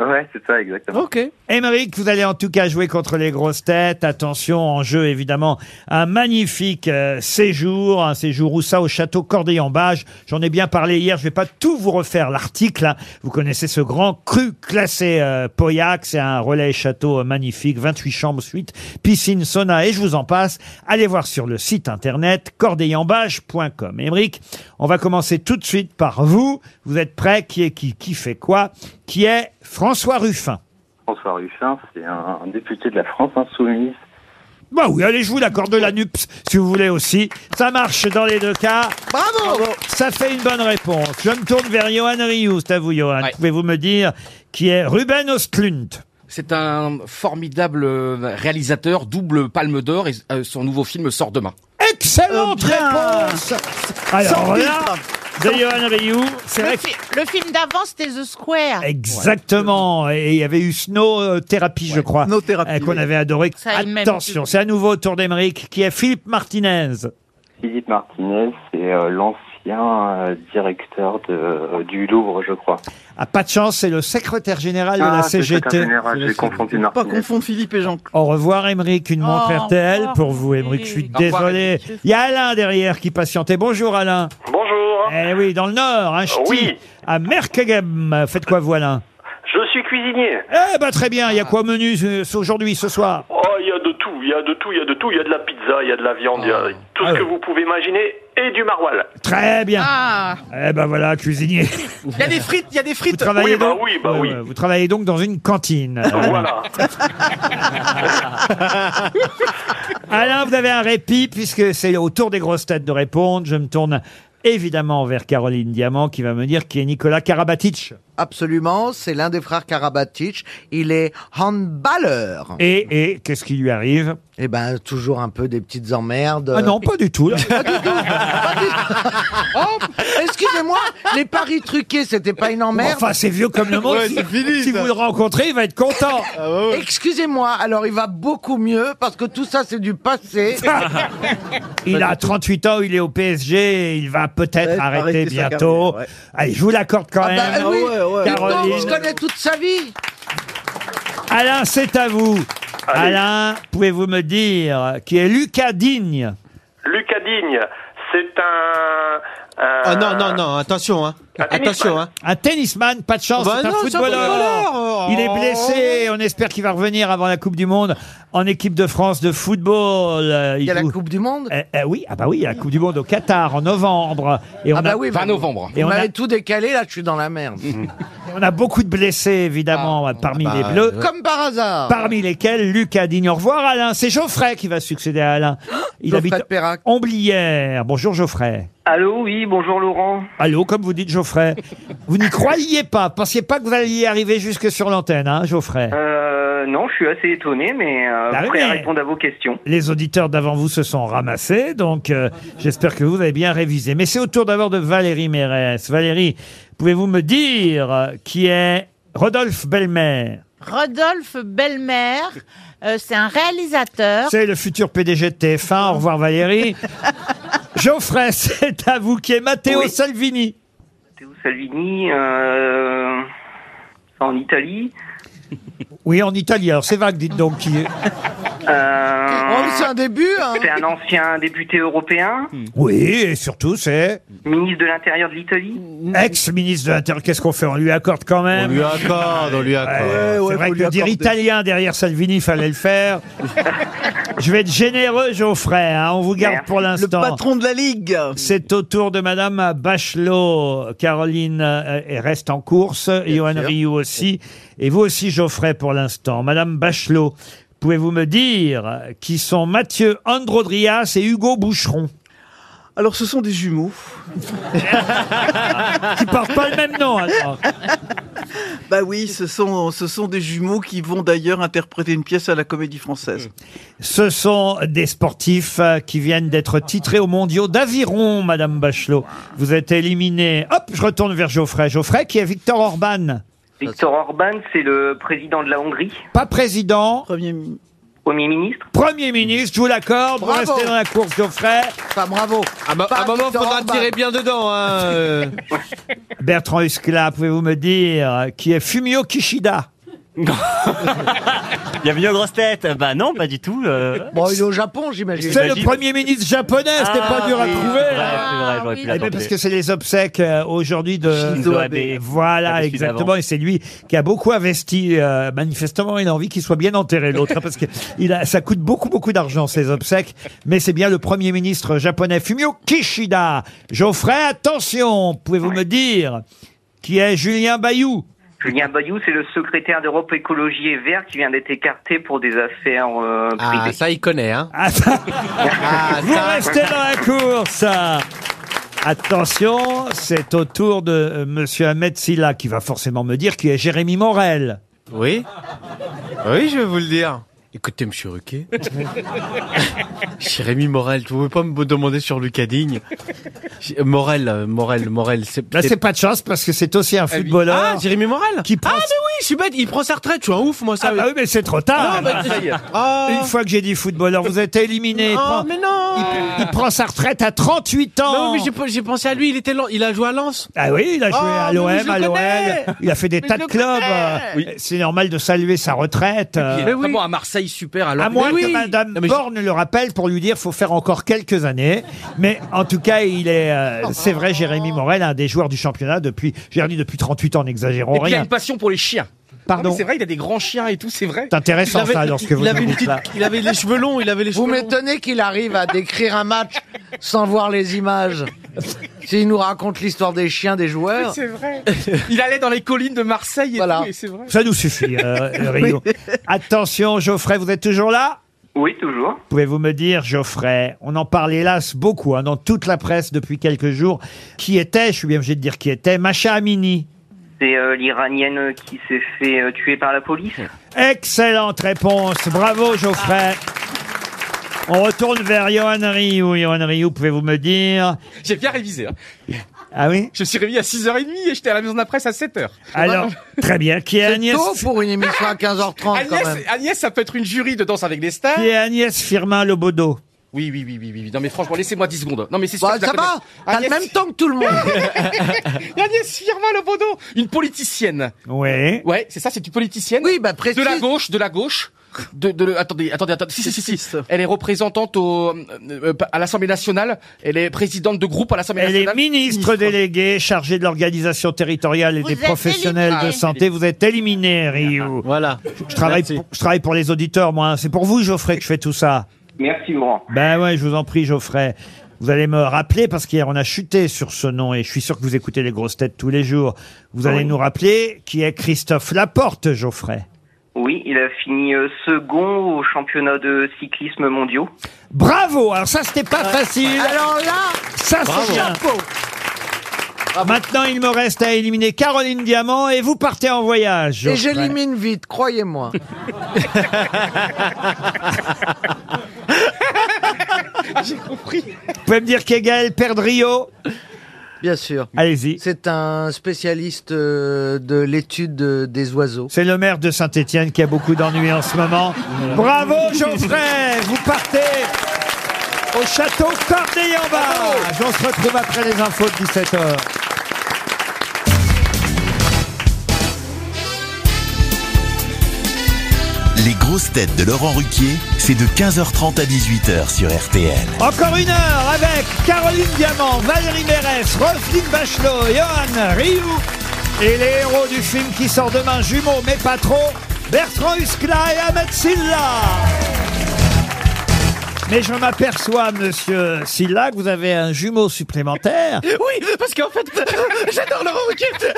[SPEAKER 19] Ouais, c'est ça, exactement.
[SPEAKER 4] Ok.
[SPEAKER 2] Émeric, vous allez en tout cas jouer contre les grosses têtes. Attention, en jeu évidemment, un magnifique euh, séjour, un séjour où ça au château Corday-en-Bage. J'en ai bien parlé hier, je vais pas tout vous refaire l'article. hein. Vous connaissez ce grand cru classé euh, Pauillac, c'est un relais château euh, magnifique, 28 chambres suite, piscine, sauna et je vous en passe. Allez voir sur le site internet cordeillenbage.com. Émeric, on va commencer tout de suite par vous. Vous êtes prêts Qui est qui Qui fait quoi Qui est François Ruffin
[SPEAKER 19] François Ruffin, c'est un, un député de la France Insoumise.
[SPEAKER 2] Bah oui, allez, je vous l'accorde de la NUPS, si vous voulez aussi. Ça marche dans les deux cas.
[SPEAKER 3] Bravo
[SPEAKER 2] Ça fait une bonne réponse. Je me tourne vers Johan Rioux, c'est à vous, Johan. Pouvez-vous me dire qui est Ruben Ostlund
[SPEAKER 5] C'est un formidable euh, réalisateur, double palme d'or, et euh, son nouveau film sort demain.
[SPEAKER 2] Excellente réponse Alors là, de Johan Rioux, c'est
[SPEAKER 9] le,
[SPEAKER 2] vrai que...
[SPEAKER 9] fi- le film d'avant, c'était The Square.
[SPEAKER 2] Exactement. Et il y avait eu Snow euh, Therapy, je crois. Snow Qu'on avait adoré.
[SPEAKER 9] Ça a le même
[SPEAKER 2] Attention, c'est à nouveau au tour d'Emeric, qui est Philippe Martinez.
[SPEAKER 19] Philippe Martinez, c'est euh, l'ancien euh, directeur de, euh, du Louvre, je crois.
[SPEAKER 2] Ah, pas de chance, c'est le secrétaire général de
[SPEAKER 19] Ah,
[SPEAKER 2] la
[SPEAKER 19] c'est le
[SPEAKER 2] CGT.
[SPEAKER 19] secrétaire général, j'ai confondu
[SPEAKER 6] Pas
[SPEAKER 19] Martinez.
[SPEAKER 6] confondre Philippe et Jean.
[SPEAKER 2] Au revoir, Émeric. Une montre
[SPEAKER 6] au
[SPEAKER 2] RTL
[SPEAKER 6] revoir,
[SPEAKER 2] pour vous, Émeric. Je suis
[SPEAKER 6] Au revoir,
[SPEAKER 2] désolé.
[SPEAKER 6] Émeric.
[SPEAKER 2] Il y a Alain derrière qui patientait. Bonjour, Alain.
[SPEAKER 20] Bonjour.
[SPEAKER 2] Eh oui, dans le Nord, un ch'ti,
[SPEAKER 20] Oui.
[SPEAKER 2] à Merkegem. Faites quoi, vous, Alain
[SPEAKER 20] Je suis cuisinier. cuisinier.
[SPEAKER 2] Eh ben très bien, il y a quoi au menu euh, ce- aujourd'hui, ce soir
[SPEAKER 20] Oh, il y a de tout, il y a de tout, il y a de tout. Il y a de la pizza, il y a de la viande, il y
[SPEAKER 4] Ah.
[SPEAKER 20] a tout ce que vous pouvez imaginer et du maroilles.
[SPEAKER 2] Très bien.
[SPEAKER 20] Ah.
[SPEAKER 2] Eh ben voilà, cuisinier. <laughs>
[SPEAKER 5] Il y a des frites, il y a des frites.
[SPEAKER 2] Vous travaillez
[SPEAKER 20] Oui, bah
[SPEAKER 2] donc...
[SPEAKER 20] oui, bah
[SPEAKER 2] Ouais,
[SPEAKER 20] oui.
[SPEAKER 2] ouais, Vous travaillez donc dans une cantine.
[SPEAKER 20] Voilà.
[SPEAKER 2] <laughs> Alain, vous avez un répit puisque c'est au tour des grosses têtes de répondre. Je me tourne évidemment vers Caroline Diamant qui va me dire qui est Nicolas Karabatic.
[SPEAKER 3] Absolument, c'est l'un des frères Karabatic. Il est handballeur.
[SPEAKER 2] Et, et qu'est-ce qui lui arrive
[SPEAKER 3] Eh ben, toujours un peu des petites emmerdes.
[SPEAKER 2] Ah non, pas du tout. là.
[SPEAKER 3] Oh, excusez-moi, les paris truqués, c'était pas une emmerde.
[SPEAKER 2] Enfin, c'est vieux comme le monde. si, si vous le rencontrez, il va être content.
[SPEAKER 3] Ah Excusez-moi, alors il va beaucoup mieux parce que tout ça c'est
[SPEAKER 2] <laughs>
[SPEAKER 3] du passé.
[SPEAKER 2] Il a 38 ans, il est au PSG, et il va peut-être arrêter
[SPEAKER 3] arrêter sa
[SPEAKER 2] bientôt.
[SPEAKER 3] carrière, ouais.
[SPEAKER 2] Allez, je vous l'accorde quand
[SPEAKER 3] Ah
[SPEAKER 2] même.
[SPEAKER 3] bah, eh oui, dites donc,
[SPEAKER 2] Caroline.
[SPEAKER 3] je connais toute sa vie.
[SPEAKER 2] Alain, c'est à vous.
[SPEAKER 20] Allez.
[SPEAKER 2] Alain, pouvez-vous me dire qui est Lucas Digne
[SPEAKER 20] Lucas Digne, c'est un. un-
[SPEAKER 4] Ah non, non, non, attention, hein. Attention, hein.
[SPEAKER 2] Un tennisman, pas de chance,
[SPEAKER 4] Bah
[SPEAKER 2] c'est un
[SPEAKER 4] non, c'est un
[SPEAKER 2] footballeur.
[SPEAKER 4] footballeur. Oh.
[SPEAKER 2] Il est blessé, on espère qu'il va revenir avant la Coupe du Monde en équipe de France de football. Euh, Il
[SPEAKER 3] y a la Coupe du Monde
[SPEAKER 2] Oui, ah bah oui, il y a la Coupe du Monde au Qatar en novembre. Et on
[SPEAKER 3] ah bah
[SPEAKER 2] a-
[SPEAKER 3] oui, bah,
[SPEAKER 2] Et
[SPEAKER 3] Vous
[SPEAKER 2] on a,
[SPEAKER 3] m'avez tout décalé, là je suis dans la
[SPEAKER 2] <laughs>
[SPEAKER 3] merde.
[SPEAKER 2] on a beaucoup de blessés, évidemment, parmi
[SPEAKER 3] Ah bah,
[SPEAKER 2] les Bleus.
[SPEAKER 3] ouais. Comme par hasard.
[SPEAKER 2] Parmi lesquels Lucas Digne. Au revoir Alain, c'est Geoffrey qui va succéder à Alain. Il
[SPEAKER 3] Geoffrey de
[SPEAKER 2] habite Omblières. Bonjour Geoffrey.
[SPEAKER 21] Allô, oui, bonjour Laurent.
[SPEAKER 2] Allô, comme vous dites, Geoffrey. Vous n'y croyiez pas, pensiez pas que vous alliez arriver jusque sur l'antenne, hein, Geoffrey.
[SPEAKER 21] Euh, non, je suis assez étonné, mais euh,
[SPEAKER 2] Bah oui,
[SPEAKER 21] prêt à
[SPEAKER 2] mais-
[SPEAKER 21] répondre à vos questions.
[SPEAKER 2] Les auditeurs d'avant vous se sont ramassés, donc euh, j'espère que vous avez bien révisé. Mais c'est au tour d'abord de Valérie Mérès. Valérie, pouvez-vous me dire euh, qui est Rodolphe Belmer
[SPEAKER 9] Rodolphe Belmer, euh, c'est un réalisateur.
[SPEAKER 2] C'est le futur PDG de TF1. Au revoir <laughs> Valérie. Geoffrey, c'est à vous qui est Matteo Salvini.
[SPEAKER 21] Salvini, euh, en Italie.
[SPEAKER 2] Oui, en Italie. Alors c'est vague, dites donc. Qui...
[SPEAKER 21] Euh,
[SPEAKER 3] Oh, c'est un début. hein.
[SPEAKER 21] C'est un ancien député européen,
[SPEAKER 2] Hmm. Oui, et surtout c'est...
[SPEAKER 21] ministre de l'Intérieur de l'Italie.
[SPEAKER 2] Ex-ministre de l'Intérieur, qu'est-ce qu'on fait On lui accorde quand même.
[SPEAKER 4] On lui accorde, on lui accorde. Ouais,
[SPEAKER 2] Euh, c'est
[SPEAKER 4] ouais,
[SPEAKER 2] vrai
[SPEAKER 4] faut
[SPEAKER 2] que
[SPEAKER 4] lui
[SPEAKER 2] dire
[SPEAKER 4] accorder.
[SPEAKER 2] italien derrière Salvini, fallait le faire. Je vais être généreux, Geoffrey. hein, on vous garde pour l'instant.
[SPEAKER 6] Le patron de la Ligue.
[SPEAKER 2] C'est au tour de Madame Bachelot. Caroline euh, elle reste en course. Johan
[SPEAKER 6] sûr.
[SPEAKER 2] Rioux aussi. Et vous aussi, Geoffrey, pour l'instant. Madame Bachelot, pouvez-vous me dire qui sont Mathieu Androdrias et Hugo Boucheron
[SPEAKER 6] Alors, ce sont des jumeaux.
[SPEAKER 2] Qui portent pas le même nom, alors.
[SPEAKER 6] Bah oui, ce sont, ce sont des jumeaux qui vont d'ailleurs interpréter une pièce à la comédie française.
[SPEAKER 2] Hmm. Ce sont des sportifs euh, qui viennent d'être titrés aux mondiaux d'aviron, Madame Bachelot. Vous êtes éliminée. Hop, je retourne vers Geoffrey. Geoffrey qui est Victor Orban.
[SPEAKER 21] Victor Orban, c'est le président de la Hongrie,
[SPEAKER 2] Pas président.
[SPEAKER 6] Premier,
[SPEAKER 21] premier ministre.
[SPEAKER 2] ministre, je vous l'accorde. Vous
[SPEAKER 21] Bravo.
[SPEAKER 2] restez dans la course, Geoffrey.
[SPEAKER 3] Enfin, bravo.
[SPEAKER 4] À, mo- à un moment, faudra tirer bien dedans, hein. euh.
[SPEAKER 2] Bertrand Huskla, pouvez-vous me dire euh, qui est Fumio Kishida
[SPEAKER 7] Bienvenue aux grosses têtes. Bah non, pas du tout. euh.
[SPEAKER 3] Bon, il est au Japon, j'imagine.
[SPEAKER 2] C'est le premier ministre japonais, c'était
[SPEAKER 7] Ah
[SPEAKER 2] pas dur à
[SPEAKER 7] oui,
[SPEAKER 2] trouver. hein.
[SPEAKER 7] C'est vrai, c'est vrai, j'aurais pu
[SPEAKER 2] Eh bien,
[SPEAKER 7] l'attendre.
[SPEAKER 2] parce que c'est les obsèques euh, aujourd'hui de
[SPEAKER 7] Shinzo Abe.
[SPEAKER 2] Voilà,
[SPEAKER 7] Abe
[SPEAKER 2] exactement.
[SPEAKER 7] Shinzo.
[SPEAKER 2] Et c'est lui qui a beaucoup investi. euh, manifestement, il a envie qu'il soit bien enterré, l'autre, hein, parce que <laughs> il a, ça coûte beaucoup, beaucoup d'argent, ces obsèques. Mais c'est bien le premier ministre japonais, Fumio Kishida. Geoffrey, attention, pouvez-vous me dire qui est Julien Bayou
[SPEAKER 21] Julien Bayou, c'est le secrétaire d'Europe Écologie et Vert qui vient d'être écarté pour des affaires euh, privées.
[SPEAKER 4] Ah, ça, il connaît, hein.
[SPEAKER 2] Ah, ça- <laughs>
[SPEAKER 4] Ah,
[SPEAKER 2] Ah,
[SPEAKER 21] <laughs>
[SPEAKER 2] Vous restez dans la course Attention, c'est au tour de euh, Monsieur Ahmed Silla qui va forcément me dire qui est Jérémy Morel.
[SPEAKER 4] Oui. Oui, je vais vous le dire. Écoutez, monsieur Ruquet, Jérémy Morel, vous pouvez pas me demander sur Lucas Digne. J- Morel, euh, Morel, Morel, c'est.
[SPEAKER 2] Là, Bah, c'est pas de chance parce que c'est aussi un footballeur.
[SPEAKER 4] Ah, Jérémy Morel
[SPEAKER 2] Qui prend-
[SPEAKER 4] Ah, mais oui, je suis bête, il prend sa retraite, je suis un ouf, moi, ça.
[SPEAKER 2] Ah bah oui, mais c'est trop
[SPEAKER 4] Non,
[SPEAKER 2] tard.
[SPEAKER 4] bah, ça y est. Ah.
[SPEAKER 2] Une fois que j'ai dit footballeur, vous êtes éliminé. Il
[SPEAKER 4] Oh,
[SPEAKER 2] prend-
[SPEAKER 4] mais non
[SPEAKER 2] Il prend sa retraite à 38 ans.
[SPEAKER 4] Non, mais j'ai pas- j'ai pensé à lui, il, était lent- il a joué à Lens.
[SPEAKER 2] Ah oui, il a joué
[SPEAKER 4] Oh,
[SPEAKER 2] à
[SPEAKER 4] mais oui,
[SPEAKER 2] l'OM,
[SPEAKER 4] je le
[SPEAKER 2] à
[SPEAKER 4] connais.
[SPEAKER 2] l'OL. Il a fait des
[SPEAKER 4] Mais
[SPEAKER 2] tas
[SPEAKER 4] je
[SPEAKER 2] de
[SPEAKER 4] le
[SPEAKER 2] clubs.
[SPEAKER 4] connais.
[SPEAKER 2] euh, C'est normal de saluer sa retraite. euh,
[SPEAKER 5] Mais oui. à Marseille, super. Alors,
[SPEAKER 2] À moins
[SPEAKER 5] Mais
[SPEAKER 2] que
[SPEAKER 5] oui.
[SPEAKER 2] Madame Borne le rappelle pour lui dire faut faire encore quelques années. Mais en tout cas, il est, euh, c'est vrai, Jérémy Morel, un des joueurs du championnat depuis, j'ai dit depuis 38 ans, n'exagérons
[SPEAKER 5] Et puis, il a
[SPEAKER 2] rien.
[SPEAKER 5] une passion pour les chiens.
[SPEAKER 2] Pardon.
[SPEAKER 5] C'est vrai, il a des grands chiens et tout, c'est vrai.
[SPEAKER 2] C'est intéressant,
[SPEAKER 5] Il avait-
[SPEAKER 2] ça, alors, ce que vous
[SPEAKER 5] il avait
[SPEAKER 2] nous
[SPEAKER 5] une
[SPEAKER 2] dites
[SPEAKER 5] petite-
[SPEAKER 2] là.
[SPEAKER 5] Il avait les cheveux longs, il avait les
[SPEAKER 3] Vous
[SPEAKER 5] cheveux longs.
[SPEAKER 3] m'étonnez qu'il arrive à décrire un match sans voir les images. S'il nous raconte l'histoire des chiens des joueurs.
[SPEAKER 5] C'est vrai. Il allait dans les collines de Marseille et
[SPEAKER 3] Voilà.
[SPEAKER 5] tout, et c'est vrai.
[SPEAKER 2] Ça nous suffit,
[SPEAKER 5] <laughs>
[SPEAKER 2] euh, Rio. Attention, Geoffrey, vous êtes toujours là
[SPEAKER 21] Oui, toujours.
[SPEAKER 2] Pouvez-vous me dire, Geoffrey, on en parle hélas beaucoup hein, dans toute la presse depuis quelques jours, qui était, je suis bien obligé de dire qui était, Macha Amini
[SPEAKER 21] C'est euh, l'Iranienne qui s'est fait euh, tuer par la police.
[SPEAKER 2] Excellente réponse, bravo Geoffrey On retourne vers Johan Rioux. Johan Rioux, pouvez-vous me dire
[SPEAKER 5] J'ai bien révisé. hein.
[SPEAKER 2] Ah oui
[SPEAKER 5] Je me suis réveillé à 6h30 et j'étais à la maison de la presse à 7h.
[SPEAKER 2] Alors, très bien, qui est Agnès
[SPEAKER 3] Tôt pour une émission à 15h30 quand même.
[SPEAKER 5] Agnès, Agnès, ça peut être une jury de danse avec les stars.
[SPEAKER 2] Qui est Agnès Firmin Lobodo
[SPEAKER 5] Oui, oui, oui, oui, oui. oui. Non, mais franchement, laissez-moi 10 secondes. Non, mais c'est sûr
[SPEAKER 3] Bah,
[SPEAKER 5] que je la
[SPEAKER 3] ça
[SPEAKER 5] connais.
[SPEAKER 3] va, t'as le
[SPEAKER 5] Agnès-
[SPEAKER 3] même temps que tout le monde.
[SPEAKER 5] <laughs> Agnès Firmin Lobodo, une politicienne.
[SPEAKER 2] Ouais.
[SPEAKER 5] Ouais, c'est ça, c'est une politicienne.
[SPEAKER 3] Oui, bah
[SPEAKER 5] De la gauche, de la gauche. De, de, le- attendez, attendez, attendez. Si, si, si, si. Elle est représentante au, euh, euh, à l'Assemblée nationale. Elle est présidente de groupe à l'Assemblée
[SPEAKER 2] Elle est
[SPEAKER 5] nationale.
[SPEAKER 2] ministre déléguée chargée de l'organisation territoriale et des
[SPEAKER 5] êtes
[SPEAKER 2] professionnels de
[SPEAKER 5] éliminé.
[SPEAKER 2] santé. Vous êtes éliminé, Rio.
[SPEAKER 5] Voilà.
[SPEAKER 2] Je travaille, pour, je travaille pour les auditeurs, moi. hein. C'est pour vous, Geoffrey, que je fais tout ça.
[SPEAKER 21] Merci, Laurent.
[SPEAKER 2] Ben ouais, je vous en prie, Geoffrey. Vous allez me rappeler, parce qu'hier on a chuté sur ce nom, et je suis sûr que vous écoutez les grosses têtes tous les jours. Vous allez nous rappeler qui est Christophe Laporte, Geoffrey.
[SPEAKER 21] Oui, il a fini euh, second au championnat de cyclisme mondiaux.
[SPEAKER 2] Bravo Alors ça, c'était pas facile.
[SPEAKER 3] Alors là,
[SPEAKER 2] ça
[SPEAKER 21] Bravo.
[SPEAKER 2] c'est bien. Maintenant, il me reste à éliminer Caroline Diamant, et vous partez en voyage.
[SPEAKER 3] Et
[SPEAKER 2] Geoffrey.
[SPEAKER 3] j'élimine vite, croyez-moi.
[SPEAKER 10] <laughs>
[SPEAKER 5] J'ai compris.
[SPEAKER 2] Vous pouvez me dire qui est Gaël Perdrio
[SPEAKER 3] Bien sûr.
[SPEAKER 2] Allez-y.
[SPEAKER 3] C'est un spécialiste euh, de l'étude euh, des oiseaux.
[SPEAKER 2] C'est le maire de Saint-Étienne qui a beaucoup d'ennuis en ce moment. Bravo Geoffrey, vous partez au château Corneille-en-Bas. On se retrouve après les infos de 17h.
[SPEAKER 17] Les grosses têtes de Laurent Ruquier, c'est de 15h30 à 18h sur RTL.
[SPEAKER 2] Encore une heure avec Caroline Diamant, Valérie Mérès, Roselyne Bachelot, Johan Rioux et les héros du film qui sort demain, jumeaux mais pas trop, Bertrand Huskla et Ahmed Silla. Mais je m'aperçois, monsieur Silla, que vous avez un jumeau supplémentaire.
[SPEAKER 10] Oui, parce qu'en fait, euh, j'adore Laurent Ruquier. Alors,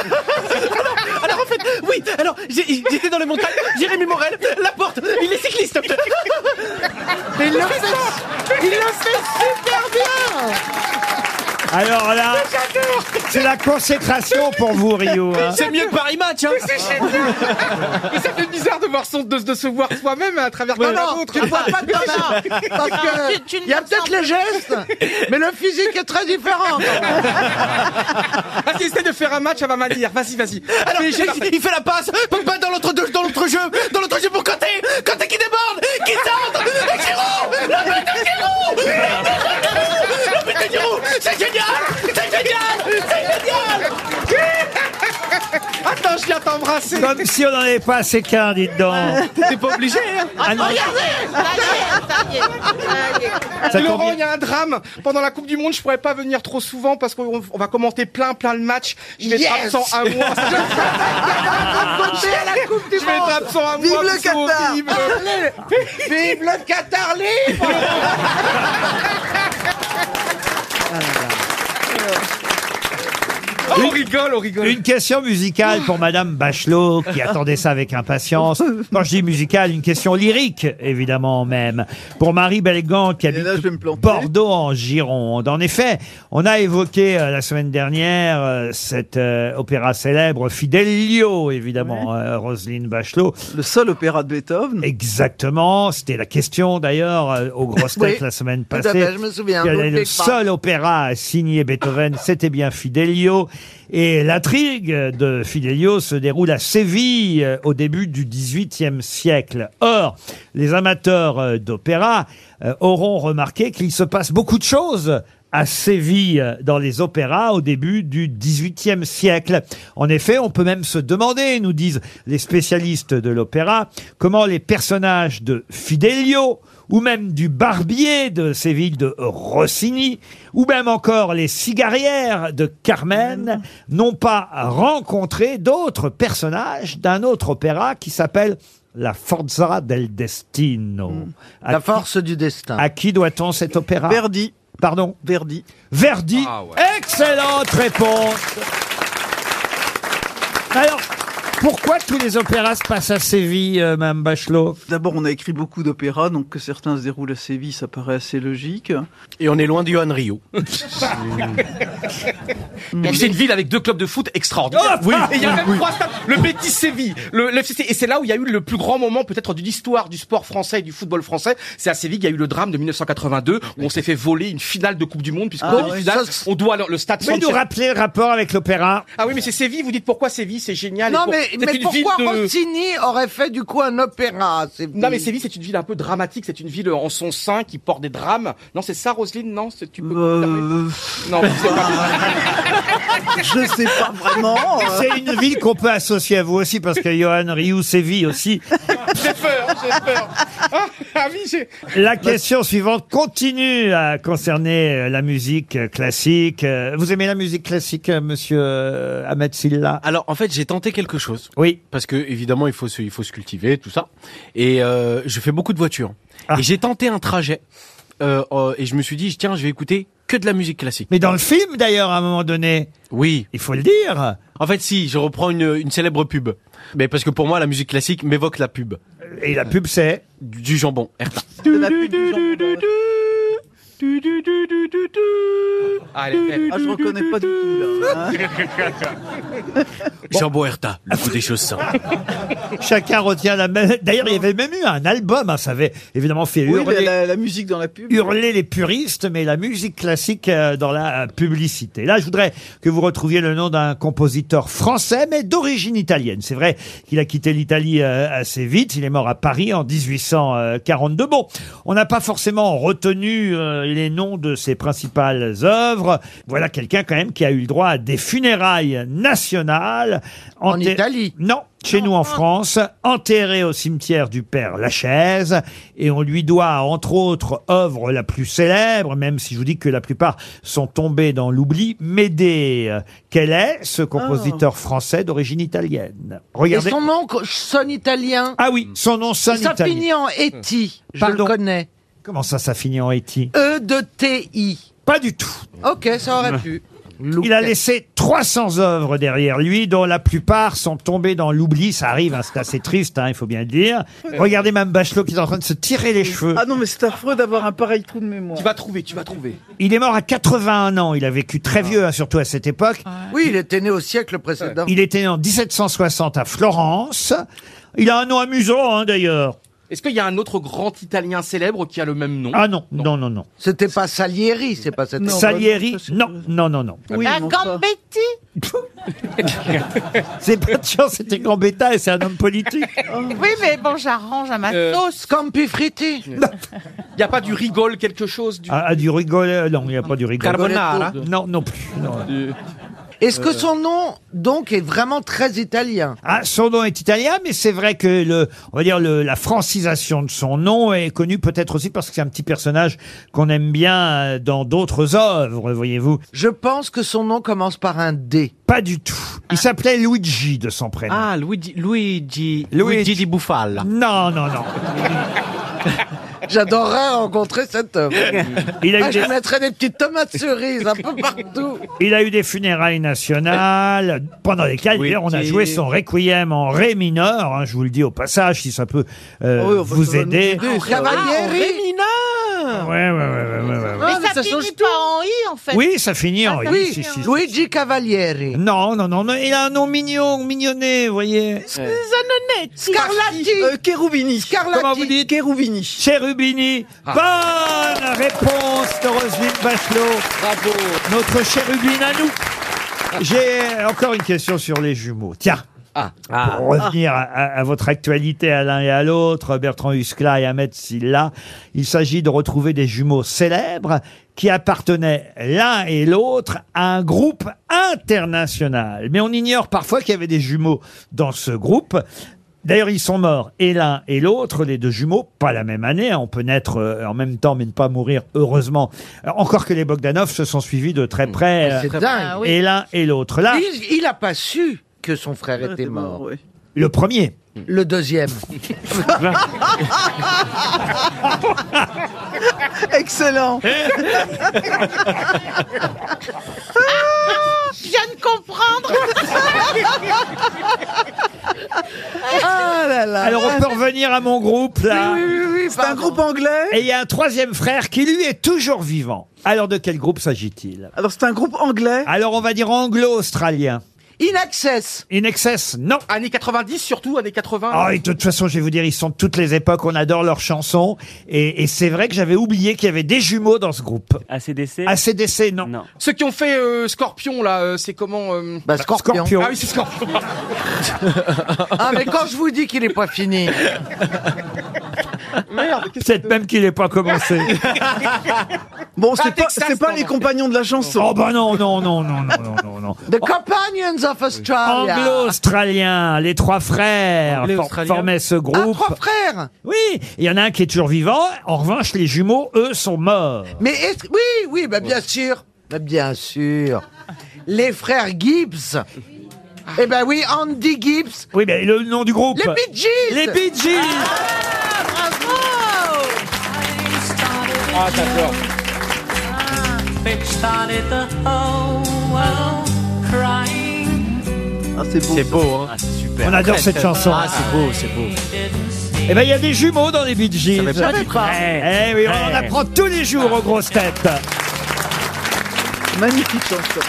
[SPEAKER 10] alors, en fait, oui, alors j'ai- j'étais dans les montagnes, Jérémy Morel, la porte, il est cycliste.
[SPEAKER 3] Mais il le
[SPEAKER 10] fait,
[SPEAKER 3] il le fait super bien.
[SPEAKER 2] Alors là, c'est la consécration pour vous, Rio. hein.
[SPEAKER 5] C'est mieux que Paris Match, hein.
[SPEAKER 10] Mais c'est génial.
[SPEAKER 5] Mais ça fait bizarre de voir son, de, de se voir soi-même à travers
[SPEAKER 3] Non,
[SPEAKER 5] quelqu'un
[SPEAKER 3] non,
[SPEAKER 5] d'autre.
[SPEAKER 3] tu ne vois pas de
[SPEAKER 5] <laughs>
[SPEAKER 3] Thomas, parce
[SPEAKER 9] Tu- tu
[SPEAKER 3] que
[SPEAKER 9] ne
[SPEAKER 3] il y a
[SPEAKER 9] ressembles
[SPEAKER 3] peut-être les gestes, mais le physique est très
[SPEAKER 10] <laughs>
[SPEAKER 3] différent.
[SPEAKER 5] Vas-y, essaie de faire un match à ma manière. Vas-y, vas-y.
[SPEAKER 10] Alors,
[SPEAKER 5] Mais j'ai-
[SPEAKER 10] il, il fait la passe, Pogba dans l'autre dans l'autre jeu, dans l'autre jeu pour Kanté, Kanté qui déborde, qui centre, et Giroud, la bête de Giroud, la bête de Giroud, la bête de Giroud, c'est génial, c'est génial, c'est génial.
[SPEAKER 5] Attends, je viens t'embrasser.
[SPEAKER 2] Comme si on n'en avait pas assez qu'un, dites donc.
[SPEAKER 5] T'es pas obligé, hein.
[SPEAKER 2] Ah non.
[SPEAKER 9] Regardez Ça y est, ça y est, ça
[SPEAKER 2] Ça tombe
[SPEAKER 9] y est.
[SPEAKER 5] Laurent,
[SPEAKER 2] bien.
[SPEAKER 5] il y a un drame. Pendant la Coupe du Monde, je pourrais pas venir trop souvent parce qu'on on va commenter plein, plein de matchs. Je vais
[SPEAKER 10] Yes.
[SPEAKER 5] être absent un
[SPEAKER 10] <laughs>
[SPEAKER 5] mois. Ah.
[SPEAKER 3] Côté à la Coupe du
[SPEAKER 5] Je vais être
[SPEAKER 3] Monde.
[SPEAKER 5] absent un
[SPEAKER 3] Vive
[SPEAKER 5] mois.
[SPEAKER 3] le
[SPEAKER 5] c'est
[SPEAKER 3] Qatar.
[SPEAKER 5] horrible.
[SPEAKER 3] Vive le Qatar libre.
[SPEAKER 5] Oh, on rigole, on rigole.
[SPEAKER 2] Une question musicale pour Madame Bachelot, qui attendait ça avec impatience. Quand je dis musicale, une question lyrique, évidemment même. Pour Marie Bellegan, qui habite Bordeaux en Gironde. En effet, on a évoqué euh, la semaine dernière euh, cet euh, opéra célèbre, Fidelio, évidemment, euh, Roselyne Bachelot.
[SPEAKER 6] Le seul opéra de Beethoven.
[SPEAKER 2] Exactement, c'était la question d'ailleurs euh, aux grosses têtes
[SPEAKER 3] <laughs> Oui,
[SPEAKER 2] la semaine
[SPEAKER 3] tout à
[SPEAKER 2] passée.
[SPEAKER 3] fait, je me souviens,
[SPEAKER 2] Quel est
[SPEAKER 3] n'oubliez
[SPEAKER 2] le
[SPEAKER 3] pas.
[SPEAKER 2] seul opéra à signer Beethoven C'était bien Fidelio. Et l'intrigue de Fidelio se déroule à Séville euh, au début du XVIIIe siècle. Or, les amateurs euh, d'opéra euh, auront remarqué qu'il se passe beaucoup de choses à Séville dans les opéras au début du XVIIIe siècle. En effet, on peut même se demander, nous disent les spécialistes de l'opéra, comment les personnages de Fidelio ou même du barbier de Séville de Rossini, ou même encore les cigarières de Carmen, n'ont pas rencontré d'autres personnages d'un autre opéra qui s'appelle La Forza del Destino. Mm. La force du destin. À qui doit-on cet opéra Verdi. Pardon Verdi. Verdi. Excellente réponse. Alors, pourquoi tous les opéras se passent à Séville, euh, Mme Bachelot
[SPEAKER 6] D'abord, on a écrit beaucoup d'opéras, donc que certains se déroulent à Séville, ça paraît assez logique.
[SPEAKER 4] Et on est loin du Rio.
[SPEAKER 5] Et puis c'est une ville avec deux clubs de foot extraordinaires.
[SPEAKER 4] Oh, oui.
[SPEAKER 5] Et il y a même
[SPEAKER 4] Oui.
[SPEAKER 5] trois stades. Le Betis Séville, le, le FCC. Et c'est là où il y a eu le plus grand moment peut-être de l'histoire du sport français et du football français. C'est à Séville qu'il y a eu le drame de 1982 où on s'est fait voler une finale de Coupe du Monde puisqu'en
[SPEAKER 2] Ah,
[SPEAKER 5] demi-finale,
[SPEAKER 2] ouais, ça,
[SPEAKER 5] on doit le, le stade.
[SPEAKER 2] Vous pouvez nous
[SPEAKER 5] Sanchez-
[SPEAKER 2] rappeler le rapport avec l'opéra
[SPEAKER 5] Ah oui, mais c'est Séville. Vous dites pourquoi Séville, c'est génial. et
[SPEAKER 3] Non,
[SPEAKER 5] pour-
[SPEAKER 3] mais,
[SPEAKER 5] c'est
[SPEAKER 3] mais
[SPEAKER 5] une ville
[SPEAKER 3] pourquoi
[SPEAKER 5] de-
[SPEAKER 3] Rossini aurait fait du coup un opéra
[SPEAKER 5] Non mais Séville c'est une ville un peu dramatique, c'est une ville en son sein qui porte des drames. Non c'est ça Roselyne, non c'est- tu peux...
[SPEAKER 2] Euh,
[SPEAKER 5] Non c'est pas...
[SPEAKER 2] <laughs>
[SPEAKER 6] Je sais pas vraiment. euh.
[SPEAKER 2] C'est une ville qu'on peut associer à vous aussi parce que Johan Rioux sévit aussi.
[SPEAKER 5] J'ai peur, j'ai peur. Ah, ah oui, j'ai...
[SPEAKER 2] La question suivante continue à concerner euh, la musique euh, classique. Euh, Vous aimez la musique classique, euh, monsieur euh, Ahmed Silla
[SPEAKER 4] Alors en fait j'ai tenté quelque chose.
[SPEAKER 2] Oui.
[SPEAKER 4] Parce que évidemment il faut se, il faut se cultiver tout ça. Et euh, je fais beaucoup de voitures.
[SPEAKER 2] Ah.
[SPEAKER 4] Et j'ai tenté un trajet. euh, euh, et je me suis dit tiens je vais écouter que de la musique classique.
[SPEAKER 2] Mais dans le film d'ailleurs à un moment donné.
[SPEAKER 4] Oui.
[SPEAKER 2] Il faut le dire.
[SPEAKER 4] En fait si je reprends une, une célèbre pub. Mais parce que pour moi la musique classique m'évoque la pub.
[SPEAKER 2] Et la pub c'est
[SPEAKER 4] du, du jambon. Erta.
[SPEAKER 6] Ah, je reconnais pas du tout là. <laughs>
[SPEAKER 4] Jambon Erta. Le goût des choses simples.
[SPEAKER 2] Chacun retient la même. D'ailleurs, il y avait même eu un album. hein, ça avait évidemment fait
[SPEAKER 6] Oui, la,
[SPEAKER 2] hurler,
[SPEAKER 6] la- la musique dans la pub.
[SPEAKER 2] hurler les puristes, mais la musique classique euh, dans la euh, publicité. Là, je voudrais que vous retrouviez le nom d'un compositeur français, mais d'origine italienne. C'est vrai qu'il a quitté l'Italie euh, assez vite. Il est mort à Paris en 1842. Bon, on n'a pas forcément retenu euh, les noms de ses principales œuvres. Voilà quelqu'un quand même qui a eu le droit à des funérailles nationales en Italie. Non, chez nous en France, enterré au cimetière du Père Lachaise, et on lui doit entre autres œuvre la plus célèbre, même si je vous dis que la plupart sont tombés dans l'oubli, Médée. Euh, Quel est ce compositeur français d'origine italienne Regardez.
[SPEAKER 3] Et son nom co- sonne italien.
[SPEAKER 2] Ah oui, son nom sonne
[SPEAKER 3] Ça
[SPEAKER 2] italien.
[SPEAKER 3] finit en eti, je
[SPEAKER 2] Pardon.
[SPEAKER 3] le connais.
[SPEAKER 2] Comment ça, ça finit en Haïti
[SPEAKER 3] E de T-I.
[SPEAKER 2] Pas du tout.
[SPEAKER 3] Ok, ça aurait pu.
[SPEAKER 2] Hein. Il a laissé 300 œuvres derrière lui, dont la plupart sont tombées dans l'oubli. Ça arrive, hein, c'est assez triste, hein, il faut bien le dire. Regardez Mme Bachelot qui est en train de se tirer les cheveux.
[SPEAKER 6] Ah non, mais c'est affreux d'avoir un pareil trou de mémoire. Tu
[SPEAKER 5] vas trouver, tu vas trouver.
[SPEAKER 2] Il est mort à 81 ans. Il a vécu très vieux, hein, surtout à cette époque.
[SPEAKER 3] Oui, il était né au siècle précédent.
[SPEAKER 2] Il était né en 1760 à Florence. Il a un nom amusant, hein, d'ailleurs.
[SPEAKER 5] Est-ce qu'il y a un autre grand Italien célèbre qui a le même nom
[SPEAKER 2] Ah non, non, non, non.
[SPEAKER 3] C'était pas Salieri, c'est pas cette
[SPEAKER 2] Salieri Non, non, non, non.
[SPEAKER 9] La Gambetti
[SPEAKER 2] <laughs> C'est pas de chance, c'était Gambetta et c'est un homme politique.
[SPEAKER 9] Oui, mais bon, j'arrange à ma sauce.
[SPEAKER 3] Campi fritti.
[SPEAKER 5] Il n'y a pas du rigole quelque chose du...
[SPEAKER 2] Ah, ah, du rigol, non, il n'y a pas du rigol.
[SPEAKER 5] Carbonara.
[SPEAKER 2] Non, non plus. non.
[SPEAKER 3] Est-ce que
[SPEAKER 2] Euh.
[SPEAKER 3] son nom, donc, est vraiment très italien
[SPEAKER 2] Ah, son nom est italien, mais c'est vrai que le, on va dire le- la francisation de son nom est connue peut-être aussi parce que c'est un petit personnage qu'on aime bien euh, dans d'autres œuvres, voyez-vous.
[SPEAKER 3] Je pense que son nom commence par un D. Ah.
[SPEAKER 2] Pas du tout. Il s'appelait Luigi de son prénom.
[SPEAKER 4] Ah, Luigi, Luigi, Luigi di Bufala.
[SPEAKER 2] Non, non, non.
[SPEAKER 3] <laughs> J'adorerais rencontrer cet homme.
[SPEAKER 2] Il a eu
[SPEAKER 3] ah, je
[SPEAKER 2] des-
[SPEAKER 3] mettrais des petites tomates
[SPEAKER 2] <laughs>
[SPEAKER 3] cerises un peu partout.
[SPEAKER 2] Il a eu des funérailles nationales, pendant lesquelles,
[SPEAKER 4] Oui.
[SPEAKER 2] d'ailleurs, on a joué son requiem en ré mineur. hein, je vous le dis au passage, si ça peut euh,
[SPEAKER 10] Ah oui, enfin,
[SPEAKER 2] vous
[SPEAKER 10] ça va nous
[SPEAKER 2] aider.
[SPEAKER 10] aider, ça Ah, va.
[SPEAKER 2] Ouais, ouais, ouais, ouais, ouais, ouais.
[SPEAKER 9] Mais ça, finit pas en I, en Ah, fait.
[SPEAKER 2] Oui, ça finit en
[SPEAKER 9] Ah, ça
[SPEAKER 2] oui,
[SPEAKER 9] finit
[SPEAKER 2] si,
[SPEAKER 9] <laughs>
[SPEAKER 2] si, si.
[SPEAKER 3] Luigi Cavalieri.
[SPEAKER 2] Non, non, non, non, il a un nom mignon, mignonné, vous voyez.
[SPEAKER 9] Zanonetti.
[SPEAKER 3] Scarlatti.
[SPEAKER 6] Cherubini.
[SPEAKER 2] Comment vous dites
[SPEAKER 6] Cherubini.
[SPEAKER 2] Cherubini.
[SPEAKER 5] Ah.
[SPEAKER 10] Ah.
[SPEAKER 3] <laughs>
[SPEAKER 2] Bonne réponse de Roselyne Bachelot. Bravo. Notre Cherubine à nous. J'ai encore une question sur les jumeaux. Tiens.
[SPEAKER 3] Ah.
[SPEAKER 2] Pour revenir à, à- à votre actualité à l'un et à l'autre, Bertrand Huskla et Ahmed Silla, il s'agit de retrouver des jumeaux célèbres qui appartenaient l'un et l'autre à un groupe international. Mais on ignore parfois qu'il y avait des jumeaux dans ce groupe. D'ailleurs, ils sont morts, et l'un et l'autre, les deux jumeaux, pas la même année. hein. On peut naître euh, en même temps, mais ne pas mourir, heureusement. Alors, Encore que les Bogdanov se sont suivis de très près,
[SPEAKER 3] Ah, c'est
[SPEAKER 2] euh,
[SPEAKER 3] dingue. Ah oui.
[SPEAKER 2] et l'un et l'autre. Là,
[SPEAKER 3] Il n'a pas su que son frère était mort.
[SPEAKER 2] le premier. <laughs>
[SPEAKER 3] Le deuxième.
[SPEAKER 6] Excellent.
[SPEAKER 9] Ah, Je viens de comprendre.
[SPEAKER 6] Ah là là.
[SPEAKER 2] Alors on peut revenir à mon groupe là.
[SPEAKER 6] Oui, oui, oui,
[SPEAKER 2] c'est un groupe anglais. Et il y a un troisième frère qui lui est toujours vivant. Alors de quel groupe s'agit-il
[SPEAKER 6] Alors c'est un groupe anglais.
[SPEAKER 2] Alors on va dire anglo-australien.
[SPEAKER 3] In Access.
[SPEAKER 2] In Access, non.
[SPEAKER 5] Années 90 surtout, années 80.
[SPEAKER 2] Ah, et de toute façon, je vais vous dire, ils sont de toutes les époques, on adore leurs chansons. Et, et c'est vrai que j'avais oublié qu'il y avait des jumeaux dans ce groupe. ACDC ACDC, non. non.
[SPEAKER 5] Ceux qui ont fait euh, Scorpion là, euh, c'est comment euh,
[SPEAKER 2] Bah, Scorpion. Scorpion.
[SPEAKER 5] Ah oui, c'est Scorpion.
[SPEAKER 3] Ah, mais quand je vous dis qu'il n'est pas fini.
[SPEAKER 5] Merde.
[SPEAKER 2] Peut-être même qu'il n'est pas commencé.
[SPEAKER 6] Bon, c'est pas, c'est pas les compagnons de la chanson.
[SPEAKER 2] Oh bah non, non, non, non, non, non, non, non.
[SPEAKER 3] The Companions of Australia.
[SPEAKER 2] Anglo-australien, les trois frères for-
[SPEAKER 3] Anglo-australien.
[SPEAKER 2] formaient ce groupe.
[SPEAKER 3] Ah, trois frères
[SPEAKER 2] Oui, il y en a un qui est toujours vivant. En revanche, les jumeaux, eux, sont morts.
[SPEAKER 3] Mais est-ce- oui, oui, bah bien sûr. Bah bien sûr. Les frères Gibbs. Eh ben oui, Andy Gibbs.
[SPEAKER 2] Oui, mais le nom du groupe.
[SPEAKER 3] Les Bee Gees.
[SPEAKER 2] Les Bee Gees.
[SPEAKER 10] Ah, d'accord.
[SPEAKER 6] Ah, c'est beau.
[SPEAKER 4] C'est beau, hein. super.
[SPEAKER 2] On adore cette chanson.
[SPEAKER 4] Ah, c'est beau, c'est beau.
[SPEAKER 2] Eh ben, il y a des jumeaux dans les Bee Gees.
[SPEAKER 4] savais pas. Je savais pas.
[SPEAKER 2] Eh oui, on en
[SPEAKER 4] Ouais.
[SPEAKER 2] apprend tous les jours aux grosses têtes.
[SPEAKER 6] Magnifique chanson.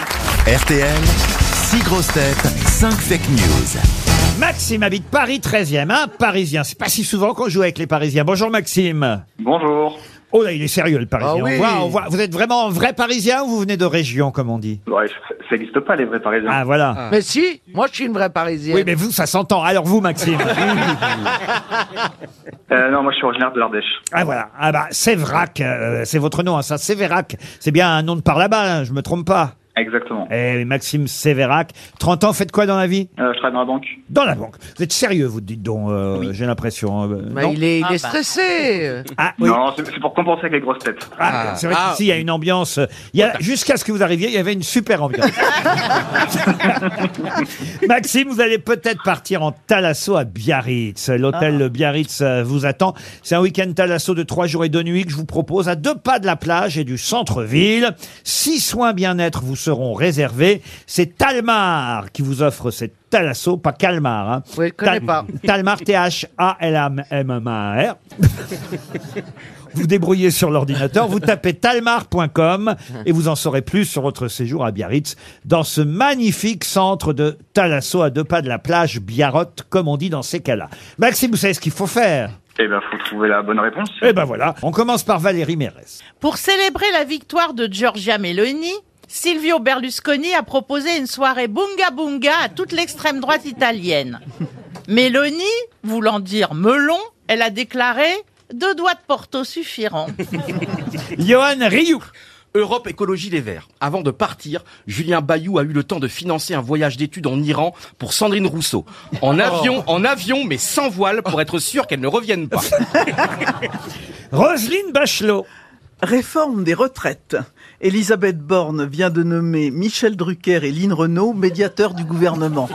[SPEAKER 17] RTL, 6 grosses têtes, 5 fake news.
[SPEAKER 2] Maxime habite Paris 13e, un Parisien. C'est pas si souvent qu'on joue avec les Parisiens. Bonjour Maxime.
[SPEAKER 22] Bonjour.
[SPEAKER 2] Oh là, il est sérieux le Parisien.
[SPEAKER 22] Ah oui.
[SPEAKER 2] On voit- on voit- Vous êtes vraiment un vrai Parisien ou vous venez de région, comme on dit
[SPEAKER 22] Ouais, ça n'existe pas les vrais parisiens.
[SPEAKER 2] Ah voilà.
[SPEAKER 3] Mais si, moi je suis une vraie parisienne.
[SPEAKER 2] Oui, mais vous, ça s'entend. Alors vous,
[SPEAKER 3] <laughs>
[SPEAKER 2] Maxime.
[SPEAKER 22] Euh, non, moi je suis originaire de l'Ardèche.
[SPEAKER 2] ah voilà. Ah bah, Séverac, euh, c'est votre nom, hein, ça. Séverac. C'est bien un nom de par là-bas, hein, je me trompe pas.
[SPEAKER 22] Exactement.
[SPEAKER 2] Eh, Maxime Sévérac. 30 ans, faites quoi dans la vie
[SPEAKER 22] Euh, je travaille dans la banque.
[SPEAKER 2] Dans la banque. Vous êtes sérieux, vous dites donc, euh, j'ai l'impression. hein, euh,
[SPEAKER 3] Bah,
[SPEAKER 2] non
[SPEAKER 3] il est, il
[SPEAKER 22] Ah,
[SPEAKER 3] est
[SPEAKER 22] bah.
[SPEAKER 3] stressé.
[SPEAKER 2] Ah, oui.
[SPEAKER 22] Non, c'est c'est pour compenser avec les grosses têtes.
[SPEAKER 2] Ah, c'est vrai qu'ici, il y a une ambiance. euh, Il y a, jusqu'à ce que vous arriviez, il y avait une super <laughs> ambiance. Maxime, vous allez peut-être partir en Thalasso à Biarritz. L'hôtel
[SPEAKER 15] Ah.
[SPEAKER 2] Le Biarritz euh, vous attend. C'est un week-end Thalasso de trois jours et deux nuits que je vous propose à deux pas de la plage et du centre-ville. Six soins bien-être vous seront réservés. C'est Talmar qui vous offre cette Thalasso, pas Calmar. Hein.
[SPEAKER 3] Oui, je connais pas.
[SPEAKER 2] Talmar, T-H-A-L-M-M-A-R. Vous débrouillez sur l'ordinateur, vous tapez talmar.com et vous en saurez plus sur votre séjour à Biarritz dans ce magnifique centre de Talasso à deux pas de la plage Biarrotte, comme on dit dans ces cas-là. Maxime, vous savez ce qu'il faut faire
[SPEAKER 22] Eh ben, faut trouver la bonne réponse.
[SPEAKER 2] Eh ben voilà, on commence par Valérie Mérès.
[SPEAKER 9] Pour célébrer la victoire de Giorgia Meloni, Silvio Berlusconi a proposé une soirée bunga bunga à toute l'extrême droite italienne. Meloni, voulant dire melon, elle a déclaré deux doigts de Porto suffiront. <laughs>
[SPEAKER 2] Johan Rioux.
[SPEAKER 5] Europe Écologie Les Verts. Avant de partir, Julien Bayou a eu le temps de financer un voyage d'études en Iran pour Sandrine Rousseau. En avion, en avion, mais sans voile pour être sûr qu'elle ne revienne <laughs> pas.
[SPEAKER 2] Roselyne Bachelot.
[SPEAKER 6] Réforme des retraites. Elisabeth Borne vient de nommer Michel Drucker et Lynn Renault médiateurs du gouvernement.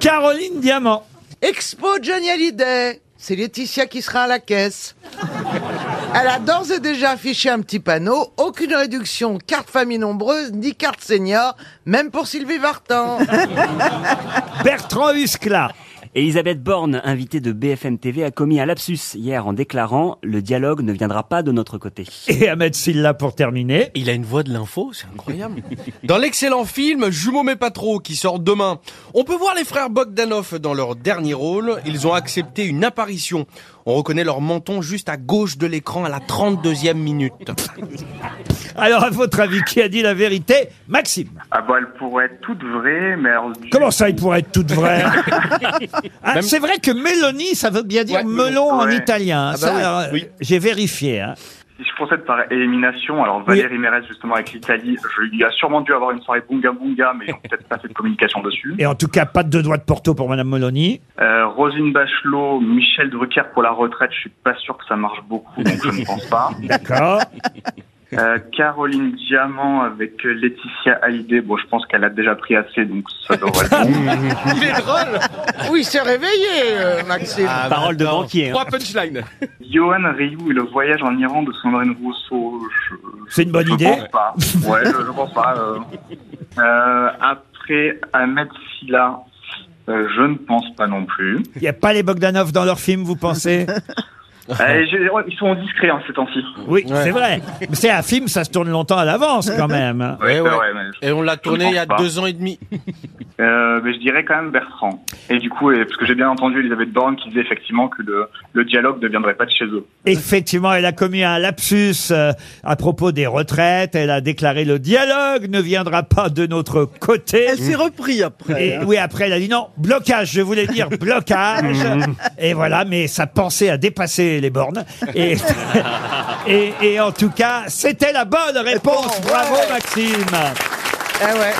[SPEAKER 2] Caroline Diamant.
[SPEAKER 3] Expo Johnny Hallyday. C'est Laetitia qui sera à la caisse. Elle a d'ores et déjà affiché un petit panneau. Aucune réduction, carte famille nombreuse, ni carte senior, même pour Sylvie Vartan. <laughs>
[SPEAKER 2] Bertrand Huskla.
[SPEAKER 7] Elisabeth Borne, invitée de BFM TV, a commis un lapsus hier en déclarant Le dialogue ne viendra pas de notre côté.
[SPEAKER 2] Et Ahmed Silla pour terminer.
[SPEAKER 4] Il a une voix de l'info, c'est incroyable. <laughs> Dans l'excellent film Jumeaux mais pas trop qui sort demain, on peut voir les frères Bogdanov dans leur dernier rôle. Ils ont accepté une apparition. On reconnaît leur menton juste à gauche de l'écran à la 32e minute.
[SPEAKER 2] <laughs> Alors à votre avis, qui a dit la vérité Maxime.
[SPEAKER 22] Ah bah, elle pourrait être toute vraie, mais alors, du-
[SPEAKER 2] Comment ça, il pourrait être
[SPEAKER 22] <laughs>
[SPEAKER 2] toute vraie Ah, C'est vrai que Mélanie, ça veut bien dire melon en
[SPEAKER 22] Ouais.
[SPEAKER 2] italien.
[SPEAKER 22] Ah
[SPEAKER 2] hein.
[SPEAKER 22] bah
[SPEAKER 2] Ça,
[SPEAKER 22] oui.
[SPEAKER 2] alors, euh,
[SPEAKER 22] Oui.
[SPEAKER 2] J'ai vérifié. hein.
[SPEAKER 22] si je procède par élimination, alors Valérie Mérez, justement, avec l'Italie, je lui a sûrement dû avoir une soirée bunga bunga, mais ils n'ont peut-être pas fait de communication dessus.
[SPEAKER 2] Et en tout cas, pas de deux doigts de Porto pour Madame Molony.
[SPEAKER 22] Euh, Rosine Bachelot, Michel Drucker pour la retraite, je suis pas sûr que ça marche beaucoup, donc je ne pense pas.
[SPEAKER 2] <laughs> D'accord.
[SPEAKER 22] Euh, Caroline Diamant avec euh, Laetitia Hallyday, bon, je pense qu'elle a déjà pris assez, donc ça devrait être bon.
[SPEAKER 3] <laughs> Il est drôle Oui, il s'est réveillé, euh, Maxime.
[SPEAKER 2] Ah,
[SPEAKER 7] Parole de banquier.
[SPEAKER 22] Ah,
[SPEAKER 2] hein.
[SPEAKER 22] Trois punchlines. Johan Rioux et le voyage en Iran de Sandrine Rousseau. je-
[SPEAKER 2] C'est une bonne
[SPEAKER 22] je
[SPEAKER 2] idée.
[SPEAKER 22] Pense pas. Ouais, je, je pense pas. euh. Euh, après, Ahmed Silla, euh, je ne pense pas non plus.
[SPEAKER 2] Il n'y a pas les Bogdanov dans leur film, vous pensez
[SPEAKER 4] <laughs>
[SPEAKER 22] Euh, j'ai- ouais, ils sont discrets hein, ces temps-ci.
[SPEAKER 2] Oui, c'est vrai. Mais c'est un film, ça se tourne longtemps à l'avance quand même.
[SPEAKER 22] Ouais, c'est
[SPEAKER 4] Eh ouais.
[SPEAKER 22] vrai, mais je-
[SPEAKER 4] Et on l'a
[SPEAKER 22] je
[SPEAKER 4] tourné
[SPEAKER 22] ne
[SPEAKER 4] il y a
[SPEAKER 22] pense pas.
[SPEAKER 4] deux ans et demi.
[SPEAKER 22] Euh, mais je dirais quand même Bertrand. Et du coup, euh, parce que j'ai bien entendu Elisabeth Borne qui disait effectivement que le, le dialogue ne viendrait pas de chez eux.
[SPEAKER 2] Effectivement, elle a commis un lapsus euh, à propos des retraites. Elle a déclaré le dialogue ne viendra pas de notre côté.
[SPEAKER 6] Elle s'est repris après,
[SPEAKER 2] Et
[SPEAKER 6] hein.
[SPEAKER 2] oui, après, elle a dit non, blocage. Je voulais dire
[SPEAKER 6] <laughs>
[SPEAKER 2] blocage.
[SPEAKER 6] Mhm.
[SPEAKER 2] et voilà, mais sa pensée a dépassé les bornes.
[SPEAKER 6] <laughs>
[SPEAKER 2] Et, et, et en tout cas, c'était la bonne réponse. Bravo, Maxime.
[SPEAKER 6] Eh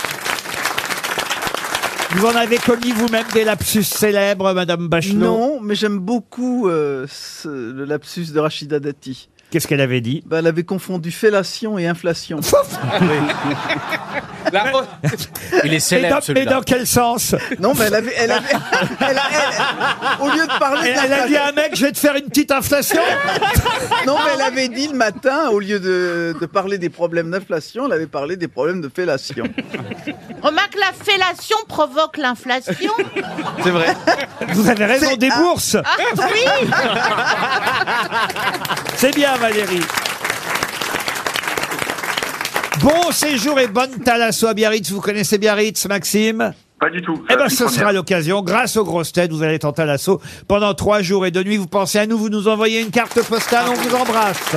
[SPEAKER 2] Vous en avez commis vous-même des lapsus célèbres, Madame Bachelot
[SPEAKER 6] Non, mais j'aime beaucoup euh, ce- le lapsus de Rachida Dati. Bah,
[SPEAKER 2] Qu'est-ce qu'elle avait dit
[SPEAKER 6] Elle avait confondu fellation et
[SPEAKER 2] <laughs>
[SPEAKER 6] inflation.
[SPEAKER 4] Il est célèbre,
[SPEAKER 6] Mais dans- mais
[SPEAKER 4] celui-là.
[SPEAKER 6] dans
[SPEAKER 4] <laughs>
[SPEAKER 2] quel sens
[SPEAKER 6] Non, mais elle avait, elle avait, elle a- elle- au lieu de parler,
[SPEAKER 10] Elle-
[SPEAKER 6] de la
[SPEAKER 10] elle a dit à un
[SPEAKER 2] mec, je vais te faire une petite inflation.
[SPEAKER 6] <laughs> non, mais elle avait dit le matin, au lieu de, de parler des problèmes d'inflation, elle avait parlé des problèmes de fellation.
[SPEAKER 9] Remarque, la fellation provoque l'inflation.
[SPEAKER 6] C'est vrai.
[SPEAKER 2] <laughs> Vous avez raison, des bourses.
[SPEAKER 9] Ah oui
[SPEAKER 2] C'est bien, Valérie. Bon séjour et bonne thalasso à Biarritz. Vous connaissez Biarritz, Maxime
[SPEAKER 22] Pas du tout.
[SPEAKER 2] Eh
[SPEAKER 22] Ça,
[SPEAKER 2] ben,
[SPEAKER 22] c'est
[SPEAKER 2] ce
[SPEAKER 22] une
[SPEAKER 2] sera
[SPEAKER 22] première.
[SPEAKER 2] l'occasion. Grâce aux grosses têtes, vous allez être en thalasso pendant trois jours et deux nuits. Vous pensez à nous, vous nous envoyez une carte postale, on vous embrasse.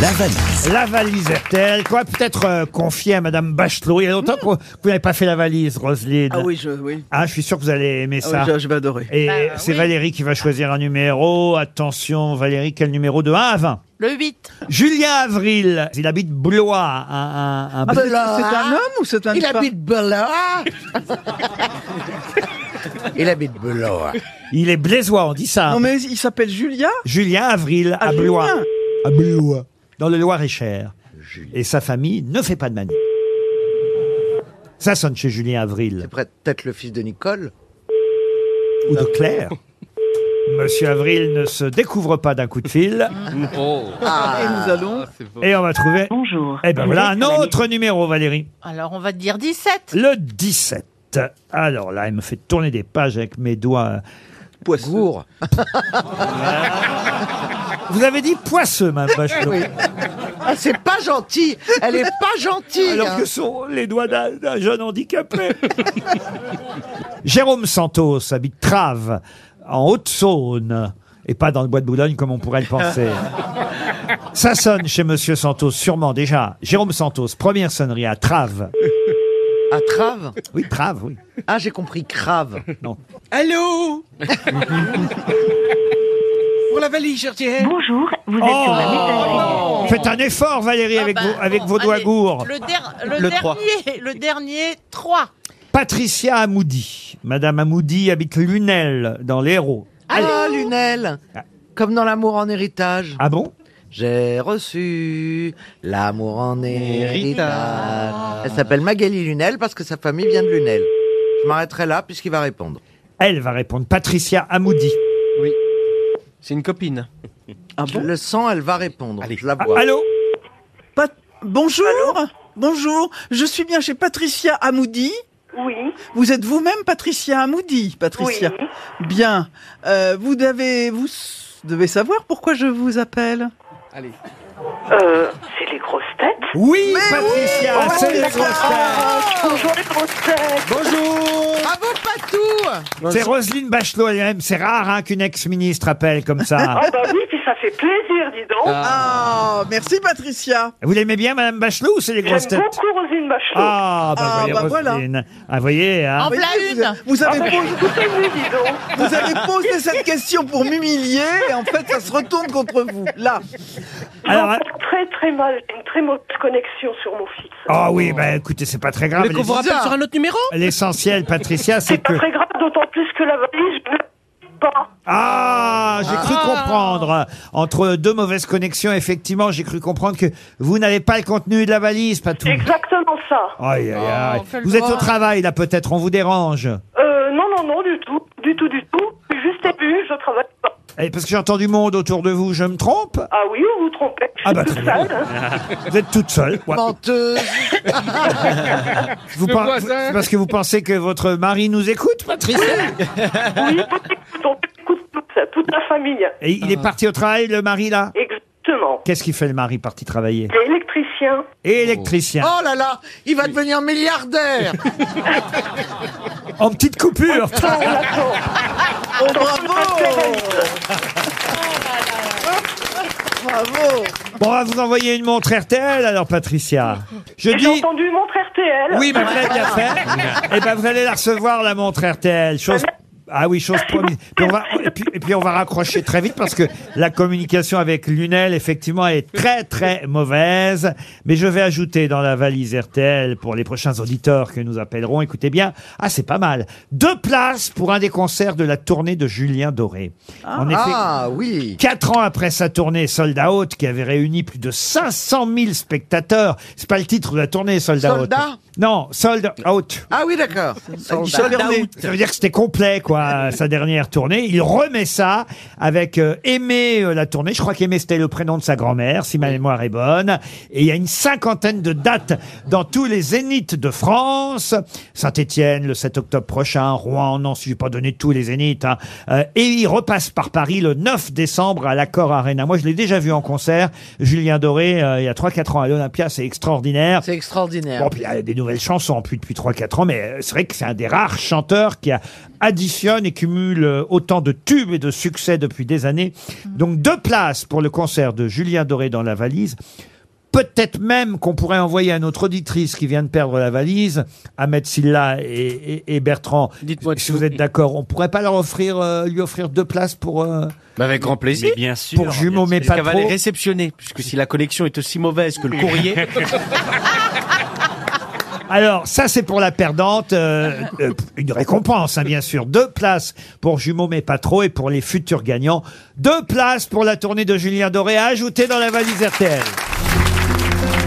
[SPEAKER 17] La valise.
[SPEAKER 2] La valise RTL, quoi, peut-être euh, confier à Madame Bachelot. Il y a longtemps
[SPEAKER 6] Hmm.
[SPEAKER 2] que vous n'avez pas fait la valise, Roselyne.
[SPEAKER 6] Ah oui, je, oui.
[SPEAKER 2] Ah, je suis sûr que vous allez aimer
[SPEAKER 6] Ah
[SPEAKER 2] ça.
[SPEAKER 6] oui, je- je vais adorer.
[SPEAKER 2] Et
[SPEAKER 6] Bah,
[SPEAKER 2] c'est Valérie qui va choisir un numéro. Attention, Valérie, quel numéro de 1 à 20
[SPEAKER 9] Le 8.
[SPEAKER 2] Julien Avril, il habite Blois. Un, un, un-
[SPEAKER 6] Ah, c'est- c'est un homme ou c'est un
[SPEAKER 3] Il
[SPEAKER 6] femme
[SPEAKER 3] habite Blois.
[SPEAKER 2] Il habite Blois. Il est Blaisois, on dit ça.
[SPEAKER 6] Non, mais il s'appelle Julia
[SPEAKER 2] Julien Avril à Blois. À Blois. Dans le Loir-et-Cher. Et sa famille ne fait pas de manie. Ça sonne chez Julien Avril.
[SPEAKER 3] C'est peut-être le fils de Nicole.
[SPEAKER 2] Ou de Claire. Monsieur Avril ne se découvre pas d'un coup de fil.
[SPEAKER 9] Ah.
[SPEAKER 6] Oh. Et nous allons.
[SPEAKER 2] Et on va trouver. Bonjour. Eh ben voilà un autre numéro, Valérie.
[SPEAKER 9] Alors, on va te dire 17.
[SPEAKER 2] Le 17. Alors là, elle me fait tourner des pages avec mes doigts.
[SPEAKER 3] <laughs> Poisson.
[SPEAKER 2] Vous avez dit poisseux, ma Bachelot.
[SPEAKER 3] Oui. Ah, c'est pas gentil. Elle est pas gentille.
[SPEAKER 2] Alors
[SPEAKER 3] hein.
[SPEAKER 2] que sont les doigts d'un d'un jeune handicapé. <laughs> Jérôme Santos habite Trave, en Haute-Saône, et pas dans le bois de Boulogne comme on pourrait le
[SPEAKER 3] <laughs>
[SPEAKER 2] penser. Ça sonne chez Monsieur Santos, sûrement déjà. Jérôme Santos, première sonnerie à Trave.
[SPEAKER 3] À Trave
[SPEAKER 2] Oui, Trave, oui.
[SPEAKER 3] Ah, j'ai compris, crave.
[SPEAKER 2] Non.
[SPEAKER 3] Allô
[SPEAKER 5] Pour la valise, Oh. RTL.
[SPEAKER 2] Bonjour, vous
[SPEAKER 5] êtes sur la messagerie.
[SPEAKER 2] Oh. Faites un effort, Valérie, avec,
[SPEAKER 9] bah,
[SPEAKER 2] vos, avec
[SPEAKER 9] bon,
[SPEAKER 2] vos doigts
[SPEAKER 9] allez,
[SPEAKER 2] gourds.
[SPEAKER 9] Le, der- le
[SPEAKER 2] Le trois.
[SPEAKER 9] dernier, le dernier, 3.
[SPEAKER 2] Patricia Amoudi. Madame Amoudi habite Lunel, dans l'Hérault.
[SPEAKER 3] Ah, Lunel Comme dans l'amour en héritage.
[SPEAKER 2] Ah bon
[SPEAKER 3] J'ai reçu l'amour en héritage. Elle s'appelle Magali Lunel parce que sa famille vient de Lunel. Je m'arrêterai là puisqu'il va répondre.
[SPEAKER 2] Elle va répondre. Patricia Amoudi.
[SPEAKER 4] Oui. C'est une copine.
[SPEAKER 3] Je Ah le sens, elle va répondre. Je la vois.
[SPEAKER 2] Ah, allô
[SPEAKER 6] Pat- Bonjour Bonjour, je suis bien chez Patricia Amoudi. Oui. Vous êtes vous-même Patricia Amoudi, Patricia. Bien. Euh, vous devez, vous s- devez savoir pourquoi je vous appelle.
[SPEAKER 5] Allez.
[SPEAKER 6] Euh, c'est les grosses têtes.
[SPEAKER 2] Oui,
[SPEAKER 6] Patricia,
[SPEAKER 2] c'est les grosses
[SPEAKER 6] têtes. Bonjour les grosses têtes.
[SPEAKER 2] Bonjour.
[SPEAKER 3] Bravo Patou
[SPEAKER 2] C'est Roselyne Bachelot elle-même. C'est rare hein, qu'une ex-ministre appelle comme ça.
[SPEAKER 23] <laughs> bah oui, puis ça fait plaisir, dis donc.
[SPEAKER 6] Ah, merci Patricia.
[SPEAKER 2] Vous l'aimez bien, Madame Bachelot, ou c'est les
[SPEAKER 23] J'aime
[SPEAKER 2] grosses têtes
[SPEAKER 23] beaucoup Rosine Bachelot.
[SPEAKER 2] Ah, bah,
[SPEAKER 23] Ah,
[SPEAKER 2] voyez,
[SPEAKER 23] bah voilà.
[SPEAKER 2] Roselyne. Ah, voyez, hein.
[SPEAKER 23] En plein
[SPEAKER 6] vous,
[SPEAKER 23] une.
[SPEAKER 6] vous avez
[SPEAKER 23] Ah, bah,
[SPEAKER 6] posé, <laughs>
[SPEAKER 23] écoutez-vous, dis donc.
[SPEAKER 6] vous avez posé cette question pour m'humilier, et en fait, ça se retourne contre vous. Là.
[SPEAKER 2] Alors, hein
[SPEAKER 23] Très très mal, une très mauvaise connexion sur mon fixe.
[SPEAKER 2] Ah oui, bah écoutez, c'est pas très grave.
[SPEAKER 23] Mais qu'on vous rappelle sur un autre numéro
[SPEAKER 2] L'essentiel, Patricia, c'est que...
[SPEAKER 23] Très grave, d'autant plus que la valise, je ne pas.
[SPEAKER 2] Ah, j'ai cru comprendre. Entre deux mauvaises connexions, effectivement, j'ai cru comprendre que vous n'avez pas le contenu de la valise, pas tout.
[SPEAKER 23] Exactement ça.
[SPEAKER 2] Aïe, aïe, aïe.
[SPEAKER 23] Oh, quel
[SPEAKER 2] Vous êtes au
[SPEAKER 23] drame.
[SPEAKER 2] travail, là, peut-être, on vous dérange.
[SPEAKER 23] Euh, non, non, non, du tout, du tout, du tout. Je suis
[SPEAKER 2] Ah.
[SPEAKER 23] juste ému, je
[SPEAKER 2] <laughs>
[SPEAKER 23] travaille pas.
[SPEAKER 2] Eh, parce que j'ai entendu monde autour de vous, je me trompe
[SPEAKER 23] Ah oui, vous vous trompez.
[SPEAKER 2] Ah bah très bien.
[SPEAKER 23] hein.
[SPEAKER 2] Vous êtes toute seule. Ouais. <laughs>
[SPEAKER 23] Menteuse.
[SPEAKER 2] Vous
[SPEAKER 23] Le
[SPEAKER 2] pen-
[SPEAKER 23] voisin.
[SPEAKER 2] vous- c'est parce que vous pensez que votre mari nous écoute, Patricia
[SPEAKER 23] Oui, on écoute toute, ça, toute la famille.
[SPEAKER 2] Et il est parti au travail, le mari, là
[SPEAKER 23] Exactement.
[SPEAKER 2] Qu'est-ce qu'il fait, le mari, parti travailler
[SPEAKER 23] L'électricien.
[SPEAKER 2] Et électricien.
[SPEAKER 3] Oh là là, il va devenir milliardaire.
[SPEAKER 2] <laughs> En petite
[SPEAKER 23] <laughs>
[SPEAKER 2] coupure
[SPEAKER 6] Oh, bravo Bravo
[SPEAKER 2] Bon, on va vous envoyer une montre RTL, alors, Patricia. Je
[SPEAKER 23] Et J'ai
[SPEAKER 2] dis...
[SPEAKER 23] entendu montre RTL.
[SPEAKER 2] Oui, mais vous l'avez
[SPEAKER 23] <laughs>
[SPEAKER 2] bien fait. Eh ben, vous allez la recevoir, la montre RTL. Chose... Ah oui, chose promise. Puis on va- et, puis, et puis on va raccrocher très vite parce que la communication avec Lunel, effectivement, est très très mauvaise. Mais je vais ajouter dans la valise RTL pour les prochains auditeurs que nous appellerons, écoutez bien, ah c'est pas mal, deux places pour un des concerts de la tournée de Julien Doré. En effet,
[SPEAKER 3] Ah, oui.
[SPEAKER 2] Quatre ans après sa tournée Sold Out, qui avait réuni plus de 500 000 spectateurs, c'est pas le titre de la tournée Sold Out.
[SPEAKER 3] Soldat
[SPEAKER 2] Non, Sold Out.
[SPEAKER 3] Ah oui, d'accord.
[SPEAKER 2] Ça veut dire que c'était complet, quoi, sa dernière tournée. Il remet ça avec euh, Aimé euh, la tournée. Je crois qu'Aimé, c'était le prénom de sa grand-mère, si ma mémoire est bonne. Et il y a une cinquantaine de dates dans tous les zéniths de France. Saint-Étienne, le 7 octobre prochain. Rouen, non, si j'ai pas donné tous les zéniths. hein. Euh, et il repasse par Paris le 9 décembre à l'Accor Arena. Moi, je l'ai déjà vu en concert. Julien Doré, euh, il y a 3-4 ans à l'Olympia, c'est extraordinaire.
[SPEAKER 3] C'est extraordinaire.
[SPEAKER 2] Bon, puis il y a des nouvelles chansons plus depuis 3-4 ans, mais euh, c'est vrai que c'est un des rares chanteurs qui a- additionne et cumule euh, autant de tubes et de succès depuis des années.
[SPEAKER 3] Mm.
[SPEAKER 2] Donc deux places pour le concert de Julien Doré dans la valise. Peut-être même qu'on pourrait envoyer à notre auditrice qui vient de perdre la valise, Ahmed Silla et, et- et Bertrand. si vous êtes d'accord, on pourrait pas leur offrir, euh, lui offrir deux places pour. euh,
[SPEAKER 4] avec grand plaisir. bien sûr.
[SPEAKER 2] Pour jumeaux, mais pas
[SPEAKER 4] Parce qu'elle va
[SPEAKER 2] trop.
[SPEAKER 4] les réceptionner, puisque si la collection est aussi mauvaise que le courrier.
[SPEAKER 2] Alors, ça, c'est pour la perdante. euh, euh, une récompense, hein, bien sûr. Deux places pour Jumeaux, mais pas trop. Et pour les futurs gagnants, deux places pour la tournée de Julien Doré à ajouter dans la valise RTL.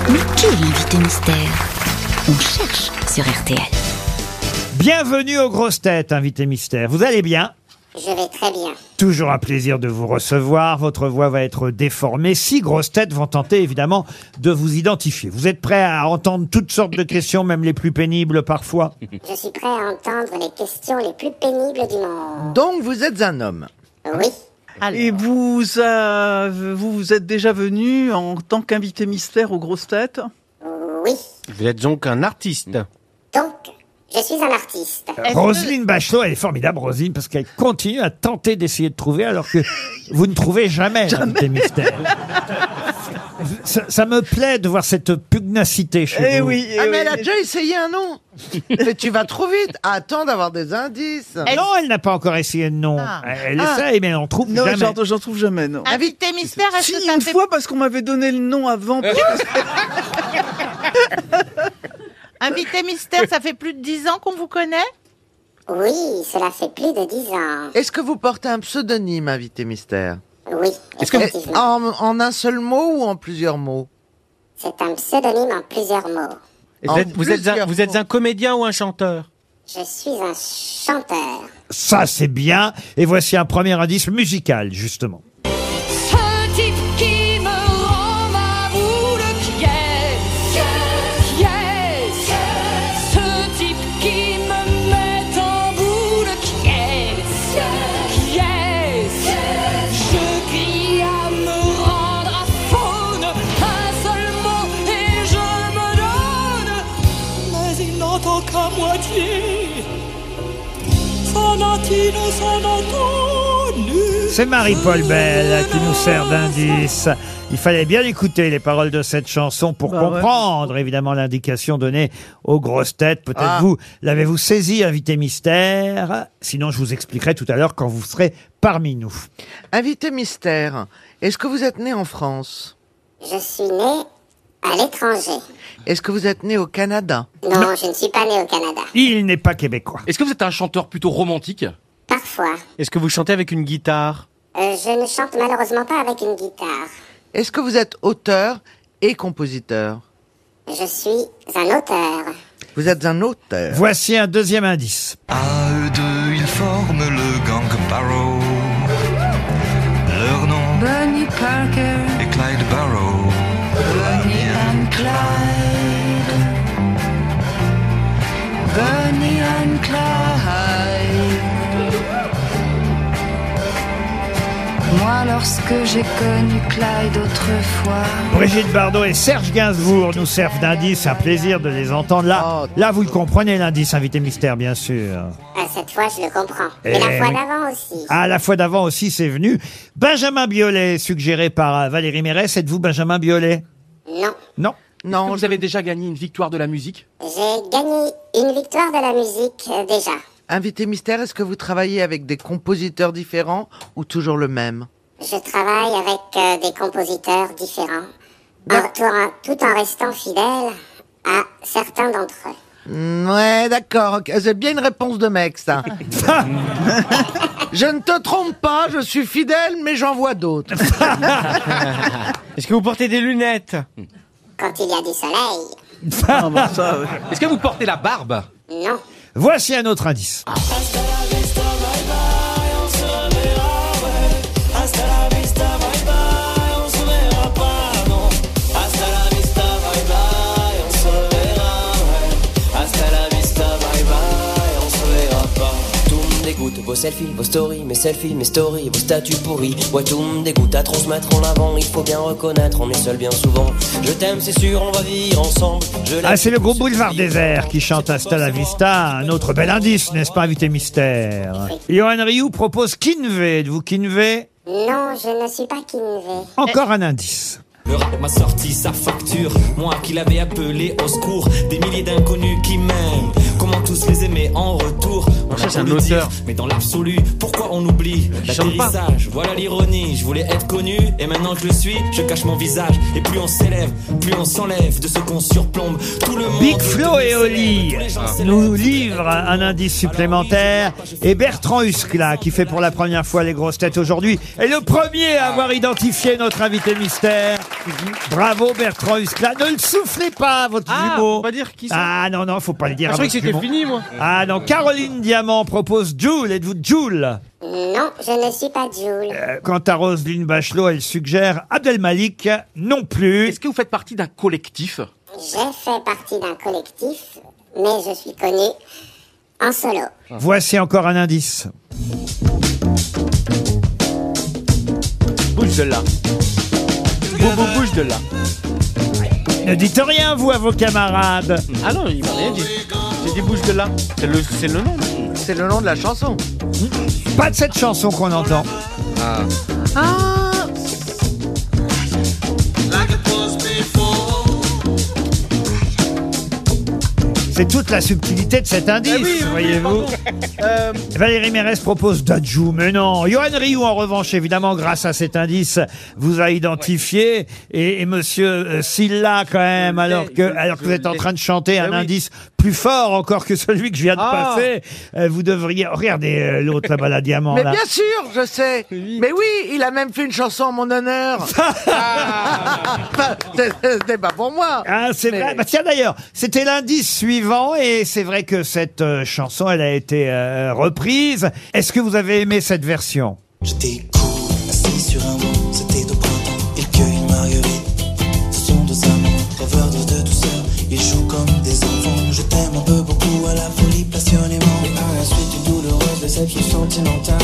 [SPEAKER 12] Mais qui est l'invité mystère On cherche sur RTL.
[SPEAKER 2] Bienvenue aux grosses têtes, invité mystère. Vous allez bien
[SPEAKER 15] Je vais très bien.
[SPEAKER 2] Toujours un plaisir de vous recevoir. Votre voix va être déformée. Six grosses têtes vont tenter évidemment de vous identifier. Vous êtes prêts à entendre toutes sortes de questions, même les plus pénibles parfois
[SPEAKER 15] Je suis prêt à entendre les questions les plus pénibles du monde.
[SPEAKER 3] Donc vous êtes un homme.
[SPEAKER 15] Oui.
[SPEAKER 6] Et vous, euh, vous vous êtes déjà venu en tant qu'invité mystère aux grosses têtes
[SPEAKER 15] Oui.
[SPEAKER 4] <laughs> Vous êtes donc un artiste.
[SPEAKER 15] Je suis un artiste.
[SPEAKER 2] Roselyne Bachelot, elle est formidable, Roselyne, parce qu'elle continue à tenter d'essayer de trouver alors que vous ne trouvez jamais, des mystères. Ça, ça me plaît de voir cette pugnacité chez
[SPEAKER 4] Eh
[SPEAKER 6] Eh
[SPEAKER 2] vous.
[SPEAKER 3] ah, mais elle a déjà essayé un nom. mais tu vas trop vite. Attends d'avoir des indices.
[SPEAKER 2] Ah, Non, elle n'a pas encore essayé de nom.
[SPEAKER 3] Ah.
[SPEAKER 2] Elle
[SPEAKER 3] Ah.
[SPEAKER 2] essaye, mais elle n'en trouve
[SPEAKER 6] Non,
[SPEAKER 2] jamais.
[SPEAKER 6] j'en- j'en trouve jamais, non.
[SPEAKER 9] Invité mystère, est-ce
[SPEAKER 6] Si,
[SPEAKER 9] que ça
[SPEAKER 6] une
[SPEAKER 9] fait-
[SPEAKER 6] fois, Oh, parce qu'on m'avait donné le nom avant.
[SPEAKER 9] Invité mystère, ça fait plus de 10 ans qu'on vous connaît
[SPEAKER 15] Oui, cela fait plus de 10 ans.
[SPEAKER 3] Est-ce que vous portez un pseudonyme, invité mystère
[SPEAKER 15] Oui,
[SPEAKER 3] Est-ce que- Ah.
[SPEAKER 15] effectivement.
[SPEAKER 3] Euh, en, en un seul mot ou en plusieurs mots
[SPEAKER 15] C'est un pseudonyme en plusieurs mots.
[SPEAKER 4] Vous êtes, vous êtes un,
[SPEAKER 3] plusieurs
[SPEAKER 4] vous êtes un comédien ou un chanteur
[SPEAKER 15] Je suis un chanteur.
[SPEAKER 2] Ça, c'est bien. Et voici un premier indice musical, justement.
[SPEAKER 10] Ce type qui me rend ma boule, qui est, qui est, ce type qui me met en boule, qui est, qui est, je crie à me rendre à faune, un seul mot et je me donne, mais il n'entend qu'à moitié, son anti, son entendu.
[SPEAKER 2] C'est Marie-Paul Belle qui nous sert d'indice. Il fallait bien écouter les paroles de cette chanson pour
[SPEAKER 6] Bah ouais.
[SPEAKER 2] comprendre évidemment l'indication donnée aux grosses têtes. Peut-être
[SPEAKER 6] Ah.
[SPEAKER 2] vous l'avez-vous saisi, invité mystère. Sinon, je vous expliquerai tout à l'heure quand vous serez parmi nous.
[SPEAKER 3] Invité mystère, est-ce que vous êtes né en France
[SPEAKER 15] Je suis né à l'étranger.
[SPEAKER 3] Est-ce que vous êtes né au Canada
[SPEAKER 15] Non, je ne suis pas né au Canada.
[SPEAKER 2] Il n'est pas québécois.
[SPEAKER 5] Est-ce que vous êtes un chanteur plutôt romantique
[SPEAKER 15] Parfois,
[SPEAKER 4] Est-ce que vous chantez avec une guitare
[SPEAKER 15] euh, je ne chante malheureusement pas avec une guitare.
[SPEAKER 3] Est-ce que vous êtes auteur et compositeur
[SPEAKER 15] Je suis un auteur.
[SPEAKER 3] Vous êtes un auteur.
[SPEAKER 2] Voici un deuxième indice.
[SPEAKER 13] À eux deux, ils forment le gang Barrow. Leur nom
[SPEAKER 24] Bernie Parker,
[SPEAKER 13] est Clyde Barrow.
[SPEAKER 24] Bonnie and Clyde. Bonnie and Clyde. Moi, lorsque j'ai connu Clyde autrefois.
[SPEAKER 2] Brigitte Bardot et Serge Gainsbourg nous servent d'indice. Un plaisir de les entendre.
[SPEAKER 6] Oh,
[SPEAKER 2] Là, là, vous le comprenez, l'indice invité mystère, bien sûr.
[SPEAKER 15] Ah, cette fois, je le comprends.
[SPEAKER 2] Eh
[SPEAKER 15] Mais la fois
[SPEAKER 2] oui.
[SPEAKER 15] d'avant aussi.
[SPEAKER 2] À Ah, la fois d'avant aussi, c'est venu. Benjamin Biolay, suggéré par euh, Valérie Mérès. Êtes-vous Benjamin Biolay
[SPEAKER 15] Non.
[SPEAKER 2] Non.
[SPEAKER 5] Non. vous avez déjà gagné une victoire de la musique
[SPEAKER 15] J'ai gagné une victoire de la musique euh, déjà.
[SPEAKER 3] Invité mystère, est-ce que vous travaillez avec des compositeurs différents ou toujours le même
[SPEAKER 15] Je travaille avec euh, des compositeurs différents,
[SPEAKER 2] Ah.
[SPEAKER 15] en- tout, en, tout en restant fidèle à certains d'entre
[SPEAKER 2] <laughs>
[SPEAKER 15] eux.
[SPEAKER 3] Mm, Ouais, d'accord. ok. C'est bien une réponse de mec, ça. je ne te trompe pas, je suis fidèle, mais j'en vois d'autres.
[SPEAKER 4] Est-ce que vous portez des lunettes
[SPEAKER 15] Quand il y a du soleil,
[SPEAKER 5] Ah, euh, Est-ce que vous portez la barbe
[SPEAKER 15] non.
[SPEAKER 2] Voici un autre indice.
[SPEAKER 10] Hasta la vista, bye bye, on se verra pas, non. Hasta la vista, bye bye, on se verra, ouais. Hasta la vista, bye bye, on se verra pas. Tout me dégoûte, vos selfies, vos stories, mes selfies, mes stories, vos statuts pourris. Ouais, tout me dégoûte, à trop se mettre en avant, il faut bien reconnaître, on est seul bien souvent. Je t'aime, c'est sûr, on va vivre ensemble. Je
[SPEAKER 2] Ah, c'est le groupe Boulevard Désert qui chante Hasta la Vista. Un autre bel indice, n'est-ce pas, invité mystère Johan Rioux propose Kinve. Êtes-vous Kinve
[SPEAKER 15] Non, je ne suis pas Kinvé.
[SPEAKER 2] Encore un indice.
[SPEAKER 10] Le rap m'a sorti sa facture, moi qui l'avais appelé au secours, des milliers d'inconnus qui m'aiment. Comment tous les aimer en retour On
[SPEAKER 4] cherche
[SPEAKER 10] a beau
[SPEAKER 4] un
[SPEAKER 10] le
[SPEAKER 4] auteur.
[SPEAKER 10] dire, mais dans l'absolu, pourquoi on oublie
[SPEAKER 4] Il chante pas.
[SPEAKER 10] L'atterrissage, voilà l'ironie. Je voulais être connu, et maintenant que je le suis, je cache mon visage. Et plus on s'élève, plus on s'enlève de ce qu'on surplombe. Tout le monde.
[SPEAKER 2] Big Flo et Oli
[SPEAKER 7] Ah.
[SPEAKER 2] nous livrent un indice supplémentaire. Et Bertrand Huskla, qui fait pour la première fois les grosses têtes aujourd'hui, est le premier à avoir identifié notre invité mystère. Bravo Bertrand Huskla. Ne le soufflez pas, votre
[SPEAKER 4] Ah,
[SPEAKER 2] jumeau.
[SPEAKER 4] faut pas dire qui c'est.
[SPEAKER 2] Ah non, non, faut pas le dire.
[SPEAKER 4] Ah, je
[SPEAKER 2] à
[SPEAKER 4] croyais que
[SPEAKER 2] votre
[SPEAKER 4] c'était
[SPEAKER 2] jumeau.
[SPEAKER 4] fini, moi.
[SPEAKER 2] Ah non, Caroline Diamant propose Joule. Êtes-vous Joule Euh,
[SPEAKER 15] Non, je ne suis pas Jules.
[SPEAKER 2] Quant à Roselyne Bachelot, elle suggère Abdel Malik non plus. Est-ce
[SPEAKER 5] que vous faites partie d'un collectif
[SPEAKER 15] J'ai fait partie d'un collectif, mais je suis connu en solo.
[SPEAKER 2] Voici encore un indice.
[SPEAKER 5] Bouge de là. Bou- bou- Bouge de là.
[SPEAKER 2] Ne dites rien, vous, à vos camarades.
[SPEAKER 4] Ah non, il m'a rien dit. J'ai dit bouge de là. C'est le, c'est le nom.
[SPEAKER 3] C'est le nom de la chanson.
[SPEAKER 2] Pas de cette chanson qu'on entend.
[SPEAKER 10] Ah.
[SPEAKER 2] C'est toute la subtilité de cet indice,
[SPEAKER 3] Eh
[SPEAKER 2] voyez-vous. Euh, Valérie Mérès propose Dajou, mais non. Johan Rioux, en revanche, évidemment, grâce à cet indice, vous a identifié. Et, et monsieur euh, Silla, quand même, alors que, alors que vous êtes en train de chanter un indice plus fort encore que celui que je viens de
[SPEAKER 3] Eh Ah.
[SPEAKER 2] passer, euh, vous devriez... Regardez euh, l'autre là-bas, la diamant,
[SPEAKER 3] <laughs> Mais
[SPEAKER 2] là.
[SPEAKER 3] bien sûr, je sais. Mais oui, il a même fait une chanson en mon
[SPEAKER 2] <laughs>
[SPEAKER 3] honneur. Ah. Enfin, c'est- C'était pas pour moi.
[SPEAKER 2] Ah, c'est vrai. Bah, tiens, d'ailleurs, c'était l'indice suivant et c'est vrai que cette euh, chanson, elle a été euh, reprise. Est-ce que vous avez aimé cette version
[SPEAKER 10] J'étais cool, assis sur un banc, c'était au printemps, il cueille une marguerite. Ce sont deux amants, rêveurs de deux douceurs, ils jouent comme des enfants. Je t'aime un peu beaucoup à la folie passionnément. Et à la suite d'une douloureuse déception sentimentale,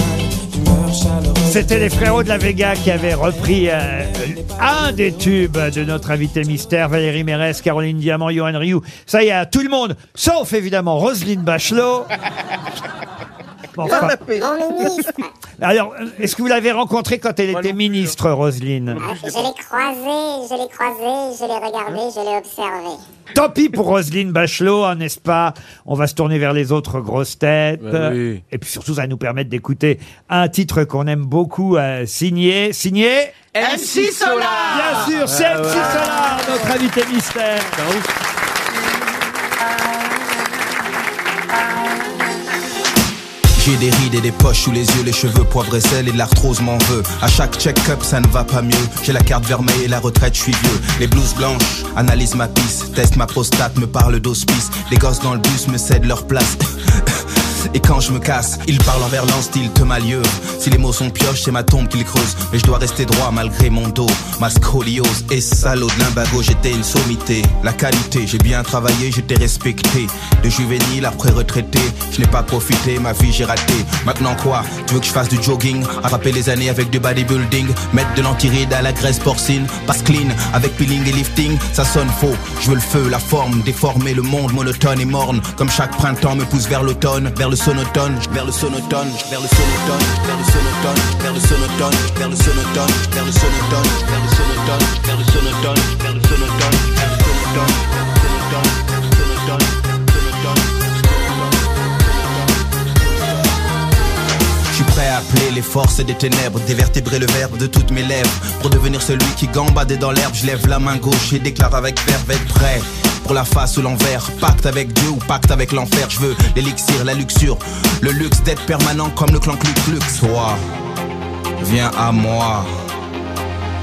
[SPEAKER 10] d'humeur chaleureuse.
[SPEAKER 2] C'était les frérots de la Vega qui avaient repris euh, un des tubes de notre invité mystère, Valérie Mérès, Caroline Diamant, Johan Rioux. Ça y est, à tout le monde, sauf évidemment Roselyne Bachelot. Mais enfin-
[SPEAKER 15] Mon ministre,
[SPEAKER 2] Alors, euh, est-ce que vous l'avez rencontrée quand elle était ministre, Roselyne
[SPEAKER 15] je l'ai croisé, je l'ai croisé, je l'ai regardé, je l'ai observé.
[SPEAKER 2] Tant pis pour Roselyne Bachelot, hein, n'est-ce pas On va se tourner vers les autres grosses têtes.
[SPEAKER 4] Ben oui.
[SPEAKER 2] Et puis surtout, ça va nous permettre d'écouter un titre qu'on aime beaucoup, euh, signé, signé...
[SPEAKER 10] MC Solar
[SPEAKER 2] Bien sûr, c'est
[SPEAKER 10] Ah
[SPEAKER 2] MC
[SPEAKER 10] ouais.
[SPEAKER 2] Solar, notre invité mystère
[SPEAKER 1] J'ai des rides et des poches sous les yeux, les cheveux poivre et sel et de l'arthrose m'en veut. À chaque check-up, ça ne va pas mieux. J'ai la carte vermeille et la retraite, je suis vieux. Les blouses blanches, analyse ma piste, teste ma prostate, me parle d'hospice. Les gosses dans le bus me cèdent leur place. <laughs> Et quand je me casse, ils parlent en verlan style te malieux. Si les mots sont pioches, c'est ma tombe qu'ils creusent. Mais je dois rester droit malgré mon dos. Ma scoliose et salaud de l'imbago, j'étais une sommité. La qualité, j'ai bien travaillé, j'étais respecté. De juvénile après retraité, je n'ai pas profité, ma vie j'ai raté. Maintenant quoi Tu veux que je fasse du jogging Attraper les années avec du bodybuilding Mettre de l'antiride à la graisse porcine Passe clean avec peeling et lifting Ça sonne faux, je veux le feu, la forme Déformer le monde monotone et morne Comme chaque printemps me pousse vers l'automne Vers le sonotone, vers le sonotone Vers le sonotone, vers le sonotone Vers le sonotone, vers le sonotone Vers le sonotone, vers le sonotone Vers le sonotone, vers le sonotone Vers le sonotone, vers le sonotone Je suis prêt à appeler les forces des ténèbres, dévertébrer le verbe de toutes mes lèvres. Pour devenir celui qui gambadait dans l'herbe, je lève la main gauche et déclare avec verve être prêt. Pour la face ou l'envers, pacte avec Dieu ou pacte avec l'enfer, je veux l'élixir, la luxure, le luxe d'être permanent comme le clan Cluc Sois, viens à moi,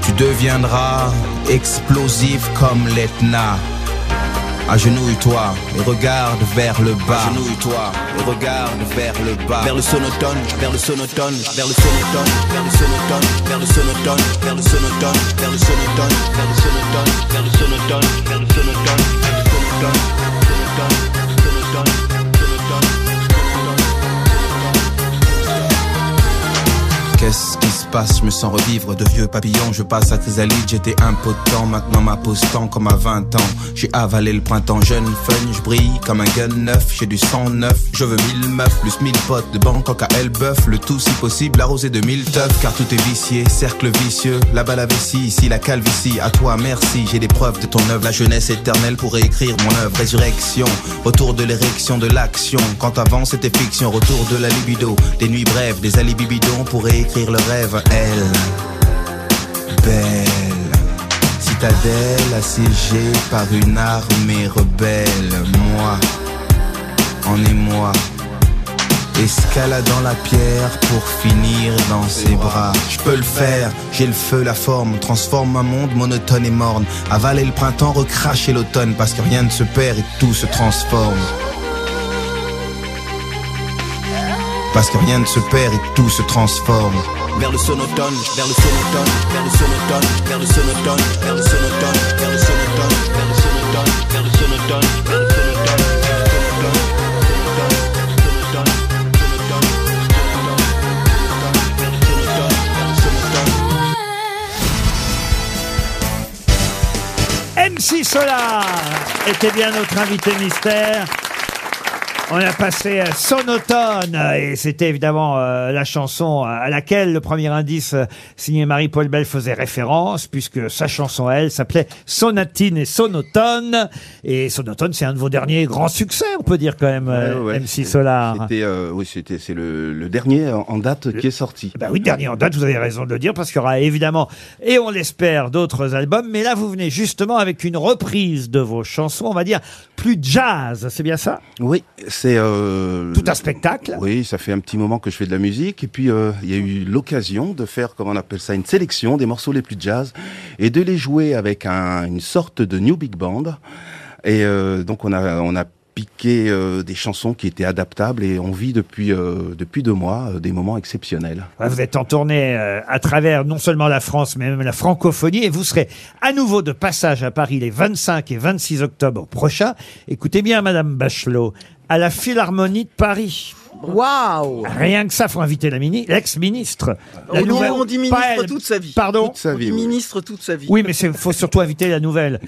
[SPEAKER 1] tu deviendras explosif comme l'Etna. Agenouille-toi et regarde vers le bas. Agenouille-toi et regarde vers le bas. Vers le sonotone, vers le sonotone, vers le sonotone, vers le sonotone, vers le sonotone, vers le sonotone, vers le sonotone, vers le sonotone, vers le sonotone, vers le sonotone, vers le sonotone, sonotone, sonotone, sonotone. Qu'est-ce qui se passe Je me sens revivre de vieux papillons. Je passe à chrysalide, j'étais impotent. Maintenant m'apostant comme à 20 ans. J'ai avalé le printemps jeune, fun. Je brille comme un gun neuf. J'ai du sang neuf. Je veux mille meufs, plus mille potes de banque en elle bœuf. Le tout si possible arrosé de mille teufs. Car tout est vicié, cercle vicieux. Là-bas la vessie, ici la calvitie. À toi merci, j'ai des preuves de ton œuvre. La jeunesse éternelle pour réécrire mon œuvre. Résurrection, autour de l'érection de l'action. Quand avant c'était fiction, retour de la libido. Des nuits brèves, des alibis bidons pour réécrire le rêve. Elle, belle. Citadelle assiégée par une armée rebelle. Moi, en émoi. Escaladant la pierre pour finir dans ses bras. Je peux le faire, j'ai le feu, la forme, transforme un monde monotone et morne. Avaler le printemps, recracher l'automne, parce que rien ne se perd et tout se transforme. Parce que rien ne se perd et tout se transforme. Vers le sonotone, vers le sonotone, vers le sonotone, vers le sonotone, vers le sonotone, vers le sonotone, vers le sonotone, vers le sonotone, vers le sonotone.
[SPEAKER 2] MC Solar était bien notre invité mystère. On a passé euh, Sonotone euh, et c'était évidemment euh, la chanson à laquelle le premier indice euh, signé Marie-Paul Bell faisait référence puisque sa chanson elle s'appelait Sonatine et Sonotone et Sonotone c'est un de vos derniers grands succès on peut dire quand même euh,
[SPEAKER 25] Ouais, ouais,
[SPEAKER 2] MC
[SPEAKER 25] c'était-
[SPEAKER 2] Solar.
[SPEAKER 25] C'était, euh, oui, c'était, c'est le, le dernier en en date qui est sorti.
[SPEAKER 2] Bah oui, dernier en date, vous avez raison de le dire, parce qu'il y aura évidemment, et on l'espère, d'autres albums. Mais là, vous venez justement avec une reprise de vos chansons, on va dire, plus jazz, c'est bien ça
[SPEAKER 25] Oui, c'est... euh,
[SPEAKER 2] Tout un spectacle
[SPEAKER 25] Oui, ça fait un petit moment que je fais de la musique. Et puis, euh, il y a eu l'occasion de faire, comment on appelle ça, une sélection des morceaux les plus jazz et de les jouer avec un- une sorte de new big band. Et euh, donc, on a, on a piqué euh, des chansons qui étaient adaptables et on vit depuis, euh, depuis deux mois euh, des moments exceptionnels.
[SPEAKER 2] Ouais, Vous êtes en tournée euh, à travers non seulement la France, mais même la francophonie, et vous serez à nouveau de passage à Paris les 25 et 26 octobre prochains. Écoutez bien, Madame Bachelot, à la Philharmonie de Paris.
[SPEAKER 3] Waouh
[SPEAKER 2] Rien que ça, faut inviter la mini, l'ex-ministre. La
[SPEAKER 6] On dit-
[SPEAKER 2] nouvelle-
[SPEAKER 6] on dit
[SPEAKER 2] pas
[SPEAKER 6] ministre
[SPEAKER 2] elle.
[SPEAKER 6] toute sa vie.
[SPEAKER 2] Pardon
[SPEAKER 6] Toute sa vie,
[SPEAKER 2] oui.
[SPEAKER 6] Ministre toute sa vie.
[SPEAKER 2] Oui, mais il faut surtout inviter la nouvelle.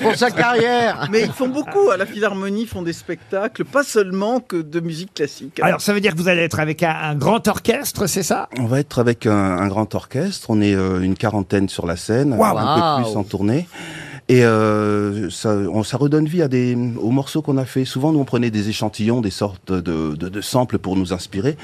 [SPEAKER 3] Pour sa carrière.
[SPEAKER 6] Mais ils font beaucoup à la Philharmonie, ils font des spectacles, pas seulement que de musique classique.
[SPEAKER 2] Alors, ça veut dire que vous allez être avec un, un grand orchestre, c'est ça
[SPEAKER 25] On va être avec un, un grand orchestre. On est euh, une quarantaine sur la scène,
[SPEAKER 2] Waouh.
[SPEAKER 25] un peu
[SPEAKER 2] Waouh.
[SPEAKER 25] plus en tournée. Et euh, ça, on, ça redonne vie à des, aux morceaux qu'on a fait. Souvent, nous, on prenait des échantillons, des sortes de, de, de samples pour nous inspirer.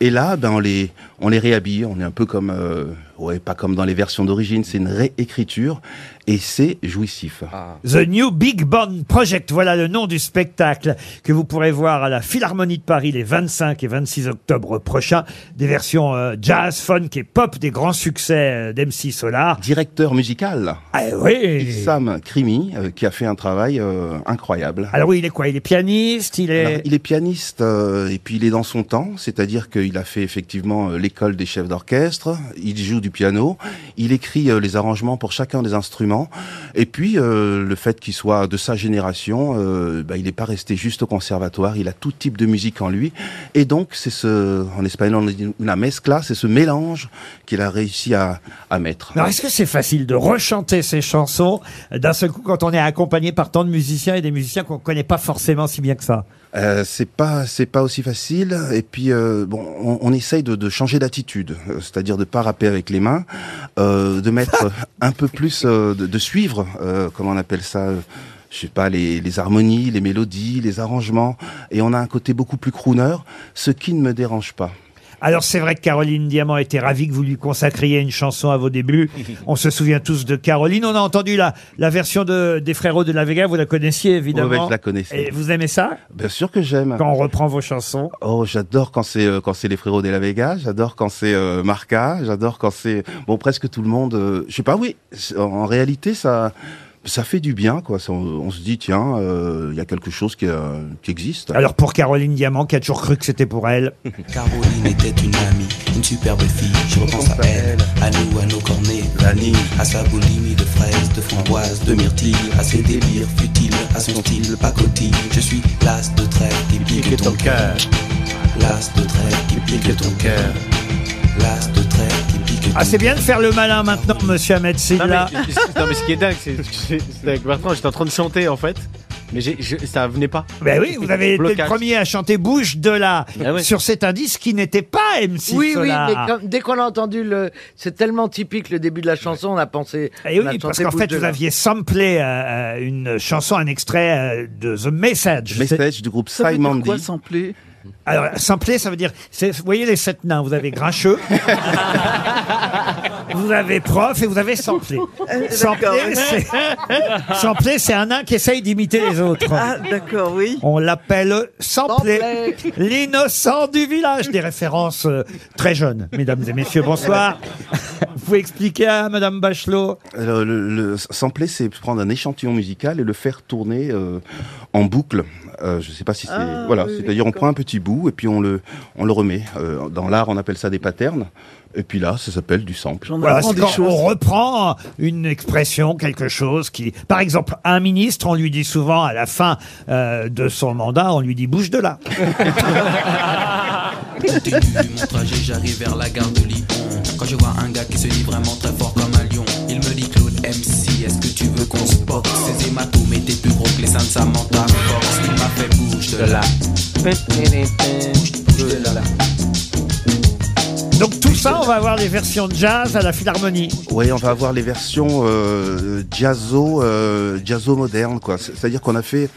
[SPEAKER 25] Et là, ben, on les, on les réhabille. On est un peu comme, euh, ouais, pas comme dans les versions d'origine. C'est une réécriture et c'est jouissif.
[SPEAKER 2] Ah. The New Big Band Project, voilà le nom du spectacle que vous pourrez voir à la Philharmonie de Paris les 25 et 26 octobre prochains. Des versions euh, jazz, funk et pop des grands succès euh, d'MC Solar.
[SPEAKER 25] Directeur musical.
[SPEAKER 2] Ah oui
[SPEAKER 25] Sam Crimi, euh, qui a fait un travail euh, incroyable.
[SPEAKER 2] Alors oui, il est quoi Il est pianiste, il est...
[SPEAKER 25] Alors, il est pianiste euh, et puis il est dans son temps, c'est-à-dire qu'il a fait effectivement euh, l'école des chefs d'orchestre, il joue du piano, il écrit euh, les arrangements pour chacun des instruments, et puis euh, le fait qu'il soit de sa génération, euh, bah, il n'est pas resté juste au conservatoire, il a tout type de musique en lui, et donc c'est ce, en espagnol on dit una mezcla, c'est ce mélange qu'il a réussi à, à mettre.
[SPEAKER 2] Alors, est-ce que c'est facile de rechanter ces chansons euh, d'un seul coup quand on est accompagné par tant de musiciens et des musiciens qu'on connaît pas forcément si bien que ça
[SPEAKER 25] Euh, c'est pas c'est pas aussi facile et puis euh, bon on, on essaye de, de changer d'attitude euh, c'est-à-dire de pas rapper avec les mains euh, de mettre un peu plus euh, de, de suivre euh, comment on appelle ça euh, je sais pas les, les harmonies les mélodies les arrangements et on a un côté beaucoup plus crooner ce qui ne me dérange pas
[SPEAKER 2] Alors c'est vrai que Caroline Diamant était ravie que vous lui consacriez une chanson à
[SPEAKER 25] <laughs>
[SPEAKER 2] vos débuts. On se souvient tous de Caroline. On a entendu la, la version de, des frérots de la Vega. Vous la connaissiez évidemment.
[SPEAKER 25] Ouais, ouais, je la connaissais.
[SPEAKER 2] Et vous aimez ça
[SPEAKER 25] Bien sûr que j'aime.
[SPEAKER 2] Quand on reprend vos chansons.
[SPEAKER 25] Oh, j'adore quand c'est euh, quand c'est les frérots de la Vega, j'adore quand c'est euh, Marca, j'adore quand c'est bon presque tout le monde. euh, je sais pas, oui. c'est- En réalité, ça ça fait du bien, quoi. Ça, on, on se dit tiens, euh, il y a quelque chose qui, euh, qui existe.
[SPEAKER 2] Alors pour Caroline Diamant, qui a toujours cru que c'était pour elle.
[SPEAKER 1] <laughs> Caroline était une amie, une superbe fille. Je repense à elle, à nous, à nos cornets, vanille, à sa boulimie de fraises, de framboises, de myrtilles, à ses délires futiles, à son style pacotille. Je suis l'as de trait qui pique ton cœur. L'as de trait qui pique ton cœur. L'as de trait qui pique
[SPEAKER 2] Ah c'est bien de faire le malin maintenant, monsieur Ahmed
[SPEAKER 4] Non
[SPEAKER 2] Silla.
[SPEAKER 4] mais, <laughs> non, mais ce qui est dingue, c'est c'est- c'est avec Bertrand, j'étais en train de chanter en fait, mais j'ai- je- ça venait pas.
[SPEAKER 2] Ben oui, vous avez été le
[SPEAKER 4] Blocage.
[SPEAKER 2] premier à chanter Bouche de la
[SPEAKER 4] Ah ouais.
[SPEAKER 2] sur cet indice qui n'était pas MC
[SPEAKER 3] Oui, oui,
[SPEAKER 2] Solar.
[SPEAKER 3] mais comme- dès qu'on a entendu le. C'est tellement typique le début de la chanson, on a pensé.
[SPEAKER 2] Et
[SPEAKER 3] on a
[SPEAKER 2] Eh oui, parce
[SPEAKER 3] chanté
[SPEAKER 2] qu'en
[SPEAKER 3] Bouche
[SPEAKER 2] fait,
[SPEAKER 3] de
[SPEAKER 2] vous
[SPEAKER 3] la-
[SPEAKER 2] aviez samplé euh, une chanson, un extrait euh, de The Message.
[SPEAKER 25] Message du groupe
[SPEAKER 2] Ça veut
[SPEAKER 25] Simon
[SPEAKER 2] dire quoi,
[SPEAKER 25] D.
[SPEAKER 2] Alors, samplé, ça veut dire, c'est- vous voyez les sept nains, vous avez grincheux, vous avez prof et vous avez samplé. Samplé, c'est- samplé, c'est un nain qui essaye d'imiter les autres.
[SPEAKER 6] Ah, d'accord, oui.
[SPEAKER 2] On l'appelle samplé,
[SPEAKER 6] Samplé.
[SPEAKER 2] l'innocent du village. Des références euh, très jeunes, mesdames et messieurs, bonsoir. Vous pouvez expliquer à madame Bachelot
[SPEAKER 25] Le, le, le sampler, c'est prendre un échantillon musical et le faire tourner euh, en boucle. Euh, je sais pas si c'est voilà, c'est-à-dire on prend un petit bout et puis on le on le remet. Euh, dans l'art, on appelle ça des patterns. Et puis là, ça s'appelle du sample.
[SPEAKER 2] Voilà, c'est quand on reprend une expression, quelque chose qui... Par exemple, un ministre, on lui dit souvent à la fin euh, de son mandat, on lui dit « bouge de là
[SPEAKER 1] Au début de mon trajet, j'arrive vers la gare de Lyon. Quand je vois un gars qui se dit vraiment très fort comme un lion, il me dit Claude MC, est-ce que tu veux qu'on se boxe Ses hématomes étaient plus gros que les seins de Samantha Fox. Il m'a fait bouge de là. Bouge, bouge de là. »
[SPEAKER 2] Donc tout ça, on va avoir les versions de jazz à la Philharmonie.
[SPEAKER 25] <laughs> Oui, on va avoir les versions euh, jazzo, euh, jazzo moderne, quoi. C'est- C'est-à-dire qu'on a fait,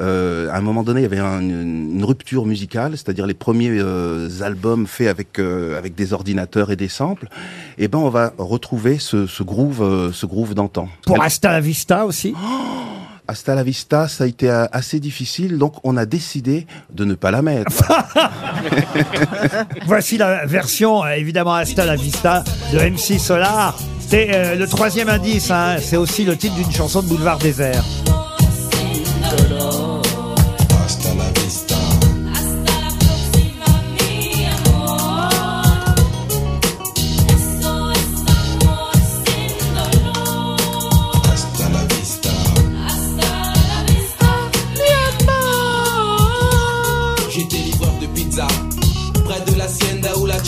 [SPEAKER 25] euh, à un moment donné, il y avait un- une, une rupture musicale, c'est-à-dire les premiers euh, albums faits avec euh, avec des ordinateurs et des samples. Et ben, on va retrouver ce, ce groove, euh, ce groove d'antan. Oh
[SPEAKER 2] Pour Hasta la Vista aussi
[SPEAKER 25] Hasta la vista, ça a été euh, assez difficile, donc on a décidé de ne pas la mettre.
[SPEAKER 2] <laughs> Voici la version, euh, évidemment, Hasta la Vista de MC Solar. C'est euh, le troisième indice, hein. c'est aussi le titre d'une chanson de Boulevard Désert.
[SPEAKER 1] Hasta la vista. Hasta la vista.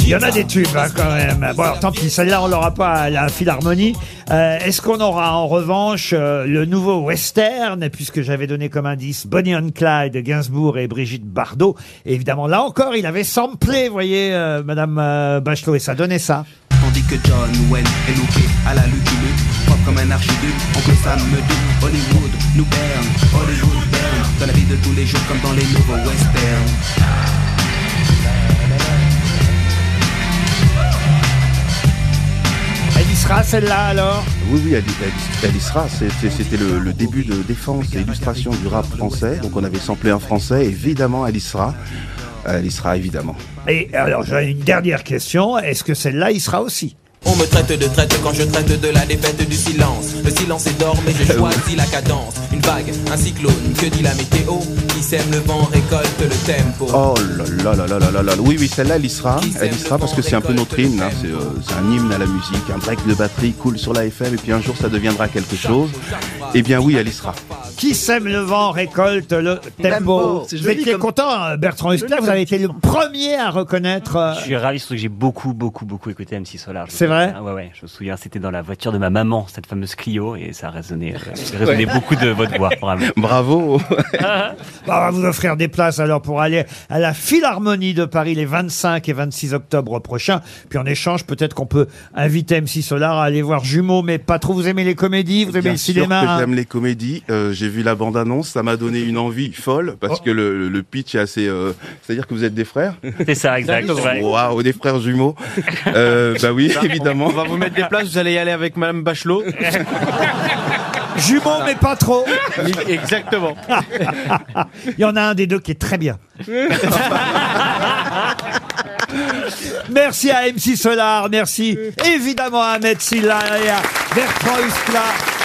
[SPEAKER 2] Il y en a des tubes hein, quand même. Bon, alors, tant pis, celle-là on l'aura pas à la Philharmonie. Euh, Est-ce qu'on aura en revanche euh, le nouveau western, puisque j'avais donné comme indice Bonnie and Clyde, Gainsbourg et Brigitte Bardot. Et évidemment, là encore, il avait samplé, voyez, euh, Madame euh, Bachelot, et ça donnait ça.
[SPEAKER 1] Tandis que John Wayne est looké à la Lucky Luke Propre comme un archiduc, oncle Sam me doute Hollywood nous berne, Hollywood berne Dans la vie de tous les jours comme dans les nouveaux westerns
[SPEAKER 2] Elle y sera celle-là alors
[SPEAKER 25] Oui, oui, elle, elle- elle y sera. C'est- c'est- C'était le, le début de défense et illustration du rap français. Donc on avait samplé un français. Évidemment, elle y sera. Elle y sera, évidemment.
[SPEAKER 2] Et alors, j'ai une dernière question. Est-ce que celle-là, il sera aussi
[SPEAKER 1] On me traite de traite quand je traite de la défaite du silence. Le silence est d'or, mais je
[SPEAKER 2] <laughs>
[SPEAKER 1] choisis la cadence. Une vague, un cyclone, que dit la météo Qui sème le vent récolte le tempo.
[SPEAKER 25] Oh là là là là là là là. Oui, oui, celle-là, elle y sera. Elle y sera parce que c'est un peu notre hymne. hein. C'est euh, c'est un hymne à la musique. Un break de batterie cool sur la FM. Et puis un jour, ça deviendra quelque chose. Eh bien, oui, elle y sera.
[SPEAKER 2] Qui sème le vent récolte le tempo.
[SPEAKER 7] c'est
[SPEAKER 2] Vous
[SPEAKER 7] joli
[SPEAKER 2] étiez content, hein, Bertrand Huskner, vous avez été le premier à reconnaître. euh,
[SPEAKER 7] Je suis ravi, surtout que j'ai beaucoup, beaucoup, beaucoup écouté MC Solar. Je
[SPEAKER 2] C'est
[SPEAKER 7] me souviens.
[SPEAKER 2] vrai
[SPEAKER 7] Ah Ouais, ouais, je me souviens, c'était dans la voiture de ma maman, cette fameuse Clio, et ça résonnait, euh,
[SPEAKER 2] <laughs>
[SPEAKER 7] ça résonnait
[SPEAKER 2] Ouais.
[SPEAKER 7] beaucoup de votre voix, vraiment.
[SPEAKER 2] <laughs>
[SPEAKER 25] Bravo
[SPEAKER 2] Bah, on va vous offrir des places alors pour aller à la Philharmonie de Paris les 25 et 26 octobre prochains. Puis en échange, peut-être qu'on peut inviter MC Solar à aller voir Jumeaux, mais pas trop. Vous aimez les comédies, vous aimez
[SPEAKER 25] Bien
[SPEAKER 2] le
[SPEAKER 25] sûr
[SPEAKER 2] cinéma
[SPEAKER 25] que
[SPEAKER 2] hein
[SPEAKER 25] j'aime les comédies. Euh, J'ai vu la bande-annonce, ça m'a donné une envie folle
[SPEAKER 4] Oh.
[SPEAKER 25] parce que le, le pitch est assez. euh, C'est-à-dire que vous êtes des frères.
[SPEAKER 7] C'est ça, exact, ouais.
[SPEAKER 25] Waouh, des frères jumeaux. Euh, bah oui,
[SPEAKER 4] Ça, on-
[SPEAKER 25] évidemment.
[SPEAKER 4] On va vous mettre des places, vous allez y aller avec Madame
[SPEAKER 2] <laughs>
[SPEAKER 4] Bachelot.
[SPEAKER 2] Jumeaux, mais pas trop.
[SPEAKER 4] <laughs>
[SPEAKER 2] <laughs>
[SPEAKER 4] Exactement.
[SPEAKER 2] Il y en a un des deux qui est très bien. Merci à MC Solar, merci évidemment à Ahmed Silla et à Bertrand Huskla.